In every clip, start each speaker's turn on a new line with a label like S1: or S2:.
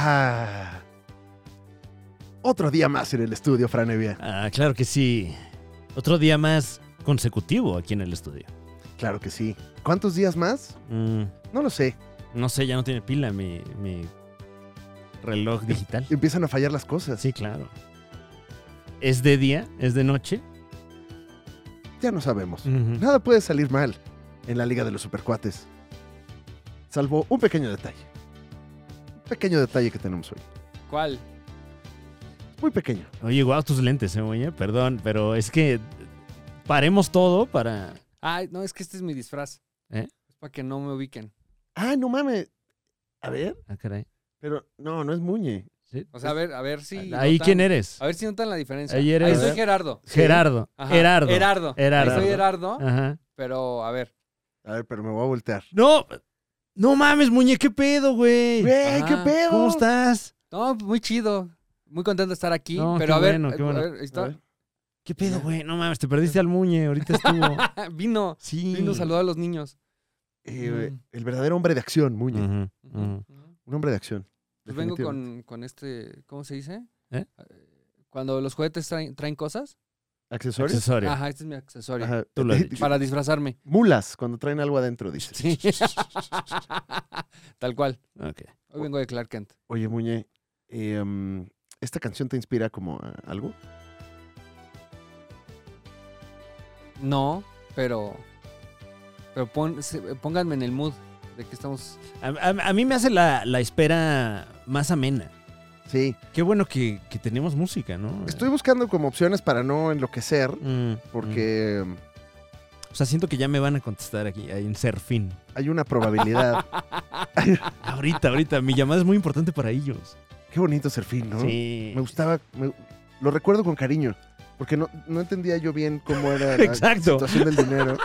S1: Ah. Otro día más en el estudio, Fran Evia.
S2: Ah, claro que sí. Otro día más consecutivo aquí en el estudio.
S1: Claro que sí. ¿Cuántos días más?
S2: Mm,
S1: No lo sé.
S2: no sé, ya no tiene pila mi, mi reloj digital.
S1: Empiezan a fallar las cosas.
S2: Sí, claro. ¿Es de día? ¿Es de noche?
S1: Ya no sabemos.
S2: Ujú.
S1: Nada puede salir mal en la Liga de los Supercuates. Salvo un pequeño detalle. Un pequeño detalle que tenemos hoy.
S3: ¿Cuál?
S1: Muy pequeño.
S2: Oye, guau, tus lentes, ¿eh, oye? Perdón, pero es que paremos todo para...
S3: Ay, no, es que este es mi disfraz.
S2: ¿Eh?
S3: Es para que no me ubiquen.
S1: Ah, no mames. A ver.
S2: Ah, caray.
S1: Pero no, no es Muñe.
S2: Sí.
S3: O sea, a ver, a ver si.
S2: Ahí,
S3: notan-
S2: ¿quién eres?
S3: A ver si notan la diferencia.
S2: Ahí eres-
S3: Ahí soy Gerardo.
S2: Gerardo.
S3: Ajá.
S2: Gerardo.
S3: Gerardo.
S2: Gerardo.
S3: Ahí soy Gerardo,
S2: Ajá.
S3: pero a ver.
S1: A ver, pero me voy a voltear.
S2: No, no mames, muñe, qué pedo, güey.
S1: ¡Güey, qué
S3: Ajá.
S1: pedo!
S2: ¿Cómo estás?
S3: No, muy chido. Muy contento de estar aquí.
S2: No,
S3: pero
S2: qué
S3: a ver,
S2: bueno,
S3: eh,
S2: qué bueno.
S3: a ver, ahí
S1: A
S3: está.
S1: ver.
S2: ¿Qué pedo, güey? No mames, te perdiste al muñe, ahorita estuvo.
S3: Vino.
S2: Sí.
S3: Vino a saludar a los niños.
S1: Eh, güey,
S3: Mm.
S1: El verdadero hombre de acción, Muñe.
S2: Ujú,
S3: Ujú,
S2: ujú.
S3: ujú.
S1: Un hombre de acción.
S3: Pues vengo
S1: definitivamente.
S3: con, con este, ¿cómo se dice?
S2: ¿Eh?
S3: Cuando los juguetes traen, traen cosas.
S1: ¿Accesorios?
S2: Accesorio.
S3: Ajá, este es mi accesorio.
S1: Ajá. eh,
S2: Tú lo has dicho.
S3: Para disfrazarme.
S1: Mulas, cuando traen algo adentro, dice.
S3: Sí. Tal cual.
S1: Ah.
S2: Ok.
S3: Hoy vengo de Clark Kent.
S1: Oye, Muñe, eh, mm, ¿esta canción te inspira como a algo?
S3: No, pero. Pero pon- se- pónganme en el mood de que estamos.
S2: A, a- a mí me hace la, la espera más amena.
S1: Sí.
S2: Qué bueno que, que tenemos música, ¿no?
S1: Estoy buscando como opciones para no enloquecer,
S2: Mm,
S1: porque mm,
S2: mm. O sea, siento que ya me van a contestar aquí, ahí en Serfín.
S1: hay una probabilidad.
S2: Ahorita, ahorita. Mi llamada es muy importante para ellos.
S1: Qué bonito Serfín, ¿no?
S2: Sí.
S1: Me gustaba, me- lo recuerdo con cariño, porque no, no entendía yo bien cómo era la
S2: Exacto.
S1: situación del dinero.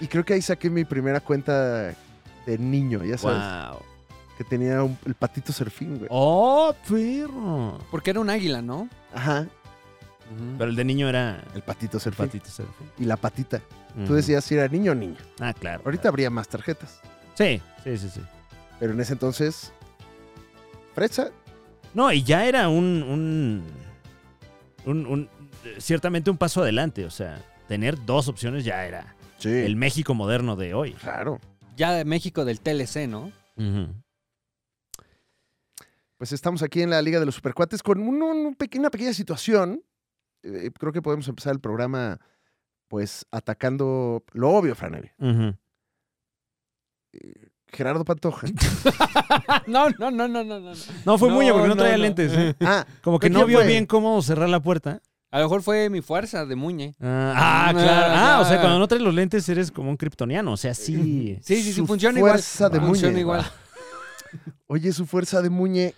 S1: Y creo que ahí saqué mi primera cuenta de niño, ya sabes,
S2: Wow.
S1: que tenía un- el patito Serfín, güey.
S2: Oh, perro.
S3: Porque era un águila, ¿no?
S1: Ajá,
S2: Pero el de niño era
S1: el patito
S2: el
S1: Serfín.
S2: patito Serfín.
S1: Y la patita. Tú
S2: Ujú.
S1: decías si era niño o niña.
S2: Ah, claro.
S1: Ahorita habría más tarjetas.
S2: Sí, sí, sí, sí.
S1: Pero en ese entonces, fresa,
S2: No, y ya era un, un, un- un- ciertamente un paso adelante. O sea, tener dos opciones ya era
S1: sí,
S2: el México moderno de hoy.
S1: claro.
S3: Ya de México del TLC, ¿no?
S1: Pues estamos aquí en la Liga de los Supercuates con un- un peque- una pequeña situación. Eh, creo que podemos empezar el programa, pues, atacando lo obvio, Franevi.
S2: Ujú.
S1: Gerardo Pantoja.
S3: no, no, no, no, no, no. no.
S2: No, fue muy porque no, traía
S3: no.
S2: lentes. ¿eh?
S1: Ah,
S2: Como que
S1: ¿Pero
S2: no
S1: quién
S2: vio
S1: fue?
S2: bien cómo cerrar la puerta.
S3: A lo mejor fue mi fuerza de Muñe.
S2: Ah, ah,
S3: No,
S2: claro. Ah, o sea,
S3: no.
S2: cuando no traes los lentes eres como un kriptoniano. O sea, sí.
S3: Sí, sí, sí,
S1: Su
S3: funciona igual.
S1: fuerza de
S3: funciona
S1: Muñe.
S3: igual.
S1: oye, su fuerza de muñe.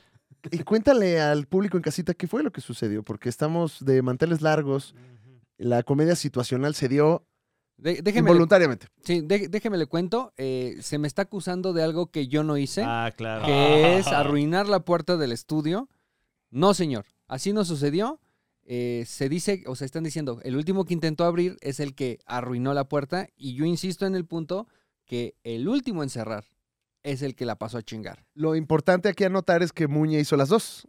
S1: Y cuéntale al público en casita qué fue lo que sucedió, porque estamos de manteles largos. La comedia situacional se dio
S3: De- déjeme, le,
S1: involuntariamente.
S3: sí, de- déjeme le cuento. eh, se me está acusando de algo que yo no hice,
S2: Ah, claro.
S3: que es arruinar la puerta del estudio. No, señor. Así no sucedió. Eh, se dice, o sea, están diciendo, el último que intentó abrir es el que arruinó la puerta. Y yo insisto en el punto que el último en cerrar es el que la pasó a chingar.
S1: Lo importante aquí anotar es que Muñe hizo las dos.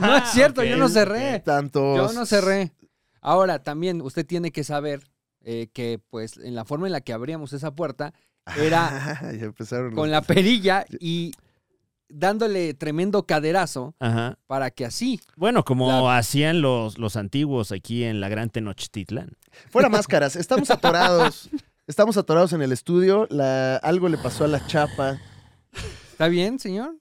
S3: No es cierto, yo no
S2: ok,
S3: cerré.
S1: Tanto.
S3: Yo no cerré. Ahora, también usted tiene que saber eh, que, pues, en la forma en la que abríamos esa puerta, era
S1: Ah, ya empezaron los-
S3: con la perilla y dándole tremendo caderazo
S2: Ajá.
S3: para que así.
S2: Bueno, como
S3: La-
S2: hacían los, los antiguos aquí en la Gran Tenochtitlán.
S1: Fuera máscaras, estamos atorados. Estamos atorados en el estudio. La... Algo le pasó a la chapa.
S3: ¿Está bien, señor?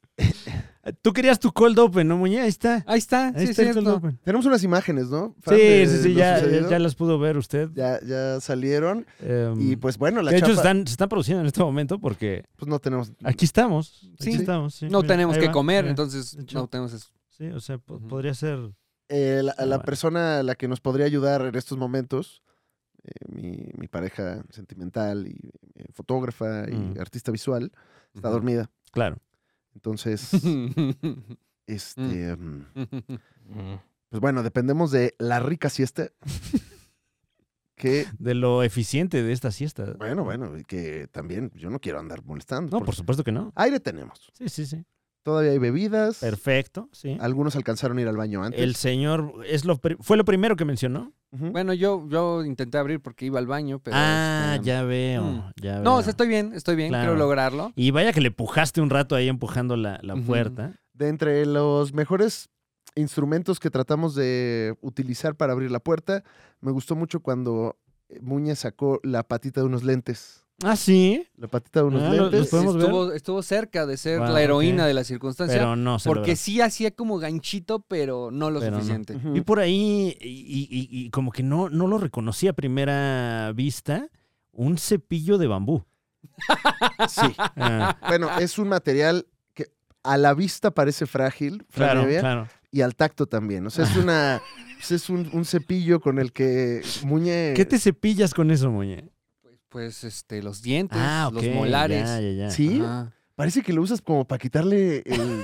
S2: Tú querías tu cold open, ¿no, Muñe? Ahí está.
S3: Ahí está, Ah, sí
S2: Ahí
S3: es
S2: está el cold
S3: cierto.
S2: open.
S1: Tenemos unas imágenes, ¿no? Fran,
S2: Sí,
S1: de
S2: sí, sí,
S1: lo
S2: ya,
S1: sucedido.
S2: ya, ya las pudo ver usted.
S1: Ya- ya salieron.
S2: Em,
S1: Y pues bueno, la
S2: de
S1: chapa.
S2: hecho, están, se están produciendo en este momento porque
S1: Pues no tenemos.
S2: aquí estamos. aquí
S3: Sí.
S2: estamos, sí,
S3: No
S2: pues, mira,
S3: tenemos
S2: ahí
S3: que
S2: va,
S3: comer,
S2: mira.
S3: entonces
S2: de hecho.
S3: no tenemos eso.
S2: Sí, o sea, po-
S3: Ujú.
S2: podría ser.
S1: eh, la, la
S2: Ah, bueno.
S1: persona a la que nos podría ayudar en estos momentos, eh, mi, mi pareja sentimental y eh, fotógrafa y
S2: Mm.
S1: artista visual, está dormida.
S2: Claro.
S1: Entonces,
S2: Mm.
S1: este. mm, Pues bueno, dependemos de la rica siesta. que,
S2: De lo eficiente de esta siesta.
S1: bueno, bueno, y que también yo no quiero andar molestando.
S2: No,
S1: porque
S2: por supuesto que no.
S1: Aire tenemos.
S2: Sí, sí, sí.
S1: Todavía hay bebidas.
S2: Perfecto, sí.
S1: Algunos alcanzaron a ir al baño antes.
S2: El señor es lo pri- fue lo primero que mencionó.
S1: Ujú.
S3: Bueno, yo, yo intenté abrir porque iba al baño,
S1: Pues,
S3: pero.
S2: ah,
S3: este,
S2: ya veo,
S3: mm.
S2: ya veo.
S3: No, o sea, estoy bien, estoy bien,
S2: Claro.
S3: quiero lograrlo.
S2: Y vaya que le pujaste un rato ahí empujando la, la
S3: Ujú.
S2: puerta.
S1: De entre los mejores instrumentos que tratamos de utilizar para abrir la puerta, me gustó mucho cuando eh, Muñe sacó la patita de unos lentes.
S2: Ah, sí,
S1: La patita de unos
S2: Ah, lo-
S1: lentes.
S2: los podemos ver?
S3: estuvo, estuvo cerca de ser
S2: Wow,
S3: la heroína
S2: ok.
S3: de la circunstancia.
S2: pero no se
S3: porque
S2: logró.
S3: sí hacía como ganchito, pero no lo
S2: Pero no.
S3: suficiente.
S1: Ujú.
S2: Vi por ahí y, y- y- y como que no, no lo reconocí a primera vista, un cepillo de bambú.
S1: Sí.
S2: Ah,
S1: Bueno, es un material que a la vista parece frágil, Fran
S2: claro,
S1: Evia,
S2: claro.
S1: y al tacto también. O sea, es una. pues es un, un cepillo con el que Muñe.
S2: Eh, ¿Qué te cepillas con eso, muñe?
S3: Pues este, los dientes,
S2: Ah, ok.
S3: los molares.
S2: ya, ya, ya.
S1: Sí,
S3: Ajá.
S1: parece que lo usas como para quitarle el,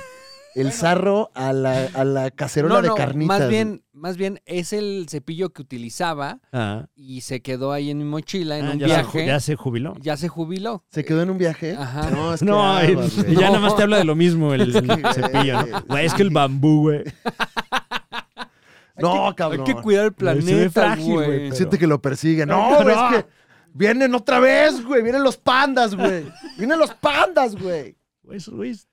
S1: el sarro a la, a la cacerola
S3: No,
S1: de
S3: no,
S1: carnitas.
S3: más bien, más bien es el cepillo que utilizaba
S2: Ah,
S3: y se quedó ahí en mi mochila en
S2: ah,
S3: un
S2: ya, Se, ju-
S3: viaje.
S2: ya
S3: ya,
S2: se ¿Eh? jubiló.
S3: se jubiló.
S1: ¿Se quedó en un viaje?
S3: eh, Ajá.
S1: No, es que.
S2: No,
S1: ah,
S2: y-
S1: vas,
S2: y
S1: güey.
S2: ya
S3: No.
S2: nomás te habla de lo mismo el, el
S1: güey,
S2: cepillo,
S1: sí.
S2: ¿no? Güey, es que el bambú, güey.
S1: No,
S3: Hay que-
S1: cabrón.
S3: Hay que cuidar el
S2: Güey, se ve
S3: planeta,
S2: frágil, güey,
S3: güey.
S2: pero-
S1: Siente que lo persiguen. No,
S2: No,
S1: güey,
S2: no.
S1: es que vienen otra vez, güey. Vienen los pandas, güey. Vienen los pandas, güey.
S2: Güey, esos güeyes-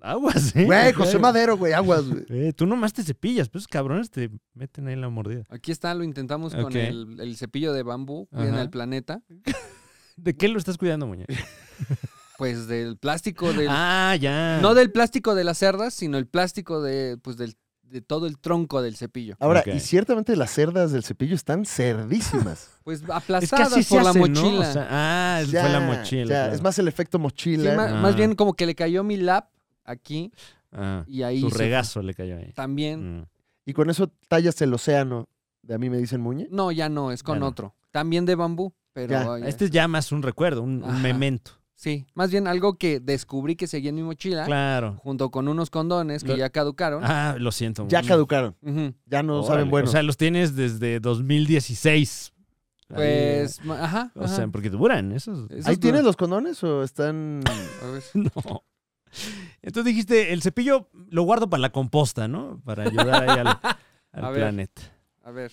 S2: Aguas, ¿eh?
S1: Güey, José
S2: Claro.
S1: Madero, güey, aguas, güey.
S2: Eh, tú nomás te cepillas, pues cabrones te meten ahí la mordida.
S3: Aquí está, lo intentamos
S2: Ok.
S3: con el, el cepillo de bambú,
S2: Ajá.
S3: en el planeta.
S2: ¿De qué lo estás cuidando, muñe?
S3: Pues del plástico del.
S2: Ah, ya.
S3: No del plástico de las cerdas, sino el plástico de, pues, del, de todo el tronco del cepillo.
S1: Ahora,
S2: Ok.
S1: y ciertamente las cerdas del cepillo están cerdísimas.
S3: Pues
S2: es
S3: aplastadas
S2: casi
S3: por la mochila.
S2: ah, es-
S1: Ya,
S2: fue la mochila.
S1: ya,
S2: claro.
S1: Es más el efecto
S3: Sí,
S1: mochila.
S3: ma- más,
S2: Ah.
S3: bien como que le cayó mi lap aquí
S2: Ah,
S3: y ahí.
S2: tu
S3: se-
S2: regazo le cayó ahí.
S3: También.
S2: Mm.
S1: Y con eso tallas el océano. De a mí me dicen Muñe.
S3: No, ya no, es con
S2: Ya no.
S3: otro. También de bambú, pero.
S1: Ya,
S3: ah, ya.
S2: Este es ya más un recuerdo, un, un
S3: Ajá.
S2: memento.
S3: Sí, más bien algo que descubrí que seguía en mi mochila,
S2: Claro.
S3: junto con unos condones que
S2: Lo-
S3: ya caducaron.
S2: Ah, lo siento.
S1: Ya
S2: Muñe.
S1: caducaron.
S3: Ujú.
S1: Ya no
S2: Órale,
S1: saben bueno.
S2: O sea, los tienes desde 2016. Ahí, eh,
S3: Pues, ma- ajá.
S2: O
S3: ajá.
S2: sea, porque duran esos.
S3: Esos
S1: ¿Ahí
S3: duran.
S1: tienes los condones o están...?
S3: A ver.
S2: No. Entonces dijiste, el cepillo lo guardo para la composta, ¿no? Para ayudar ahí al, al
S3: A ver.
S2: planeta.
S3: A ver.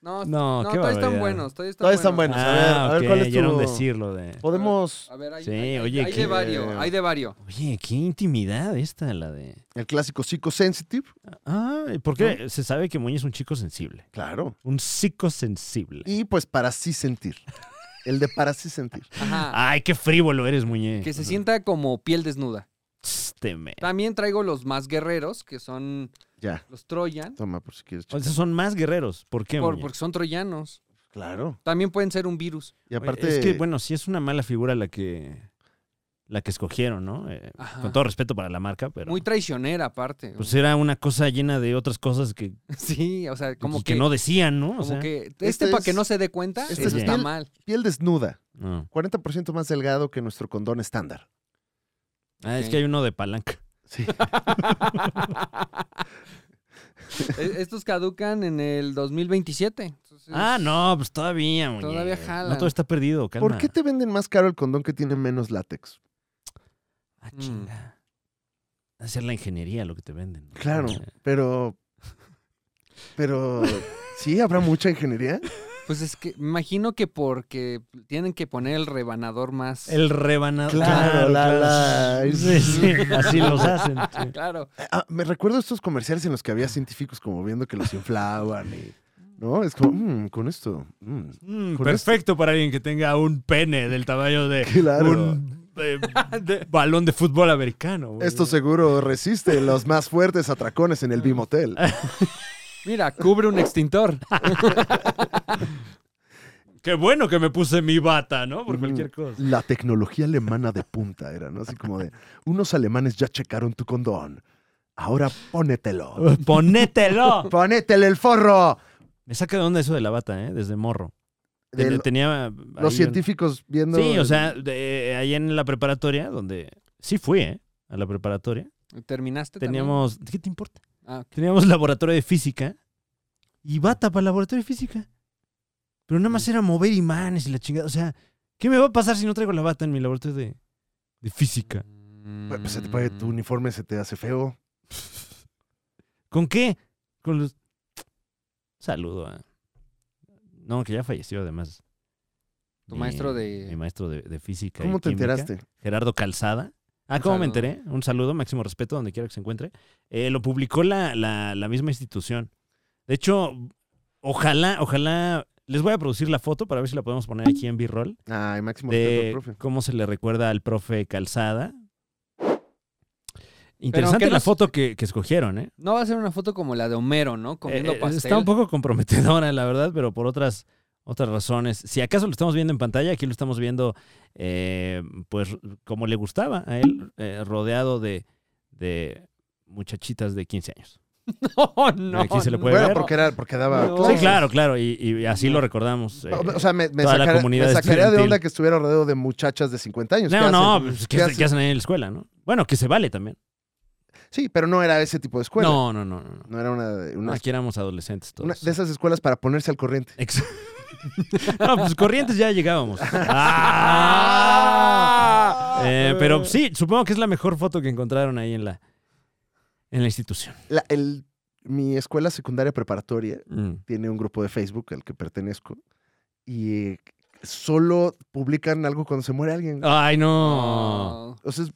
S3: No, no,
S2: No, qué
S3: todavía están
S2: barbaridad.
S3: buenos. Todavía están,
S1: Todavía están
S2: Ah,
S1: buenos. a ver, a ver
S2: ok,
S1: cuál es
S2: ya era
S1: tu-
S2: un decirlo de...
S1: Podemos...
S3: A ver, hay,
S2: Sí,
S3: hay- hay-
S2: oye,
S3: hay
S2: qué-
S3: de vario, hay de vario.
S2: Oye, qué intimidad esta la de...
S1: El clásico psicosensitive.
S2: Ah, porque se sabe que Muñe es un chico sensible.
S1: Claro.
S2: Un psicosensible.
S1: Y pues para sí sentir. El de para sí sentir.
S3: Ajá.
S2: Ah, Ay, qué frívolo eres, Muñe.
S3: que se
S2: Ajá.
S3: sienta como piel desnuda.
S2: Tss, te me-
S3: También traigo los más guerreros, que son
S1: Ya.
S3: los Troyan,
S1: Toma, por si quieres.
S2: O
S1: chico.
S2: sea, son más guerreros. ¿Por qué,
S3: por-
S2: Muñe?
S3: porque son troyanos.
S1: Claro.
S3: También pueden ser un virus.
S1: Y aparte...
S2: Es que, bueno, sí es una mala figura la que... La que escogieron, ¿no? Eh,
S3: Ajá.
S2: con todo respeto para la marca, pero...
S3: Ah. Muy traicionera, aparte.
S2: Pues era una cosa llena de otras cosas que,
S3: sí, o sea, como
S2: que,
S3: que,
S2: no decían, ¿no? O
S3: como
S2: sea,
S3: que este,
S1: este
S3: para
S1: es-
S3: que no se dé cuenta,
S1: este
S2: es
S3: eso está
S1: piel-
S3: mal.
S1: Piel desnuda.
S2: no.
S1: 40% más delgado que nuestro condón estándar.
S2: Ah, es
S3: Ok.
S2: que hay uno de palanca.
S1: Sí.
S3: E- Estos caducan en el 2027. entonces-
S2: Ah, no, pues todavía, muñe.
S3: Todavía jala.
S2: No todo está perdido, calma.
S1: ¿Por qué te venden más caro el condón que tiene menos látex?
S2: Ah, chinga.
S3: Mm.
S2: Hacer la ingeniería lo que te venden. ¿no? Eh,
S1: Claro,
S2: O sea,
S1: pero. Pero. Sí, habrá mucha ingeniería.
S3: Pues es que me imagino que porque tienen que poner el rebanador más.
S2: El rebanado.
S1: Claro, la- la-
S2: Sí, sí, así los hacen. sí.
S3: Claro.
S1: Ah, me recuerdo estos comerciales en los que había científicos como viendo que los inflaban y. ¿No? Es como, "Mm, con esto. mm".
S2: Mm,
S1: Con
S2: perfecto para alguien que tenga un pene del tamaño de
S1: Claro.
S2: un eh, balón de fútbol americano. güey.
S1: Esto seguro resiste los más fuertes atracones
S2: Mm.
S1: en el Bimotel.
S3: Mira, cubre un extintor.
S2: Qué bueno que me puse mi bata, ¿no? Por
S1: Mm.
S2: cualquier cosa.
S1: La tecnología alemana de punta era, ¿no? Así como de, unos alemanes ya checaron tu condón. Ahora ponételo.
S2: ¡Ponételo!
S1: Ponétele el forro.
S2: Me saca de onda eso de la bata, ¿eh? Desde morro.
S1: De
S2: Ten-
S1: lo-
S2: tenía ahí
S1: los
S2: un-
S1: científicos viendo.
S2: Sí, o
S1: el-
S2: sea, de- ahí en la preparatoria, donde sí fui, ¿eh? A la preparatoria.
S3: ¿Terminaste? también?
S2: Teníamos. ¿Qué te importa?
S3: Ah, ok.
S2: Teníamos laboratorio de física y bata para el laboratorio de física. Pero nada más era mover imanes y la chingada. O sea, ¿qué me va a pasar si no traigo la bata en mi laboratorio de, de física?
S3: Mm.
S1: Pues, pues, se te puede-
S2: mm.
S1: tu uniforme se te hace feo.
S2: ¿Con qué? Con los. Saludo a. No, que ya falleció además.
S3: Tu
S2: Mi-
S3: maestro de-
S2: Mi maestro de, de física. y
S1: ¿Cómo te
S2: química,
S1: enteraste?
S2: Gerardo Calzada. Ah, ¿cómo me
S3: saludo.
S2: enteré? Un saludo, máximo respeto, donde quiera que se encuentre. Eh, lo publicó la, la- la misma institución. De hecho, ojalá, ojalá. Les voy a producir la foto para ver si la podemos poner aquí en B-roll
S1: Ay, máximo respeto,
S2: de
S1: profe.
S2: cómo se le recuerda al profe Calzada. Interesante
S3: que
S2: la
S3: nos-
S2: foto que, que escogieron, ¿eh?
S3: No va a ser una foto como la de Homero, ¿no? Comiendo
S2: Eh, eh,
S3: pastel.
S2: Está un poco comprometedora, la verdad, pero por otras, otras razones. Si acaso lo estamos viendo en pantalla, aquí lo estamos viendo, eh, pues como le gustaba a él, eh, rodeado de, de muchachitas de 15 años.
S3: No, no.
S2: Aquí se le puede
S1: Bueno,
S2: ver.
S1: porque, era, porque daba
S3: No.
S1: clases.
S2: Sí, claro, claro, y, y así lo recordamos. eh,
S1: O- O sea, me, me
S2: toda la
S1: sacara- me
S2: comunidad
S1: sacaría de
S2: estudiantil.
S1: onda que estuviera rodeado de muchachas de 50 años. ¿Qué
S2: no, no,
S1: hacen?
S2: pues,
S1: ¿Qué
S2: ¿qué,
S1: hacen?
S2: qué hacen ahí en la escuela, no? Bueno, que se vale también.
S1: Sí, pero no era ese tipo de escuela. No.
S2: no, no, no, no. no.
S1: era una, de- una-
S2: Aquí éramos adolescentes todos.
S1: una de esas escuelas para ponerse al corriente.
S2: Ex- no, pues corrientes ya llegábamos.
S3: Ah.
S2: Eh, pero sí, supongo que es la mejor foto que encontraron ahí en la, en la institución.
S1: La- el- mi escuela secundaria preparatoria
S2: Mm.
S1: tiene un grupo de Facebook al que pertenezco y eh, solo publican algo cuando se muere alguien.
S2: Ay, no.
S3: No.
S1: O sea, es-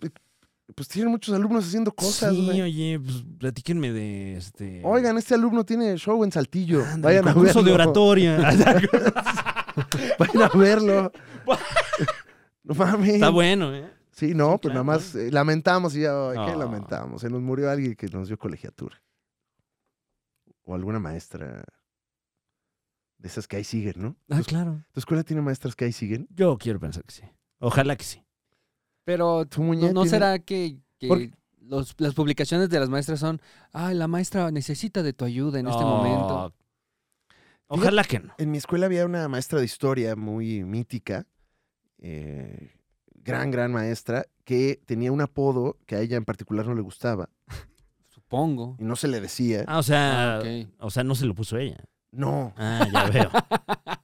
S1: pues tienen muchos alumnos haciendo cosas.
S2: sí,
S1: güey.
S2: oye, pues platíquenme de este.
S1: Oigan, este alumno tiene show en Saltillo.
S2: Ándale,
S1: Vayan a
S2: concurso
S1: verlo.
S2: de oratoria.
S1: Vayan a verlo. no mames.
S2: Está bueno, ¿eh?
S1: Sí, no,
S2: Sí,
S1: pues nada
S2: claro.
S1: más eh, lamentamos y ya, ay, ¿qué
S2: Ah.
S1: lamentamos? Se nos murió alguien que nos dio colegiatura. O alguna maestra de esas que ahí siguen, ¿no?
S2: Ah,
S1: ¿Tu,
S2: claro.
S1: tu escuela tiene maestras que ahí siguen?
S2: Yo quiero pensar que sí. Ojalá que sí.
S3: Pero
S1: ¿Tu
S3: ¿no,
S1: muñeca
S3: no
S1: tiene-
S3: será que, que
S1: ¿Por qué?
S3: los- las publicaciones de las maestras son, ah, la maestra necesita de tu ayuda en este
S2: Oh.
S3: momento?
S2: Ojalá que no.
S1: En mi escuela había una maestra de historia muy mítica, eh, gran, gran maestra, que tenía un apodo que a ella en particular no le gustaba
S3: Supongo.
S1: y no se le decía.
S2: Ah, o sea,
S3: Ah, ok.
S2: o sea, no se lo puso ella.
S1: No,
S2: Ah, ya veo.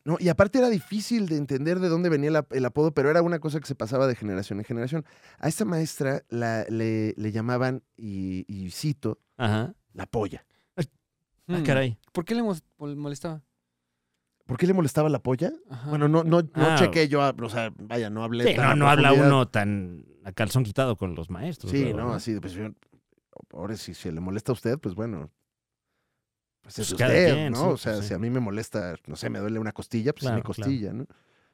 S1: No, y aparte era difícil de entender de dónde venía la- el apodo, pero era una cosa que se pasaba de generación en generación. A esta maestra la- le, le llamaban, y, y cito,
S2: Ajá.
S1: la polla.
S2: Ah,
S3: Hmm.
S2: caray.
S3: ¿Por qué le mos- mol- molestaba?
S1: ¿Por qué le molestaba la polla?
S3: Ajá.
S1: Bueno, no, no, no
S2: Ah.
S1: chequé yo, a- o sea, vaya, no hablé.
S2: Sí,
S1: tan
S2: no,
S1: a
S2: no habla
S1: profundidad.
S2: uno tan a calzón quitado con los maestros.
S1: Sí,
S2: la
S1: no,
S2: verdad.
S1: así, de, pues yo- ahora si se le molesta a usted, pues bueno. Pues es
S2: Pues cada
S1: usted,
S2: quien,
S1: ¿no?
S2: sí,
S1: o sea,
S2: pues sí.
S1: si a mí me molesta, no sé, me duele una costilla, pues es mi
S2: Claro, claro.
S1: costilla, ¿no?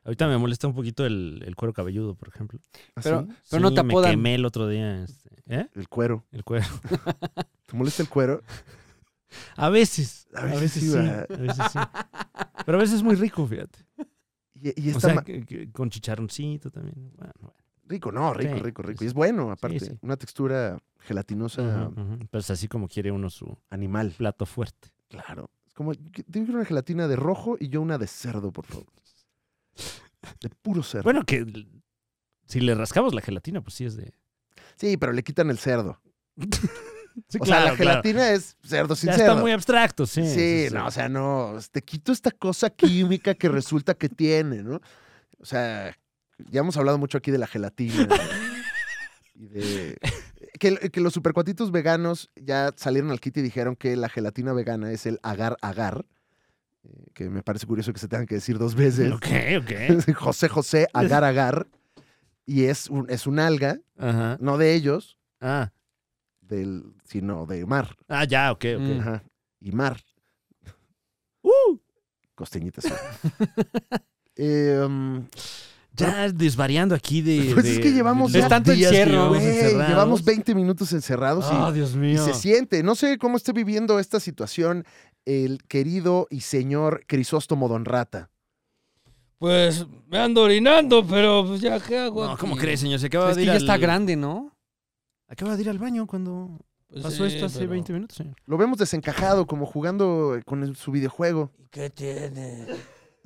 S2: Ahorita me molesta un poquito el, el cuero cabelludo, por ejemplo.
S1: Así,
S3: Pero, pero no
S2: Sí,
S3: te apodan.
S2: Me quemé el otro día. este, ¿Eh?
S1: el cuero.
S2: El cuero.
S1: ¿Te molesta el cuero?
S2: A veces.
S1: A
S2: A
S1: veces
S2: veces,
S1: sí,
S2: sí.
S1: ¿verdad?
S2: a veces sí. Pero a veces es muy rico, fíjate.
S1: Y, y
S2: O
S1: esta
S2: sea,
S1: ma-
S2: que- que- con chicharroncito también. Bueno, bueno.
S1: Rico, no, rico,
S2: Sí,
S1: rico, rico.
S2: sí,
S1: Y es bueno, aparte.
S2: sí.
S1: Una textura gelatinosa
S2: Ujú, ujú. Pues así como quiere uno su
S1: animal.
S2: plato fuerte.
S1: Claro. Es como, tengo una gelatina de rojo y yo una de cerdo, por favor. De puro cerdo.
S2: Bueno, que l- si le rascamos la gelatina, pues sí es de.
S1: sí, pero le quitan el cerdo.
S2: Sí,
S1: o sea, la gelatina es cerdo sin
S2: Ya
S1: cerdo.
S2: está muy abstracto, sí.
S1: sí, no, o sea, no. pues, Te quito esta cosa química que resulta que tiene, ¿no? O sea, ya hemos hablado mucho aquí de la gelatina. ¿no? y de. Que, que los supercuatitos veganos ya salieron al kit y dijeron que la gelatina vegana es el agar-agar. eh, Que me parece curioso que se tengan que decir dos veces.
S2: Ok, ok.
S1: José José, agar-agar. Y es un, es un alga,
S2: Ajá.
S1: no de ellos,
S2: Ah.
S1: del, sino de mar.
S2: Ah, ya, ok, ok.
S3: Mm.
S1: Ajá. Y mar.
S2: ¡Uh!
S1: Costeñitas. Eh, um,
S2: Ya desvariando aquí de.
S1: Pues es
S2: de-
S1: que llevamos
S2: de
S1: ya-
S2: los
S3: Tanto
S2: días que
S3: encierro,
S2: llevamos
S1: güey,
S2: encerrados.
S1: llevamos 20 minutos encerrados y-
S2: Ah, Dios
S1: y,
S2: mío.
S1: se siente. No sé cómo esté viviendo esta situación el querido y señor Crisóstomo Don Rata.
S4: Pues me ando orinando, pero pues, ya qué hago.
S2: No,
S4: aquí?
S2: ¿cómo crees, señor? Se acaba
S3: Es
S2: de ir
S3: que ya
S2: al...
S3: está grande, ¿no?
S2: Acaba de ir al baño cuando
S4: Pues,
S2: pasó
S4: sí,
S2: esto hace
S4: pero-
S2: 20 minutos, señor.
S1: Lo vemos desencajado, como jugando eh, con el- su videojuego.
S4: ¿Y ¿Qué tiene?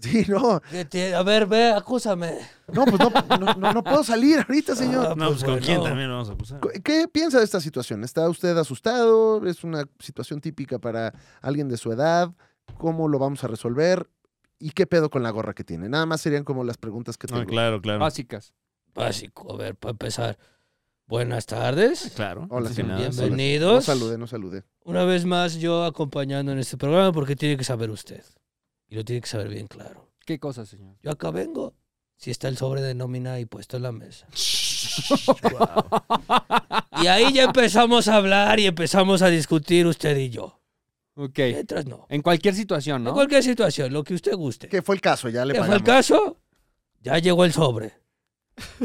S1: Sí, no.
S4: ¿Qué tiene? A ver, ve, acúsame.
S1: No, pues no, no, no- no puedo salir ahorita, señor.
S4: Ah,
S2: No, pues con
S4: bueno.
S2: quién también lo vamos a acusar.
S1: ¿Qué- ¿Qué piensa de esta situación? ¿Está usted asustado? ¿Es una situación típica para alguien de su edad? ¿Cómo lo vamos a resolver? ¿Y qué pedo con la gorra que tiene?
S2: Ah,
S1: Nada más serían como las preguntas que tengo.
S2: claro, claro.
S3: Básicas.
S4: Básico, a ver, para empezar. Buenas tardes.
S2: Claro.
S1: Hola,
S2: antes que
S1: señor.
S2: nada.
S1: Hola.
S4: Bienvenidos.
S1: No saludé, no saludé.
S4: Una vez más yo acompañando en este programa porque tiene que saber usted. Y lo tiene que saber bien claro.
S3: ¿Qué cosa, señor?
S4: Yo acá vengo. Si está el sobre de nómina y puesto en la mesa. Y ahí ya empezamos a hablar y empezamos a discutir usted y yo.
S3: Ok.
S4: Mientras no.
S3: Eh, En cualquier situación,
S4: En
S3: ¿no?
S4: cualquier situación, lo que usted guste.
S1: ¿Qué fue el caso? Ya le
S4: ¿Qué fue
S1: pagamos.
S4: el caso? Ya llegó el sobre.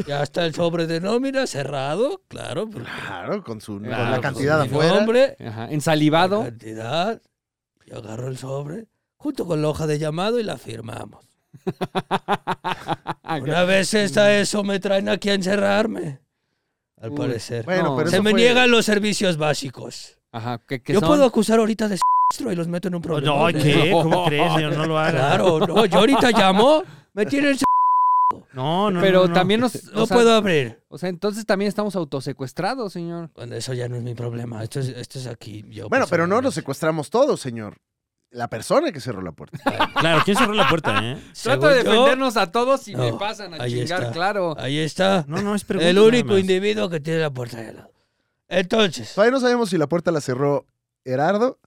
S4: Ya está el sobre de nómina cerrado, claro. porque
S1: Claro, con, su, con
S2: Claro,
S1: la
S2: pues,
S1: cantidad
S4: mi
S1: afuera.
S4: nombre,
S3: Ajá.
S4: la
S3: Ensalivado.
S4: cantidad. Yo agarro el sobre junto con la hoja de llamado y la firmamos.
S3: Ah,
S4: Una vez está eso, me traen aquí a encerrarme. Al
S3: Uy,
S4: parecer.
S1: Bueno,
S3: No.
S1: pero
S4: Se
S1: eso
S4: me
S1: fue-
S4: niegan los servicios básicos.
S3: Ajá. ¿Qué, qué
S4: Yo
S3: son?
S4: puedo acusar ahorita de sexo y los meto en un problema.
S2: No, ¿qué? ¿Cómo crees, señor? No lo haga.
S4: Claro, no, yo ahorita llamo, me tienen
S2: No, no,
S3: Pero
S2: no, no.
S3: también nos...
S4: No
S3: o sea,
S4: puedo abrir.
S3: O sea, entonces también estamos autosecuestrados, señor.
S4: Bueno, eso ya no es mi problema. Esto es, esto es aquí. Yo pues,
S1: Bueno, pero no lo
S4: personalmente.
S1: secuestramos todos, señor. La persona que cerró la puerta.
S2: Claro, ¿quién cerró la puerta, eh?
S3: Trato de
S4: Según yo,
S3: defendernos a todos y
S4: No,
S3: me pasan a
S4: ahí
S3: chingar,
S4: está.
S3: claro.
S4: Ahí está.
S2: No, no, es pregunta
S4: El
S2: nada
S4: único
S2: más.
S4: individuo que tiene la puerta de al lado. Entonces,
S1: Todavía no sabemos si la puerta la cerró Gerardo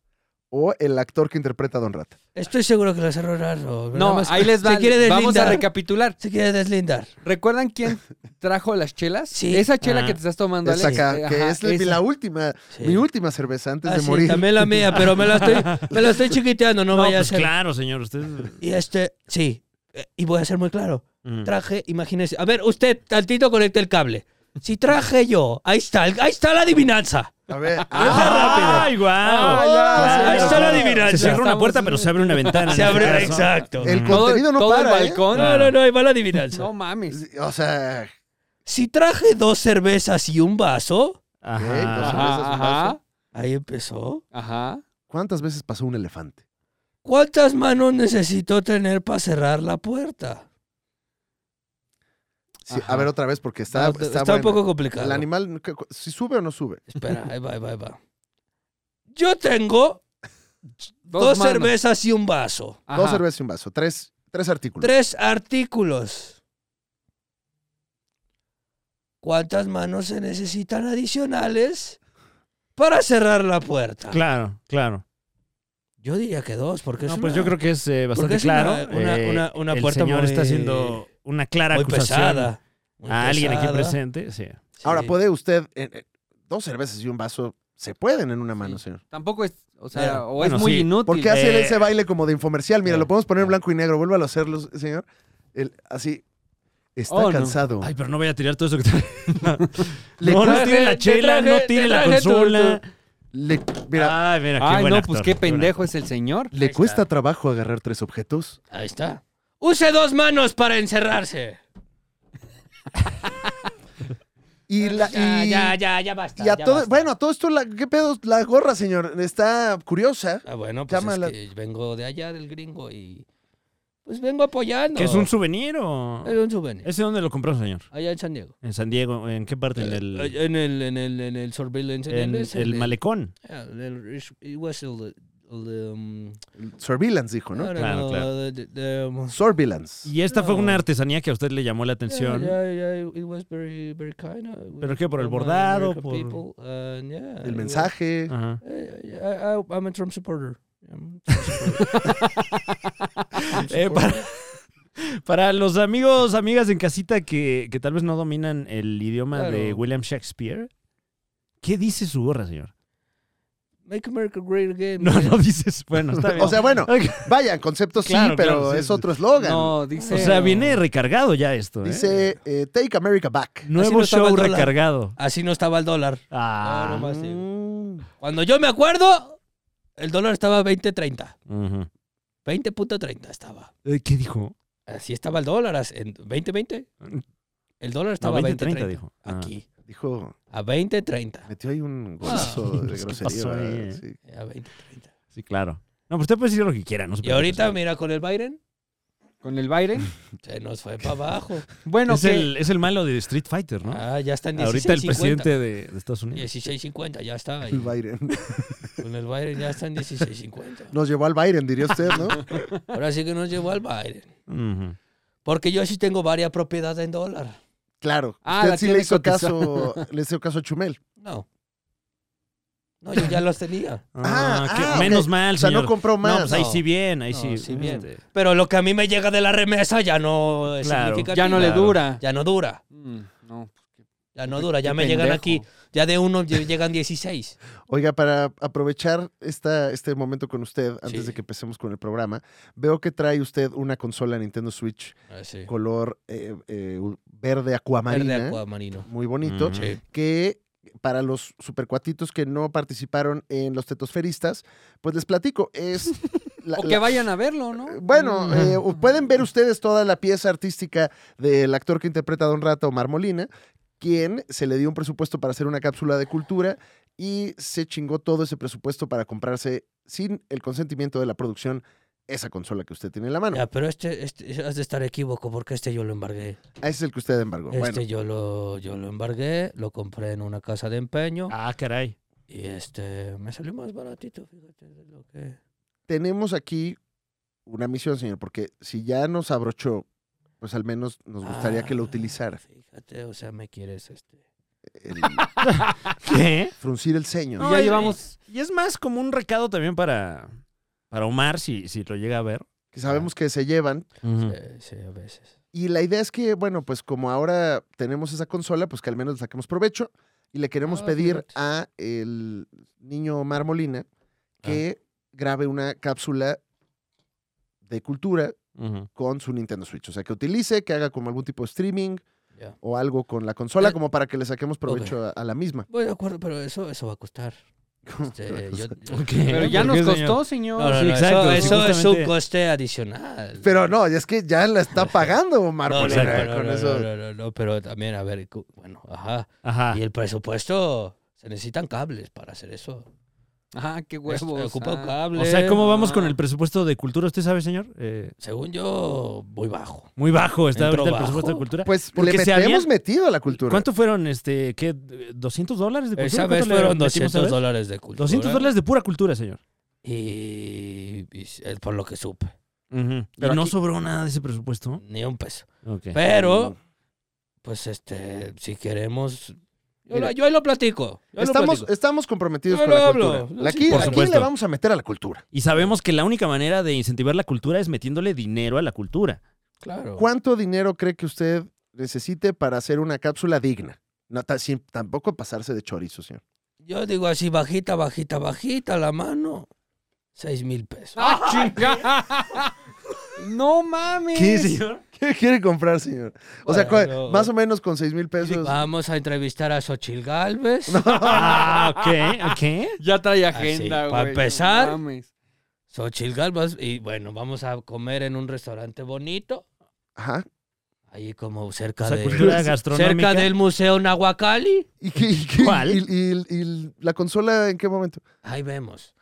S1: o el actor que interpreta a Don Rata.
S4: estoy seguro que la cerró Gerardo. Pues Nada
S3: No,
S4: más
S3: ahí les va.
S4: Se quiere deslindar.
S3: Vamos a recapitular.
S4: Se quiere deslindar.
S3: ¿Recuerdan quién trajo las chelas?
S4: Sí.
S3: Esa chela
S2: Ah,
S3: que te estás tomando,
S1: Esa
S3: Alex.
S1: acá,
S3: Eh,
S1: que
S3: ajá,
S1: es mi-
S3: esa.
S1: la última,
S4: Sí.
S1: mi última cerveza antes
S4: Ah,
S1: de
S4: sí,
S1: morir.
S4: también la mía, pero me la estoy, me la estoy chiquiteando, no,
S2: No,
S4: vaya
S2: pues
S4: a ser.
S2: claro, señor. Usted...
S4: Y este, sí. eh, Y voy a ser muy claro.
S2: Mm.
S4: Traje, imagínese. A ver, usted tantito conecte el cable. Si traje yo, ahí está, el- ahí está la adivinanza.
S1: A ver,
S2: Ah,
S4: Ah,
S2: ¡Ay, guau!
S3: Ah, ya,
S2: Claro,
S4: Ahí está la
S2: claro.
S4: adivinanza.
S2: Se cierra una
S3: Estamos-
S2: puerta, pero se abre una ventana.
S4: Se
S2: en este
S4: abre,
S2: caso.
S4: exacto.
S1: el
S2: Mm.
S1: contenido no
S3: todo
S1: para.
S3: el
S1: ¿eh?
S3: balcón.
S4: No, no, no, ahí va la adivinanza.
S3: No mames.
S1: O sea,
S4: Si traje dos cervezas y un vaso,
S1: Ok,
S2: Ajá.
S1: no sé. cervezas, un
S3: Ajá, ajá,
S1: vaso.
S4: ahí empezó.
S3: ajá.
S1: ¿cuántas veces pasó un elefante?
S4: ¿Cuántas manos necesitó tener para cerrar la puerta?
S1: Sí,
S3: Ajá.
S1: a ver otra vez porque está,
S4: No,
S1: está,
S4: Ah, un
S1: buena.
S4: poco complicado.
S1: El animal, ¿qué- cu- si sube o no sube.
S4: Espera, ahí va, ahí va, ahí va. Yo tengo dos,
S3: manos.
S4: cervezas y un vaso.
S3: Ajá.
S1: Dos cervezas y un vaso. Tres, tres artículos.
S4: Tres artículos. ¿Cuántas manos se necesitan adicionales para cerrar la puerta?
S2: Claro, claro.
S4: Yo diría que dos, porque
S2: No,
S4: es
S2: pues
S4: una-
S2: yo creo que es eh, bastante
S4: es una-
S2: claro.
S4: una-
S2: Eh,
S4: una- una
S2: el
S4: puerta
S2: señor
S4: muy-
S2: está haciendo una clara
S4: muy
S2: acusación
S4: pesada. muy
S2: a alguien aquí
S4: pesada.
S2: presente. Sí.
S4: Sí.
S1: Ahora, ¿puede usted, eh, eh, dos cervezas y un vaso, se pueden en una mano, señor?
S3: Tampoco es, o sea,
S4: Mira,
S3: o
S2: bueno,
S3: es muy
S2: sí.
S3: inútil.
S1: ¿Por qué hace
S2: Eh,
S1: ese baile como de infomercial? Mira,
S4: eh,
S1: lo podemos poner en
S4: eh.
S1: blanco y negro. Vuélvalo a hacerlo, señor. El- así. Está
S3: Oh, no.
S1: cansado.
S2: Ay, pero no voy a tirar todo eso que trae.
S1: Le traje-
S2: no, no tire la
S4: te
S2: chela,
S4: traje-
S2: no tire
S4: te
S2: la
S4: traje tu-
S2: consola.
S1: Le, mira,
S2: Ay, mira, qué
S3: Ay,
S2: buen
S3: no,
S2: actor,
S3: pues qué
S2: buen
S3: pendejo es el señor.
S1: ¿le
S4: Ah, está.
S1: cuesta trabajo agarrar tres objetos?
S4: Ahí está. Use dos manos para encerrarse.
S1: Y la.
S4: Ya,
S1: y-
S4: ya, ya, ya basta.
S1: y a
S4: ya
S1: todo,
S4: basta.
S1: bueno, a todo esto, la, ¿qué pedo? La gorra, señor, está curiosa.
S4: Ah, bueno, pues es
S1: Llámala.
S4: que vengo de allá del gringo y pues vengo apoyando.
S2: actor. ¿Que es un souvenir o...?
S4: Es un souvenir.
S2: ¿Ese dónde lo compró, señor?
S4: Allá en San Diego.
S2: En San Diego, ¿en qué parte? En el,
S4: Eh, En el, en el, en el surveillance.
S2: en el malecón.
S4: Yeah, el- it was el- el, um,
S1: Surveillance, dijo,
S4: I
S1: ¿no?
S4: don't
S2: Claro,
S4: know,
S2: claro.
S4: the- the, um,
S1: Surveillance.
S2: Y esta fue
S4: No.
S2: una artesanía que a usted le llamó la atención.
S4: Yeah, yeah, yeah, it was very, very kind. uh,
S2: ¿Pero
S4: with
S2: qué, por el
S4: all my
S2: bordado,
S4: American
S2: por-
S4: people, and yeah, it
S1: El
S4: was-
S1: mensaje.
S2: Ajá.
S4: Eh, I- I- I'm a Trump supporter. I'm-
S2: Eh, para, para los amigos, amigas en casita que, que tal vez no dominan el idioma de
S4: Claro.
S2: William Shakespeare, ¿qué dice su gorra, señor?
S4: Make America Great Again.
S2: No,
S4: man.
S2: no dices, bueno, está bien.
S1: O sea, bueno,
S2: Ok.
S1: vayan, conceptos
S2: Claro,
S1: sí, pero
S2: claro, sí,
S1: es
S2: sí.
S1: otro eslogan.
S3: No, dice.
S2: O sea, viene recargado ya esto. ¿eh?
S1: Dice eh, Take America Back.
S2: Nuevo
S4: no estaba
S2: show
S4: el dólar.
S2: recargado.
S4: Así no estaba el dólar.
S2: Ah.
S4: No, no más.
S1: Mm.
S4: Cuando yo me acuerdo, el dólar estaba 20.30.
S2: Ujú.
S4: 20.30 estaba.
S2: Eh, ¿Qué dijo?
S4: Así estaba el dólar. as- En 2020. El dólar estaba
S2: 20,
S4: 20.30.
S2: 30, dijo. Ah.
S4: Aquí.
S1: Dijo,
S4: A 20.30.
S1: metió ahí un golazo de
S2: ¿Qué
S1: grosería.
S2: pasó ahí,
S1: ¿verdad?
S2: eh?
S1: Sí.
S4: A 20.30.
S2: Sí, claro. No, pues usted puede decir lo que quiera. No se
S4: Y
S2: preocupe,
S4: ahorita,
S2: señor.
S4: mira, con el Biden,
S3: Con el Biden.
S4: se nos fue para abajo.
S3: Bueno,
S2: es,
S3: que-
S2: el, es el malo de Street Fighter, ¿no?
S4: Ah, ya está en 16.50.
S2: ahorita el presidente de, de Estados Unidos.
S4: 16.50, ya está. ahí.
S1: El Biden.
S4: Con el Biden ya está en 16.50.
S1: Nos llevó al Biden, diría usted, ¿no?
S4: Ahora sí que nos llevó al Biden.
S2: Ujú.
S4: Porque yo sí tengo varias propiedades en dólar.
S1: Claro.
S3: Ah,
S1: usted
S3: la
S1: sí
S3: tiene
S1: le hizo
S3: cotizada.
S1: caso, le hizo caso a Chumel.
S4: No. No, yo ya los tenía.
S1: Ah,
S2: qué-
S1: ah, ok.
S2: menos mal,
S1: O sea,
S2: señor.
S1: no compró
S2: No,
S1: más.
S2: pues ahí
S4: No.
S2: sí bien, ahí
S4: No,
S2: sí.
S4: sí bien.
S2: este,
S4: Pero lo que a mí me llega de la remesa ya no es
S2: Claro.
S4: significativo.
S3: Ya no le
S2: Claro.
S3: dura.
S4: Ya no dura.
S3: Mm, no.
S4: Ya no dura. Ya
S3: Qué
S4: me llegan
S3: pendejo.
S4: aquí. Ya de uno lle- llegan 16.
S1: Oiga, para aprovechar esta, este momento con usted, antes
S4: Sí.
S1: de que empecemos con el programa, veo que trae usted una consola Nintendo Switch
S4: Ah, sí.
S1: color eh, eh, verde
S4: Verde
S1: acuamarina.
S4: acuamarino.
S1: Muy bonito.
S2: Mm.
S4: Sí.
S1: Que para los supercuatitos que no participaron en los tetosferistas, pues les platico. Es la-
S3: O
S1: la-
S3: que vayan a verlo, ¿no?
S1: Bueno,
S3: Mm.
S1: eh, o pueden ver ustedes toda la pieza artística del actor que interpreta a Don Rata, Omar Molina, quien se le dio un presupuesto para hacer una cápsula de cultura y se chingó todo ese presupuesto para comprarse, sin el consentimiento de la producción, esa consola que usted tiene en la mano.
S4: Ya, pero este, este- has de estar equívoco porque este yo lo embargué.
S1: Ah, Ese es el que usted embargó.
S4: Este
S1: Bueno,
S4: yo lo yo lo embargué, lo compré en una casa de empeño
S2: Ah, caray.
S4: y este me salió más baratito, fíjate de lo que.
S1: tenemos aquí una misión, señor, porque si ya nos abrochó, pues al menos nos gustaría que lo
S4: Ah,
S1: utilizara.
S4: Fíjate, o sea, me quieres este.
S1: El-
S2: ¿Qué?
S1: fruncir el ceño.
S3: No, ya
S2: y-
S3: llevamos-
S2: Y es más como un recado también para, para Omar, si, si lo llega a ver.
S1: Que sabemos que se llevan,
S4: Eh, sí, a veces.
S1: Y la idea es que, bueno, pues como ahora tenemos esa consola, pues que al menos le saquemos provecho. Y le queremos
S4: Ah,
S1: pedir
S4: fíjate.
S1: a el niño Marmolina
S4: Ah.
S1: que grabe una cápsula de cultura
S2: Ujú.
S1: con su Nintendo Switch. O sea, que utilice, que haga como algún tipo de streaming
S4: Ya.
S1: o algo con la consola,
S4: Eh,
S1: como para que le saquemos provecho a, a la misma.
S4: Voy de acuerdo, pero eso, eso va a costar. Este, yo-
S2: Ok.
S3: Pero ya
S2: ¿Por
S3: nos
S2: qué,
S3: costó, señor.
S4: No, no,
S2: Sí,
S4: no,
S2: exacto, sí,
S4: Eso, eso es
S2: justamente.
S4: un coste adicional.
S1: Pero no, es que ya la está pagando
S4: No, no,
S1: Marmolina
S4: no, no,
S1: con
S4: no,
S1: eso.
S4: no, no, no, pero también, a ver, cu- bueno, ajá.
S2: Ajá.
S4: Y el presupuesto, se necesitan cables para hacer eso.
S3: Ah, qué
S4: Es-
S3: huevos.
S4: Ocupa un
S3: ah.
S4: cable.
S2: O sea, ¿cómo vamos
S3: Ah.
S2: con el presupuesto de cultura? ¿Usted sabe, señor? Eh,
S4: Según yo, muy bajo.
S2: muy bajo está
S4: ¿Entró
S2: ahorita el
S4: bajo?
S2: presupuesto de cultura.
S1: Pues
S2: Porque
S1: le
S2: se
S1: met-
S2: habían-
S1: hemos metido a la cultura.
S2: ¿Cuánto fueron, este, qué, 200 dólares de cultura?
S4: Esa vez
S2: ¿Cuánto le
S4: fueron
S2: metimos a
S4: 200
S2: ver?
S4: dólares de cultura.
S2: 200 dólares de pura cultura, señor.
S4: Y, y s- es por lo que supe,
S1: Pero
S2: y no
S1: aquí-
S2: sobró nada de ese presupuesto.
S4: ni un peso.
S2: Ok.
S4: Pero, pues este, si queremos... Yo,
S1: Mira.
S4: lo- yo ahí lo platico. yo ahí lo
S1: Estamos,
S4: platico.
S1: estamos comprometidos
S4: Yo
S1: con
S4: lo
S1: la
S4: hablo.
S1: cultura. La-
S4: Sí,
S1: Aquí,
S2: por
S1: aquí le
S2: supuesto.
S1: vamos a meter a la cultura.
S2: Y sabemos que la única manera de incentivar la cultura es metiéndole dinero a la cultura.
S1: eh,
S4: Claro.
S1: ¿Cuánto dinero cree que usted necesite para hacer una cápsula digna? No, ta- sin- tampoco pasarse de chorizo, señor.
S4: Yo digo así, bajita, bajita, bajita, la mano. Seis mil pesos.
S3: ¡Ah, chinga! ¡No mames!
S2: señor?
S1: ¿Qué quiere comprar, señor? O sea,
S4: Bueno.
S1: ¿cuál- más o menos con 6 mil pesos.
S4: Vamos a entrevistar a Xochil Galvez.
S2: Ah, ok, ok.
S3: Ya trae
S4: Ah,
S3: agenda,
S4: sí.
S3: güey.
S4: Pa' empezar.
S3: No mames.
S4: Xochil Galvez. Y bueno, vamos a comer en un restaurante bonito.
S1: Ajá.
S4: Ahí como cerca
S2: O sea,
S4: de-
S2: cultura gastronómica.
S4: Cerca del Museo Nahuacali.
S1: ¿Y, qué- y qué-
S2: ¿Cuál?
S1: y- y- y la consola en qué momento?
S4: Ahí vemos.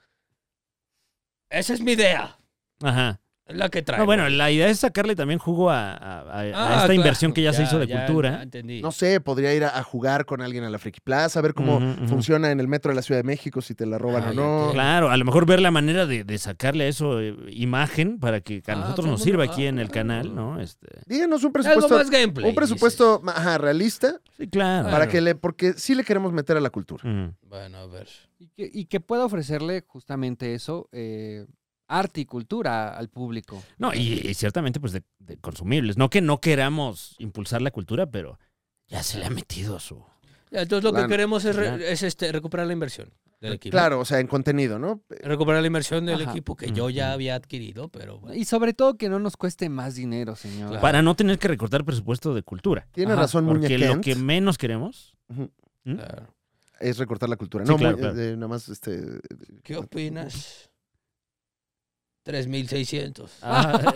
S4: Esa es mi idea.
S2: Ajá.
S4: Es la que traigo.
S2: No, bueno, la idea es sacarle también jugo a, a- Eh, a- a
S4: Ah,
S2: esta
S4: claro.
S2: inversión que ya, se hizo de
S4: ya, ya
S2: cultura.
S4: entendí.
S1: No sé, podría ir a, a jugar con alguien a la Friki Plaza, a ver cómo
S2: Ujú, ujú.
S1: funciona en el metro de la Ciudad de México, si te la roban o
S4: Ah, ya
S1: no.
S4: entiendo.
S2: Claro, a lo mejor ver la manera de, de sacarle a eso eh, imagen para que a
S4: Ah,
S2: nosotros nos
S4: cómo
S2: sirva
S4: no.
S2: aquí en el
S4: Ah,
S2: canal,
S4: claro.
S2: ¿no? Este,
S1: Díganos un
S4: Algo
S1: presupuesto.
S4: más gameplay.
S1: Un presupuesto ajá, realista
S2: sí, claro. Mm.
S1: para
S4: Claro.
S1: que le. Porque sí le queremos meter a la cultura.
S2: Ujú.
S4: dices. Bueno, a ver.
S3: Y que, y que pueda ofrecerle justamente eso, eh, arte y cultura al público.
S2: No, y, y ciertamente, pues, de, de consumibles. No que no queramos impulsar la cultura, pero ya se le ha metido su...
S4: Ya, Entonces lo
S1: Lana.
S4: que queremos es, re-
S2: Lana.
S4: es, este, recuperar la inversión del equipo.
S1: Claro, o sea, en contenido, ¿no?
S4: Recuperar la inversión del
S3: Ajá.
S4: equipo que yo
S2: Ujú.
S4: ya había adquirido, pero bueno.
S3: Y sobre todo que no nos cueste más dinero, señor.
S4: Claro.
S2: Para no tener que recortar presupuesto de cultura.
S1: Tiene
S3: Ajá,
S1: razón, Muñe
S2: Porque lo
S1: Kent,
S2: que menos queremos... ¿Mm?
S4: Claro.
S1: es recortar la cultura.
S2: Sí,
S1: no,
S2: claro,
S1: Muñe,
S2: claro.
S1: eh, nada más este.
S4: ¿Qué opinas? 3.600.
S2: Ah,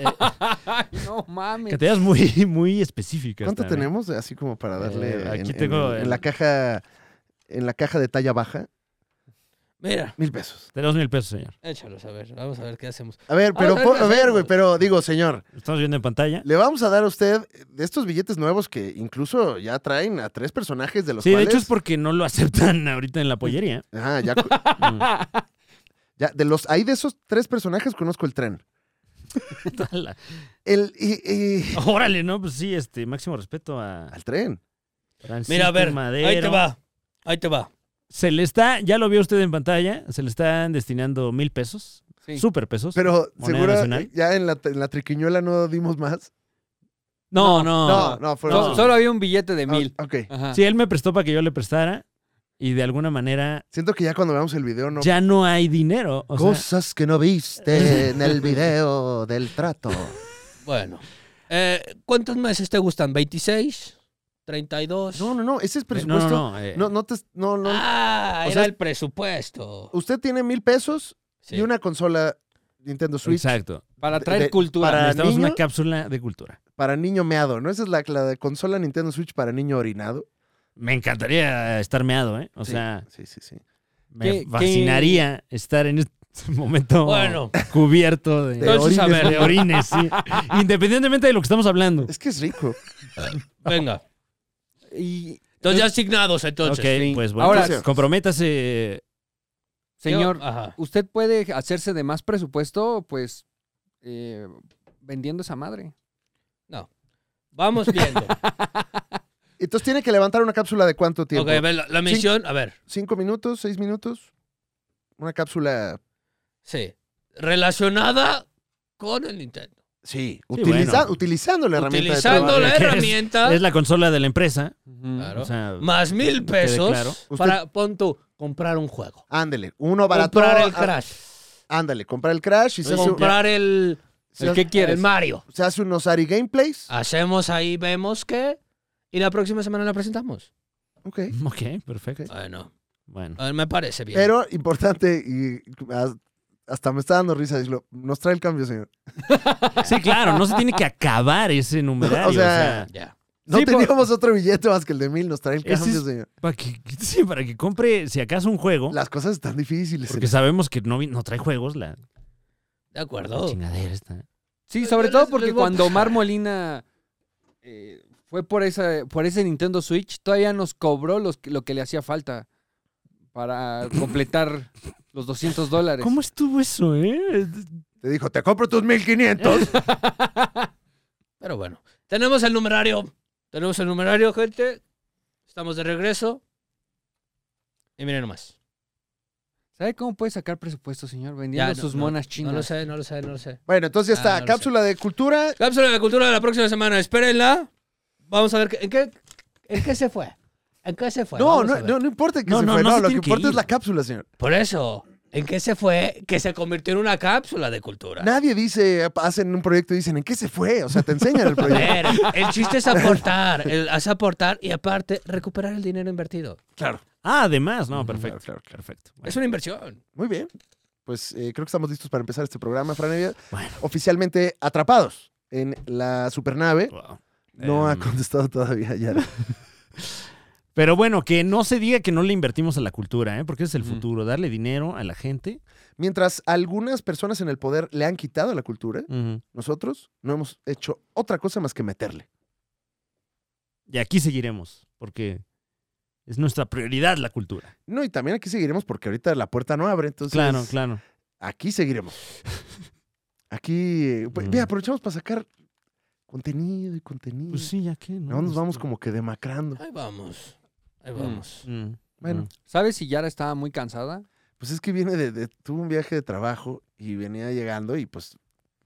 S3: Ay, no
S2: eh,
S3: mames.
S2: que te veas muy, muy específica.
S1: ¿Cuánto
S2: también.
S1: tenemos? Así como para darle.
S2: Eh, aquí
S1: en,
S2: tengo
S1: en- en
S2: el-
S1: la caja. En la caja de talla baja,
S4: Mira,
S1: mil pesos.
S2: Tenemos mil pesos, señor.
S4: échalos a ver. Vamos a ver qué hacemos.
S1: A ver, pero
S4: Ah,
S1: po- a
S4: gracias.
S1: ver, güey, pero digo, señor,
S2: Lo Estamos viendo en pantalla.
S1: le vamos a dar a usted de estos billetes nuevos que incluso ya traen a tres personajes de los
S2: Sí, de
S1: cuales.
S2: hecho es porque no lo aceptan ahorita en la pollería.
S1: Ajá, ya, cu- ya, de los, ahí de esos tres personajes conozco el tren.
S2: Tala.
S1: El, y- y-
S2: Oh. Órale, ¿no? Pues sí, este, máximo respeto a,
S1: al tren.
S4: Mira, a ver, ahí te
S2: Madero.
S4: va. Ahí te va.
S2: Se le está, ya lo vio usted en pantalla, se le están destinando mil pesos,
S3: Sí.
S2: super pesos.
S1: Pero
S2: Moneda
S1: seguro
S2: nacional.
S1: ya en la, en la triquiñuela no dimos más.
S2: no, no,
S1: No, no, fue
S2: No,
S3: So- Solo había un billete de mil.
S1: ok.
S3: Ajá.
S2: Sí, él me prestó para que yo le prestara y de alguna manera
S1: Siento que ya cuando veamos el video no.
S2: ya no hay dinero. o sea, eh,
S1: Cosas que no viste en el video del trato.
S4: Bueno. Eh, ¿Cuántos meses te gustan? ¿26? ¿32?
S1: No, no, no. Ese es
S2: eh, no, no,
S1: presupuesto. No, no,
S2: no, eh,
S1: no te- no, no.
S4: Ah,
S1: O
S4: era
S1: sea-
S4: el presupuesto.
S1: Usted tiene mil pesos
S4: Sí.
S1: y una consola Nintendo Switch
S2: Exacto.
S3: Para
S1: de-
S3: traer
S1: de-
S3: cultura.
S1: para-
S2: Necesitamos una
S1: niño-
S2: cápsula de cultura.
S1: para niño meado, ¿no? Esa es la, la de consola Nintendo Switch para niño orinado.
S2: Me encantaría estar meado, ¿eh? O
S1: Sí,
S2: sea,
S1: Sí, sí, sí.
S2: me
S3: ¿Qué-
S2: fascinaría estar en este momento
S4: Bueno.
S2: cubierto de,
S1: De
S4: Entonces, a
S1: orines,
S2: de
S4: ver,
S2: orines, sí. Independientemente de lo que estamos hablando.
S1: Es que es rico.
S4: venga.
S3: Y,
S4: Entonces, ya asignados, entonces.
S2: Ok, pues bueno,
S3: Ahora-
S2: pues, comprométase.
S3: señor,
S4: Yo- Ajá.
S3: usted puede hacerse de más presupuesto, pues, eh, vendiendo esa madre.
S4: Vamos viendo.
S1: Entonces tiene que levantar una cápsula de cuánto
S4: ok,
S1: tiempo.
S4: a ver, la, la misión, a ver.
S1: ¿Cinco minutos? ¿Seis minutos? Una cápsula.
S4: Sí. Relacionada con el Nintendo.
S1: Sí,
S2: Sí,
S1: utiliza-
S2: bueno.
S1: utilizando la herramienta de
S4: Utilizando
S1: trabajo.
S4: la
S2: Es-
S4: herramienta,
S2: Es la consola de la empresa.
S4: Claro.
S2: O sea,
S4: más mil
S2: que quede
S4: pesos
S2: claro.
S4: para, pon tú, comprar un juego.
S1: Ándale, uno barato. ah,
S4: comprar el
S1: á-
S4: Crash.
S1: Ándale, comprar el Crash y se hace, un-
S4: comprar el, Ah,
S1: se hace-
S3: que quieres?
S4: el Mario.
S1: se hace unos Ari Gameplays.
S4: Hacemos ahí, vemos que... Y la próxima semana la presentamos.
S1: Ok.
S2: ok, perfecto.
S4: Bueno,
S2: Bueno.
S4: a ver, me parece bien.
S1: Pero importante, y as- hasta me está dando risa decirlo, nos trae el cambio, señor.
S2: Sí, claro, no se tiene que acabar ese numerario.
S1: O
S2: o
S1: sea,
S2: sea,
S4: Ya.
S1: No
S3: Sí, por-
S1: teníamos otro billete más que el de mil, nos trae el
S2: Ese
S1: cambio,
S2: es-
S1: señor.
S2: para, que, sí, para que compre, si acaso, un juego.
S1: Las cosas están difíciles.
S2: Porque sabemos que no, vi- no trae juegos la
S4: De acuerdo.
S2: chingadera esta.
S3: Sí,
S4: Yo-
S3: sobre
S4: yo
S3: todo
S4: les-
S3: porque
S4: les voy a
S3: cuando
S4: pagar.
S3: Omar Molina eh, fue por, esa, por ese Nintendo Switch, todavía nos cobró los, que- lo que le hacía falta para completar los 200 dólares.
S2: ¿Cómo estuvo eso, eh?
S1: Te dijo, te compro tus 1500.
S4: Pero bueno, tenemos el numerario. Tenemos el numerario, gente. Estamos de regreso. Y miren nomás.
S3: ¿Sabe cómo puede sacar presupuesto, señor? Vendiendo
S4: no,
S3: sus
S4: no,
S3: monas chinas.
S4: No lo sé, no lo sé, no lo sé.
S1: bueno, entonces ya está.
S4: Ah, no lo sé.
S1: cápsula de cultura.
S4: Cápsula de la cultura de la próxima semana. Espérenla. Vamos a ver qué- en qué, en qué se fue. ¿En qué se fue?
S1: No,
S4: Vamos a
S1: no,
S4: ver.
S1: no, no importa que
S2: No,
S1: se
S2: no,
S1: fue.
S2: no
S1: No,
S2: se
S1: lo que
S2: tiene que
S1: importa
S2: ir.
S1: es la cápsula, señor.
S4: Por eso, ¿en qué se fue que se convirtió en una cápsula de cultura?
S1: Nadie dice, hacen un proyecto y dicen, ¿en qué se fue? O sea, te enseñan el
S4: A
S1: proyecto.
S4: ver, el chiste es aportar, el, es aportar y aparte recuperar el dinero invertido.
S1: claro.
S2: Ah, además, no, perfecto.
S1: Claro, claro, claro.
S2: Perfecto. Bueno,
S4: Es una inversión.
S1: Muy bien. Pues eh, creo que estamos listos para empezar este programa, Fran Evia.
S2: Bueno.
S1: Oficialmente atrapados en la supernave.
S2: wow.
S1: No ha
S2: Em,
S1: contestado todavía ya.
S2: Pero bueno, que no se diga que no le invertimos a la cultura, ¿eh? porque ese es el
S3: Ujú.
S2: futuro, darle dinero a la gente.
S1: Mientras algunas personas en el poder le han quitado la cultura, nosotros no hemos hecho otra cosa más que meterle.
S2: Y aquí seguiremos, porque es nuestra prioridad la cultura.
S1: No, y también aquí seguiremos porque ahorita la puerta no abre, entonces
S2: claro, claro.
S1: aquí seguiremos. Aquí, eh, pues,
S2: Mm.
S1: mira, aprovechamos para sacar contenido y contenido.
S2: Pues sí, ya que no.
S1: No nos vamos
S2: Este-
S1: como que demacrando.
S4: Ahí vamos. Ahí vamos.
S2: Mm,
S1: Bueno,
S2: mm.
S3: ¿Sabes si Yara estaba muy cansada?
S1: Pues es que viene de, de- tuvo un viaje de trabajo y venía llegando y pues,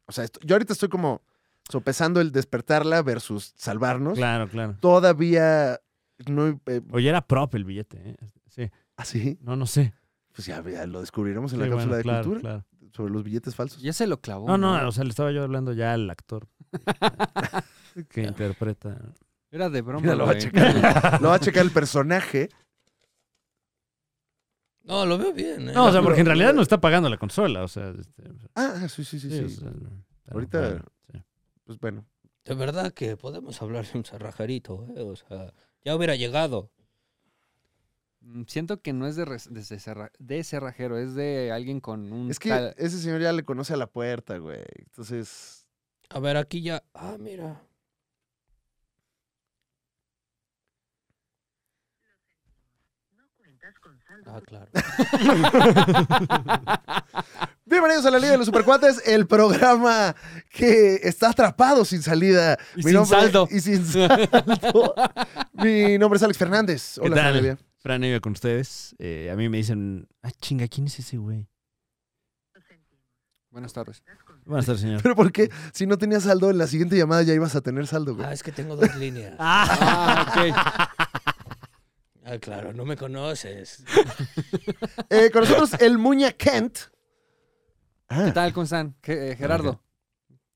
S1: o sea, esto- yo ahorita estoy como sopesando el despertarla versus salvarnos.
S2: Claro, claro.
S1: Todavía no, eh,
S2: Oye, era prop el billete, ¿eh? Sí.
S1: así,
S2: No, no sé.
S1: pues ya, ya lo descubriremos en
S2: Sí,
S1: la cápsula
S2: bueno,
S1: de
S2: claro,
S1: cultura
S2: claro.
S1: sobre los billetes falsos.
S3: Ya se lo clavó.
S2: No, no, o sea, le estaba yo hablando ya al actor que interpreta.
S1: Eh,
S3: Era de broma.
S1: Mira, lo va a
S3: güey.
S1: checar. lo va a checar el personaje.
S4: No, lo veo bien. ¿eh?
S2: No, o sea, porque en realidad no está pagando la consola, o sea. este,
S1: Ah, ah, sí, sí, sí,
S2: sí,
S1: sí.
S2: o sea, no,
S1: Ahorita-
S2: claro, sí.
S1: Pues bueno.
S4: De verdad que podemos hablar de un cerrajerito, ¿eh? O sea, ya hubiera llegado.
S3: Mm, Siento que no es de, res- de cerra- de cerrajero, es de alguien con un...
S1: Es que
S3: Mm, tal-
S1: ese señor ya le conoce a la puerta, güey. Entonces,
S4: A ver, aquí ya. Ah, mira. Ah, claro.
S1: ¡viva bienvenidos a la Liga de los Supercuates, el programa que está atrapado sin salida.
S4: Y sin saldo.
S1: Y sin saldo. Mi nombre es Alex Fernández. Hola,
S2: tal?
S1: Fran Evia.
S2: Fran Evia con ustedes. Eh, a mí me dicen, ah, chinga, ¿quién es ese güey?
S3: Buenas tardes.
S2: Buenas tardes, señor.
S1: Pero ¿por qué? Si no tenías saldo, en la siguiente llamada ya ibas a tener saldo, güey.
S4: Ah, es que tengo dos líneas.
S3: Ah, ok.
S4: Ah, claro, no me conoces.
S1: Eh, con nosotros el Muña Kent.
S3: ¿Qué
S1: Ah,
S3: tal, cómo están? ¿Qué, eh, Gerardo.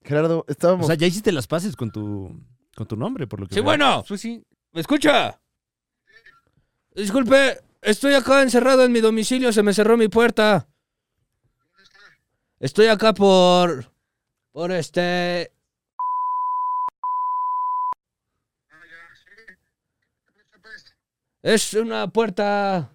S1: Gerardo,
S2: O
S1: estábamos...
S4: Pues
S2: sea, ya hiciste las paces con tu, con tu nombre, por lo que
S4: Sí,
S2: veo.
S4: bueno.
S3: Pues sí.
S4: ¿Me escucha? Disculpe, estoy acá encerrado en mi domicilio, se me cerró mi puerta. Estoy acá por... Por este... Es una puerta...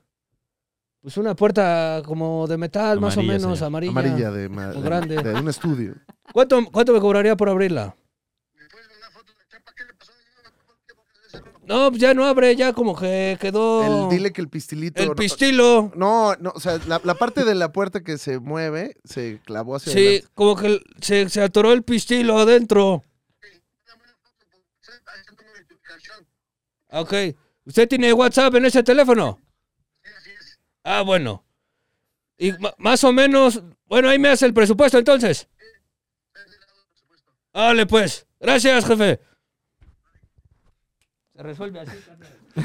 S4: Pues una puerta como de metal, más o
S2: Amarilla,
S4: menos,
S2: señor.
S4: amarilla.
S1: amarilla de, ma-
S4: O
S1: de-
S4: grande.
S1: de un estudio.
S4: ¿Cuánto, ¿Cuánto me cobraría por abrirla? No, pues ya no abre, ya como que quedó...
S1: El, dile que el pistilito...
S4: Oh. el
S1: no-
S4: pistilo.
S1: No, no, o sea, la, la parte de la puerta que se mueve se clavó hacia
S4: Sí,
S1: adelante.
S4: como que el- se, se atoró el pistilo adentro. Ok. ¿Usted tiene WhatsApp en ese teléfono? Ah, bueno. Y ma- más o menos, bueno, ahí me hace el presupuesto entonces. Dale pues. Gracias, jefe. Se resuelve así,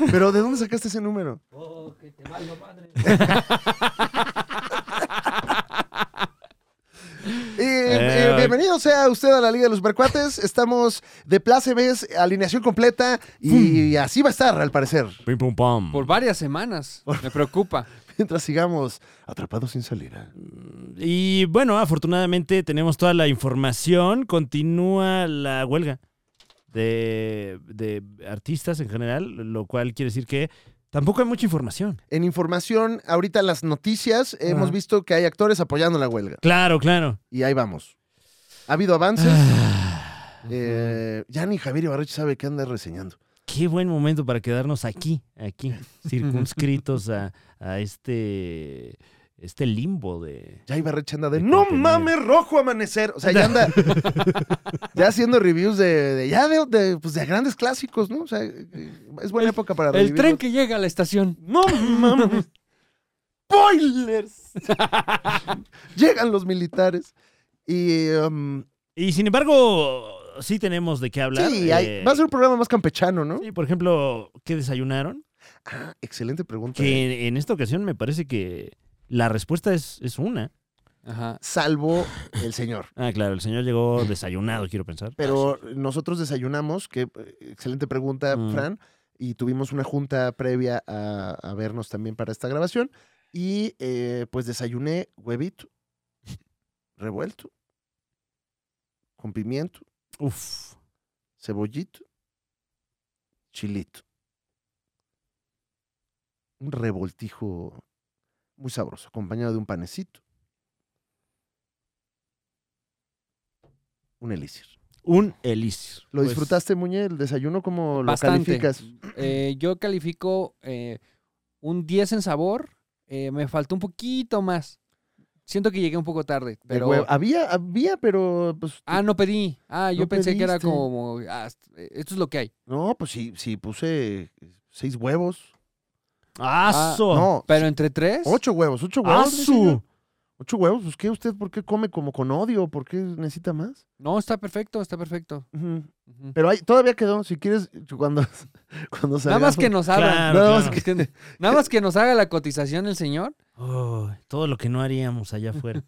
S1: Pero ¿de dónde sacaste ese número?
S4: Oh, que te valga madre.
S1: Eh, eh, bienvenido sea usted a la Liga de los Supercuates. Estamos de plácemes, alineación completa y así va a estar, al parecer.
S2: Pim, pum, pam.
S3: Por varias semanas. Me preocupa.
S1: Mientras sigamos atrapados sin salida.
S2: Y bueno, afortunadamente tenemos toda la información. Continúa la huelga de, de artistas en general, lo cual quiere decir que tampoco hay mucha información.
S1: En información, ahorita las noticias, hemos
S2: Ajá.
S1: visto que hay actores apoyando la huelga.
S2: Claro, claro.
S1: Y ahí vamos. Ha habido avances. Eh, ya ni Javier Ibarreche sabe qué anda reseñando.
S2: Qué buen momento para quedarnos aquí, aquí, circunscritos a, a este, este limbo de...
S1: Ya Ibarreche anda de
S2: De
S1: ¡No
S2: contenido.
S1: mames, rojo amanecer! O sea, ya anda ya haciendo reviews de, de- ya de, de, pues, de grandes clásicos, ¿no? O sea, es buena época para
S3: El
S1: revivir
S3: tren
S1: los-
S3: que llega a la estación.
S1: ¡No mames! ¡Spoilers! Llegan los militares y... um,
S2: Y sin embargo, sí tenemos de qué hablar.
S1: sí, hay-
S2: Eh,
S1: va a ser un programa más campechano, ¿no?
S2: sí, por ejemplo, ¿qué desayunaron?
S1: Ah, excelente pregunta. eh.
S2: Que en esta ocasión me parece que la respuesta es, es una.
S3: Ajá.
S1: Salvo el señor.
S2: Ah, claro, el señor llegó desayunado, quiero pensar.
S1: Pero nosotros desayunamos, que eh, excelente pregunta,
S2: Mm.
S1: Fran, y tuvimos una junta previa a, a vernos también para esta grabación. Y eh, pues desayuné huevito, revuelto, con pimiento,
S2: Uf.
S1: cebollito, chilito. Un revoltijo muy sabroso, acompañado de un panecito. Un elixir.
S2: Un elixir.
S1: ¿Lo
S2: Pues,
S1: disfrutaste, Muñe, el desayuno? ¿Cómo lo
S3: Bastante.
S1: calificas?
S3: Eh, yo califico eh, un 10 en sabor. Eh, me faltó un poquito más. Siento que llegué un poco tarde,
S1: De
S3: pero...
S1: huevo. Había, había, pero pues.
S3: Ah, no pedí. Ah, yo
S1: No
S3: pensé que era
S1: pediste.
S3: como... ah, esto es lo que hay.
S1: No, pues sí, sí puse seis huevos.
S2: ¡Ah, ¡Aso!
S1: Ah,
S2: ¡Ah,
S1: No,
S3: Pero entre tres...
S1: ocho huevos, ocho huevos. mi señor.
S2: ¡Asu!
S1: Ocho huevos, pues ¿qué usted? ¿Por qué come como con odio? ¿Por qué necesita más?
S3: No, está perfecto, está perfecto.
S1: Ujú.
S3: Ujú.
S1: Pero ahí todavía quedó, si quieres, cuando, cuando
S3: Nada más que
S1: salgamos-
S3: nos abran.
S2: Claro,
S1: Nada más
S2: claro.
S1: que-
S3: Nada más que nos haga la cotización el señor.
S2: Oh, todo lo que no haríamos allá afuera.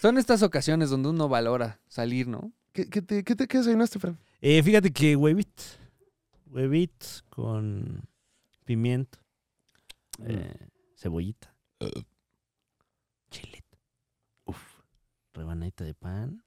S3: Son estas ocasiones donde uno valora salir, ¿no?
S1: ¿Qué, qué te, ¿Qué te qué desayunaste, Fran?
S2: Eh, fíjate que huevit. Huevit con pimiento.
S1: Mm.
S2: eh, cebollita.
S1: Eh.
S2: Chilito. Uf. Rebanadita de pan.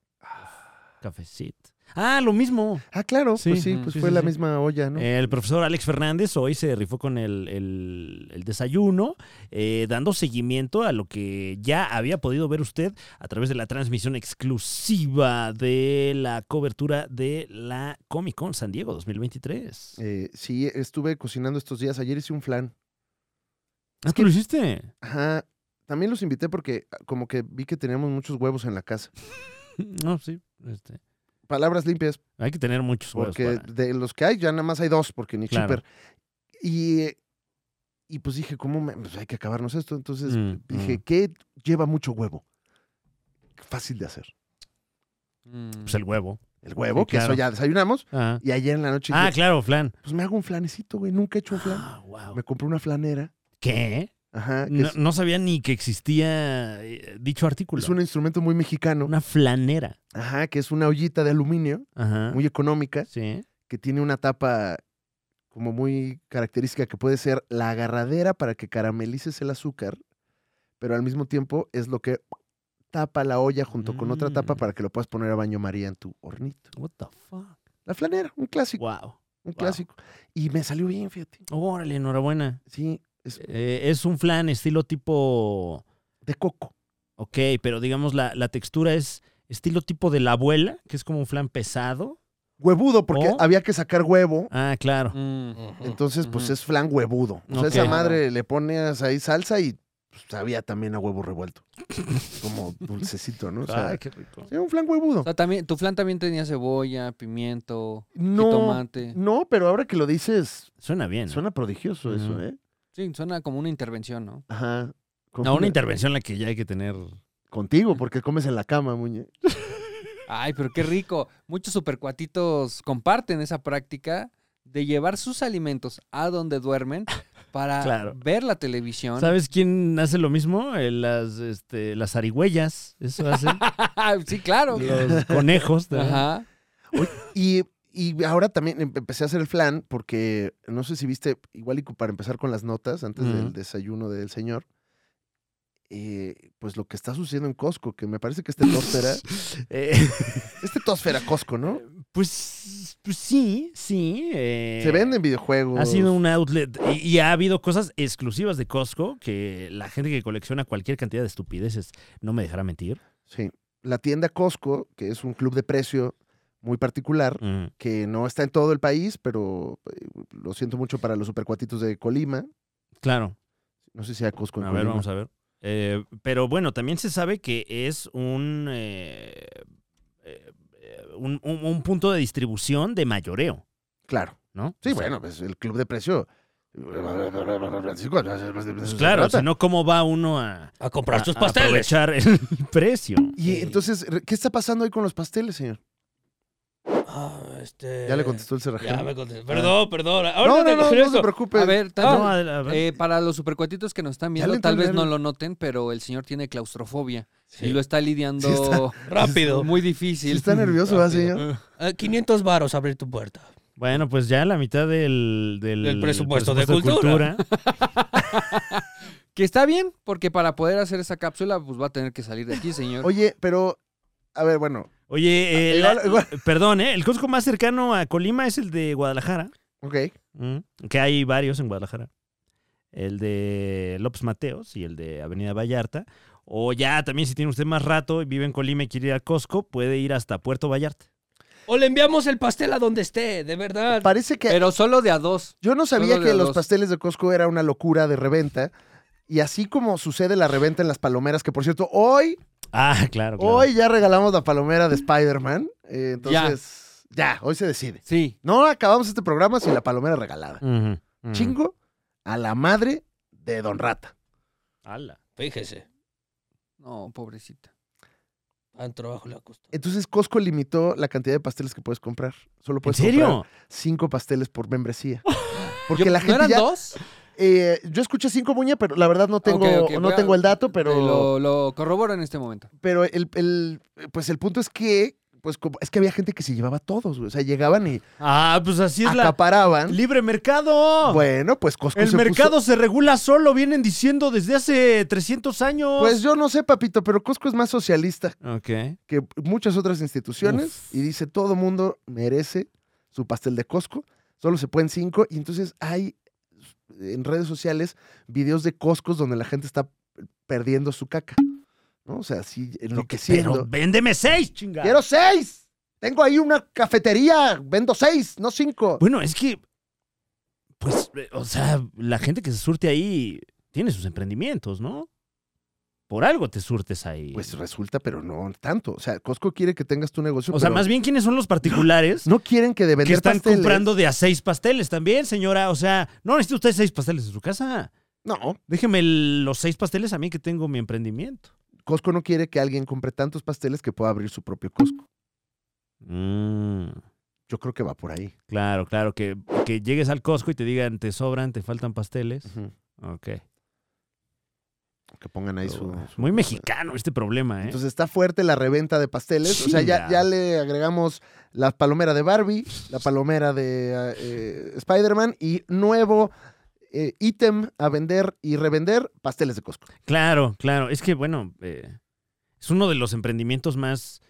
S2: Cafecito. Ah, lo mismo.
S1: Ah, claro,
S2: Sí,
S1: pues sí,
S2: ujú,
S1: pues
S2: sí,
S1: fue
S2: sí, Eh.
S1: la
S2: sí.
S1: misma olla, ¿no?
S2: El profesor Alex Fernández hoy se rifó con el, el- el desayuno, eh, dando seguimiento a lo que ya había podido ver usted a través de la transmisión exclusiva de la cobertura de la Comic Con San Diego 2023.
S1: Eh, sí, estuve cocinando estos días. Ayer hice un flan.
S2: ¿Ah, tú lo hiciste?
S1: Ajá. También los invité porque ah, como que vi que teníamos muchos huevos en la casa.
S2: No, sí. este,
S1: Palabras limpias,
S2: hay que tener muchos huevos.
S1: porque
S2: para-
S1: de los que hay ya nada más hay dos, porque ni
S2: Claro.
S1: Chipper. Y, eh, y pues dije, ¿cómo? me- pues hay que acabarnos esto. Entonces
S2: Mm,
S1: dije,
S2: mm.
S1: ¿qué lleva mucho huevo? Fácil de hacer.
S2: Pues el huevo.
S1: El huevo,
S2: Sí,
S1: que eso
S2: claro.
S1: ya desayunamos.
S2: Ah,
S1: Y ayer en la noche
S2: Ah,
S1: dije,
S2: claro, flan.
S1: pues me hago un flanecito, güey. Nunca he hecho un flan.
S2: Ah, wow.
S1: Me compré una flanera.
S2: ¿Qué?
S1: Ajá. que
S2: No,
S1: es,
S2: no sabía ni que existía eh, dicho artículo.
S1: es un instrumento muy mexicano.
S2: Una flanera.
S1: Ajá, que es una ollita de aluminio,
S2: Ajá.
S1: muy económica,
S2: Sí.
S1: que tiene una tapa como muy característica que puede ser la agarradera para que caramelices el azúcar, pero al mismo tiempo es lo que tapa la olla junto con otra tapa
S2: Mm.
S1: para que lo puedas poner a baño María en tu hornito.
S2: What the fuck?
S1: La flanera, un clásico,
S2: Wow.
S1: un clásico. Y me salió bien, fíjate.
S2: Órale, enhorabuena.
S1: Sí, es
S2: Eh, es un flan estilo tipo.
S1: de coco.
S2: Ok, pero digamos la, la textura es estilo tipo de la abuela, que es como un flan pesado.
S1: Huevudo, porque
S2: ¿Oh?
S1: había que sacar huevo.
S2: Ah, claro.
S3: Mm.
S1: Entonces, pues
S3: Ujú.
S1: es flan huevudo. O sea,
S2: Ok.
S1: esa madre le pones ahí salsa y pues, sabía también a huevo revuelto. Como dulcecito, ¿no? O sea,
S2: Ay, qué rico.
S1: sí, un flan huevudo.
S3: O sea, también, tu flan también tenía cebolla, pimiento,
S1: No,
S3: tomate.
S1: no, pero ahora que lo dices,
S2: Suena bien. eh. ¿no?
S1: suena prodigioso eso,
S2: Ujú.
S1: ¿eh?
S3: Sí, suena como una intervención, ¿no?
S1: Ajá. Con-
S2: No, una intervención la que ya hay que tener.
S1: Contigo, porque comes en la cama, muñe.
S3: Ay, pero qué rico. Muchos supercuatitos comparten esa práctica de llevar sus alimentos a donde duermen para
S2: Claro.
S3: ver la televisión.
S2: ¿Sabes quién hace lo mismo? Eh, las, este, las zarigüeyas. Eso hacen
S3: sí, claro.
S2: los conejos. también.
S3: Ajá.
S1: Y, y ahora también em- empecé a hacer el flan porque no sé si viste, igual y para empezar con las notas antes
S2: Ujú.
S1: del desayuno del señor, eh, pues lo que está sucediendo en Costco, que me parece que este tósfera,
S2: Eh,
S1: este tósfera Costco, ¿no?
S2: pues, pues sí, sí. eh,
S1: Se pues. venden videojuegos.
S2: Ha sido un outlet y, y ha habido cosas exclusivas de Costco que la gente que colecciona cualquier cantidad de estupideces no me dejará mentir.
S1: Sí. La tienda Costco, que es un club de precio muy particular,
S2: Mm.
S1: que no está en todo el país, pero eh, lo siento mucho para los supercuatitos de Colima.
S2: Claro.
S1: No sé si hay Costco en
S2: A ver,
S1: Colima.
S2: vamos a ver. Eh, pero bueno, también se sabe que es un, eh, eh, eh, un, un- un punto de distribución de mayoreo,
S1: Claro.
S2: ¿no?
S1: Sí,
S2: O sea,
S1: bueno, pues el club de precio.
S2: pues claro, si no, ¿cómo va uno a,
S4: A comprar
S2: a-
S1: Ah,
S4: tus
S2: a
S4: pasteles.
S2: aprovechar el precio?
S1: Y entonces, re- ¿qué está pasando ahí con los pasteles, señor?
S4: Ah, este,
S1: Ya le contestó el
S4: Ya
S1: cerrajero.
S4: me contestó. Perdón, perdón. Ahora
S1: No, no,
S4: te
S1: no,
S4: contesto.
S1: no se preocupe.
S3: A ver, tal-
S2: Pues, No, a- a ver.
S3: eh, para los supercuatitos que nos están
S1: Ya
S3: viendo,
S1: le
S3: tal vez
S1: entendí.
S3: no lo noten, pero el señor tiene claustrofobia
S4: Sí.
S3: y lo está lidiando
S1: Sí está-
S4: Rápido.
S3: muy
S1: Sí
S3: difícil.
S1: está nervioso, ¿verdad, señor?
S4: Ah, 500 varos abrir tu puerta.
S2: bueno, pues ya la mitad del, del,
S4: Del presupuesto de cultura.
S3: Que está bien, porque para poder hacer esa cápsula, pues va a tener que salir de aquí, señor.
S1: Oye, pero, a ver, bueno,
S2: Oye, eh,
S1: Igual-
S2: la-
S1: igual.
S2: perdón, ¿eh? el Costco más cercano a Colima es el de Guadalajara.
S1: ok.
S2: Mm, Que hay varios en Guadalajara. El de López Mateos y el de Avenida Vallarta. O ya también si tiene usted más rato y vive en Colima y quiere ir a Costco, puede ir hasta Puerto Vallarta.
S4: O le enviamos el pastel a donde esté, de verdad.
S1: Parece que
S3: Pero solo de a dos.
S1: Yo no sabía
S3: Solo de
S1: que los
S3: dos.
S1: pasteles de Costco era una locura de reventa. Y así como sucede la reventa en las palomeras, que por cierto, hoy,
S2: Ah, claro. claro.
S1: hoy ya regalamos la palomera de Spider-Man. eh, entonces, ya. hoy se decide.
S3: Sí.
S1: No acabamos este programa sin la palomera regalada.
S2: Ujú,
S3: Mm.
S2: ujú.
S1: Chingo a la madre de Don Rata.
S2: Ala.
S4: Fíjese.
S3: No, pobrecita.
S4: Al trabajo le ha costado.
S1: Entonces Costco limitó la cantidad de pasteles que puedes comprar. Solo
S2: ¿En
S1: puedes comprar
S2: serio?
S1: cinco pasteles por membresía. Porque la
S3: ¿No
S1: gente
S3: eran
S1: ya.
S3: dos?
S1: eh, yo escuché cinco muñe, pero la verdad no tengo,
S3: Ok, ok,
S1: no
S3: voy a-
S1: tengo el dato,
S3: Eh,
S1: pero.
S3: Lo, lo corroboro en este momento.
S1: pero el, el- pues el punto es que, pues como- es que había gente que se llevaba todos, güey. O sea, llegaban y
S2: Ah, pues así es la...
S1: acaparaban.
S2: ¡Libre mercado!
S1: Bueno, pues Costco
S2: El
S1: se
S2: mercado se regula solo, vienen diciendo desde hace 300 años.
S1: puso- Pues yo no sé, papito, pero Costco es más socialista
S2: Ok.
S1: que muchas otras instituciones y dice todo mundo merece su pastel de Costco, solo se pueden cinco y entonces hay en redes sociales videos de Costco donde la gente está perdiendo su caca, ¿no? O sea, así enloqueciendo.
S2: Pero véndeme seis, chingada.
S1: ¡Quiero seis! Tengo ahí una cafetería, vendo seis, no cinco.
S2: Bueno, es que, pues, eh, o sea, la gente que se surte ahí tiene sus emprendimientos, ¿no? Por algo te surtes ahí.
S1: Pues resulta, pero no tanto. O sea, Costco quiere que tengas tu negocio.
S2: o sea,
S1: pero
S2: más bien, ¿quiénes son los particulares
S1: No quieren que de vender
S2: que están
S1: pasteles-
S2: comprando de a seis pasteles también, señora? O sea, no necesita usted seis pasteles en su casa.
S1: No,
S2: Déjeme el- los seis pasteles a mí que tengo mi emprendimiento.
S1: Costco no quiere que alguien compre tantos pasteles que pueda abrir su propio Costco.
S2: Mm,
S1: Yo creo que va por ahí.
S2: claro, claro, que, que llegues al Costco y te digan, te sobran, te faltan pasteles. Ok.
S1: Que pongan ahí su,
S2: Pero,
S1: su-
S2: Muy mexicano este problema, ¿eh?
S1: Entonces está fuerte la reventa de pasteles. O sea, ya,
S2: Chinga.
S1: ya le agregamos la palomera de Barbie, la palomera de eh, Spider-Man y nuevo eh, ítem a vender y revender pasteles de Costco.
S2: Claro, claro. Es que, bueno, eh, es uno de los emprendimientos más,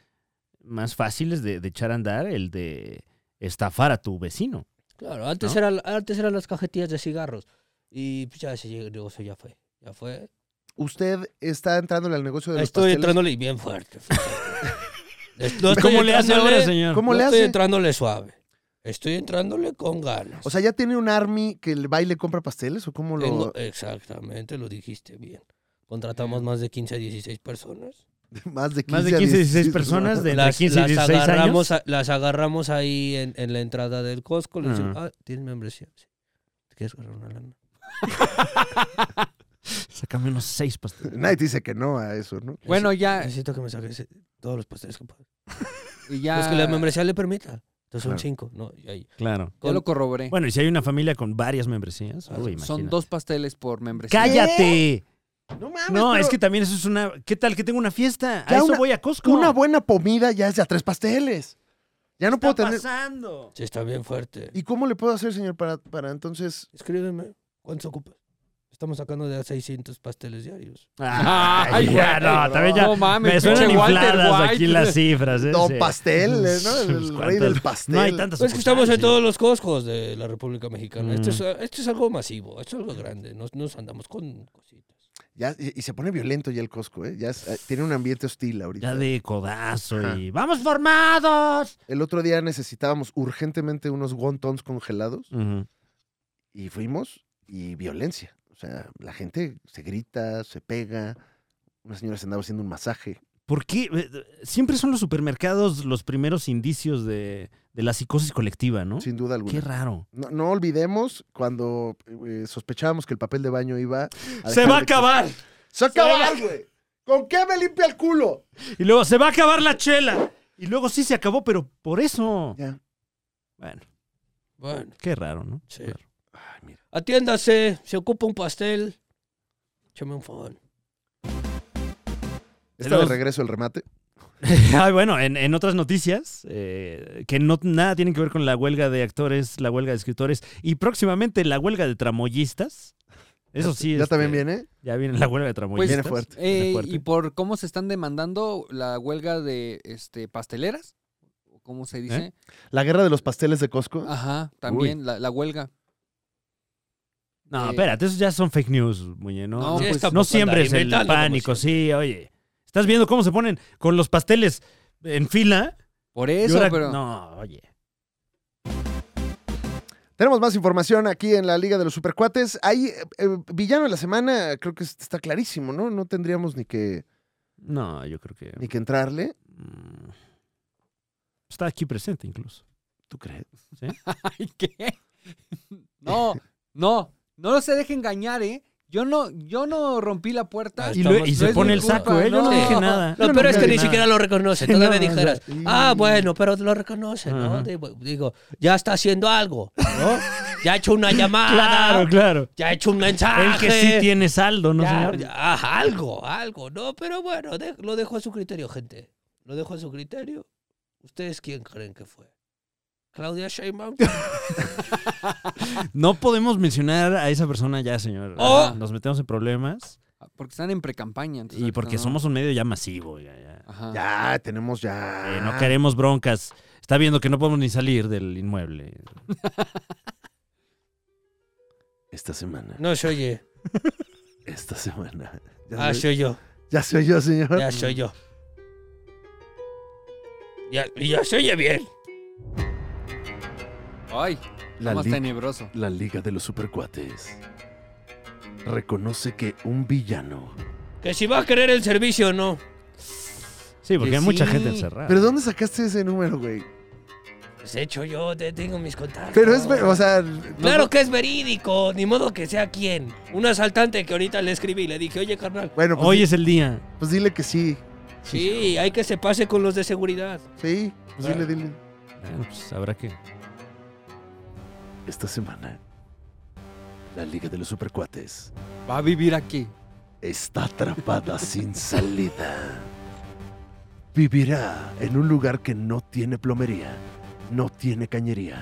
S2: más fáciles de, de echar a andar, el de estafar a tu vecino.
S4: Claro, antes,
S2: ¿No?
S4: eran, antes eran las cajetillas de cigarros. Y pues, ya ese negocio ya fue. Ya fue.
S1: Usted está entrando al negocio de los
S4: Estoy
S1: pasteles.
S4: entrándole bien fuerte. fíjate. No estoy
S2: ¿Cómo le hace ahora,
S4: entrándole-
S2: señor?
S1: ¿Cómo
S4: no
S1: le
S4: Estoy
S1: hace?
S4: entrándole suave. Estoy entrándole con ganas.
S1: O sea, ¿ya tiene un army que le va y le compra pasteles? ¿O cómo lo...?
S4: Tengo- exactamente, lo dijiste bien. Contratamos más de 15 a 16 personas.
S1: Más de 15,
S2: Más de 15, 16 personas de entre
S4: Las,
S2: 15 y
S4: las
S2: 16 años.
S4: agarramos, a- las agarramos ahí en, en la entrada del Costco. Le dicen,
S2: Ajá.
S4: ah, ¿tienes membresía? Sí. ¿Te quieres agarrar una lana?
S2: Sácame unos seis pasteles.
S1: Nadie te dice que no a eso, ¿no?
S3: Bueno, ya,
S4: Necesito que me saques todos los pasteles que puedas.
S3: y ya,
S4: Los que la membresía le permita. Entonces son
S1: Claro.
S4: cinco. No, y ahí.
S2: Claro.
S3: ya lo corroboré.
S2: Bueno, y si hay una familia con varias membresías,
S1: Ah,
S2: uy,
S3: Son
S2: imagínate.
S3: dos pasteles por membresía.
S2: ¡Cállate!
S1: No mames,
S2: No,
S1: pero
S2: es que también eso es una. ¿Qué tal que tengo una fiesta? A
S1: Ya
S2: eso
S1: una-
S2: voy a Costco.
S1: Una buena comida ya es de a tres pasteles. Ya no
S2: ¿Qué
S1: puedo
S2: está
S1: tener...
S2: pasando?
S4: Sí, está bien fuerte.
S1: ¿Y cómo le puedo hacer, señor, para, para entonces...?
S4: Escríbeme. ¿Cuántos ocupas? Estamos sacando de a 600 pasteles diarios.
S2: Ay,
S3: Ay,
S2: ya,
S1: güey,
S2: no, también ya.
S3: Ah, No mames,
S2: Me suenan
S3: pinche Walter
S2: infladas
S3: White.
S2: aquí las cifras. ¿eh?
S1: Don
S2: Sí.
S1: Pasteles, ¿no? El,
S2: Pues,
S1: el rey
S2: ¿cuántas?
S1: del pastel.
S2: No hay tantas.
S4: Pues es que estamos en
S2: sucursales,
S4: todos los Costcos de la República Mexicana. Esto, es,
S2: Mm.
S4: esto es algo masivo, esto es algo grande. Nos, nos andamos con cositas.
S1: Ya- y, y se pone violento ya el Costco, ¿eh? Ya es- eh, tiene un ambiente hostil ahorita.
S2: Ya de codazo
S1: Ajá.
S2: y ¡vamos formados!
S1: El otro día necesitábamos urgentemente unos wontons congelados y fuimos y violencia. O sea, la gente se grita, se pega. Una señora se andaba haciendo un masaje.
S2: ¿Por qué? Eh, Siempre son los supermercados los primeros indicios de, de la psicosis colectiva, ¿no?
S1: Sin duda
S2: Qué
S1: alguna.
S2: raro.
S1: No, no olvidemos cuando eh, sospechábamos que el papel de baño iba. a
S2: ¡Se
S1: dejar
S2: va a
S1: de-
S2: acabar!
S1: ¡Se va a acabar, güey! ¿Con qué me limpia el culo?
S2: Y luego, ¡se va a acabar la chela! Y luego sí se acabó, pero por eso.
S1: Ya.
S2: Bueno,
S4: Bueno,
S2: qué raro, ¿no?
S4: sí.
S2: Claro.
S1: Ay, mira.
S4: Atiéndase, se ocupa un pastel. Échame un favor.
S1: Está de
S2: Los-
S1: regreso el remate.
S2: Ay, bueno, en, en otras noticias eh, que no nada tienen que ver con la huelga de actores, la huelga de escritores y próximamente la huelga de tramoyistas. Eso sí.
S1: Ya
S2: este,
S1: también viene.
S2: Ya viene la
S4: Pues
S2: huelga de tramoyistas.
S1: Viene fuerte.
S3: Eh,
S2: Viene fuerte.
S3: y por cómo se están demandando la huelga de este pasteleras, o ¿cómo
S2: ¿Eh?
S3: se dice?
S1: La guerra de los pasteles de Costco.
S3: Ajá, también la, la huelga.
S2: No,
S3: eh,
S2: espérate, esos ya son fake news, Muñe, ¿no?
S3: No,
S2: No,
S3: pues,
S2: no siembres el pánico, sí, oye. ¿Estás viendo cómo se ponen con los pasteles en fila?
S3: Por
S2: Y
S3: eso,
S2: ahora-
S3: pero
S2: No, oye.
S1: Tenemos más información aquí en la Liga de los Supercuates. Ahí, eh, eh, villano de la semana, creo que está clarísimo, ¿no? No tendríamos ni que,
S2: No, yo creo que...
S1: ni que entrarle.
S2: mm, está aquí presente incluso.
S1: ¿Tú crees?
S3: Ay, ¿qué? No, no, no se deje engañar, ¿eh? Yo no, yo no rompí la puerta.
S4: Ah,
S2: Y, lo-
S4: Estamos-
S2: y
S4: no
S2: se
S4: es
S2: pone
S4: mi
S2: el
S4: culpa,
S2: saco, ¿eh? Yo no
S3: no.
S2: dije nada.
S4: Lo
S2: Yo no
S4: peor es que
S2: dije
S4: ni
S2: nada.
S4: siquiera lo reconoce. Todavía
S2: No,
S4: dijeras,
S2: o sea,
S4: ah,
S2: y-
S4: bueno, pero lo reconoce,
S2: Ajá.
S4: ¿no? Digo, digo, ya está haciendo algo, ¿no? ya ha hecho una llamada,
S2: Claro, claro.
S4: ya ha hecho un mensaje.
S2: El que sí tiene saldo, ¿no,
S4: Ah, Ya,
S2: señor?
S4: ya, ah, algo, algo, ¿no? Pero bueno, de- lo dejo a su criterio, gente. Lo dejo a su criterio. ¿Ustedes quién creen que fue? ¿Claudia Sheinbaum?
S2: No podemos mencionar a esa persona ya, señor.
S4: Oh.
S2: Ah, Nos metemos en problemas.
S3: Ah, Porque están en precampaña. entonces
S2: Y
S3: ahorita
S2: porque
S3: no.
S2: somos un medio ya masivo. ya, ya.
S3: Ajá.
S1: Ah. Ya, tenemos ya.
S2: Eh, no queremos broncas. Está viendo que no podemos ni salir del inmueble.
S1: Esta semana.
S4: No soy yo.
S1: Esta semana. Ya,
S4: Ah,
S1: soy,
S4: soy yo.
S1: ya soy yo, señor.
S4: Ya soy yo. Ya, y ya se oye bien.
S3: Ay,
S1: La
S3: está más
S1: liga.
S3: tenebroso.
S1: La Liga de los Supercuates reconoce que un villano
S4: Que si va a querer el servicio o no.
S2: Sí, porque
S4: Que
S2: hay mucha
S4: sí.
S2: gente encerrada.
S1: ¿Pero dónde sacaste ese número, güey?
S4: Pues de hecho yo te tengo mis contactos.
S1: Pero es, ver- o sea... no-
S4: Claro que es verídico, ni modo que sea quien. Un asaltante que ahorita le escribí y le dije, oye carnal,
S1: Bueno, pues,
S2: Hoy
S1: di-
S2: es el día.
S1: pues dile que sí.
S4: sí, hay que se pase con los de seguridad.
S1: Sí, pues dile, dile.
S2: Bueno, pues habrá que.
S1: Esta semana, la Liga de los Supercuates
S3: Va a vivir aquí.
S1: está atrapada sin salida. Vivirá en un lugar que no tiene plomería, no tiene cañería.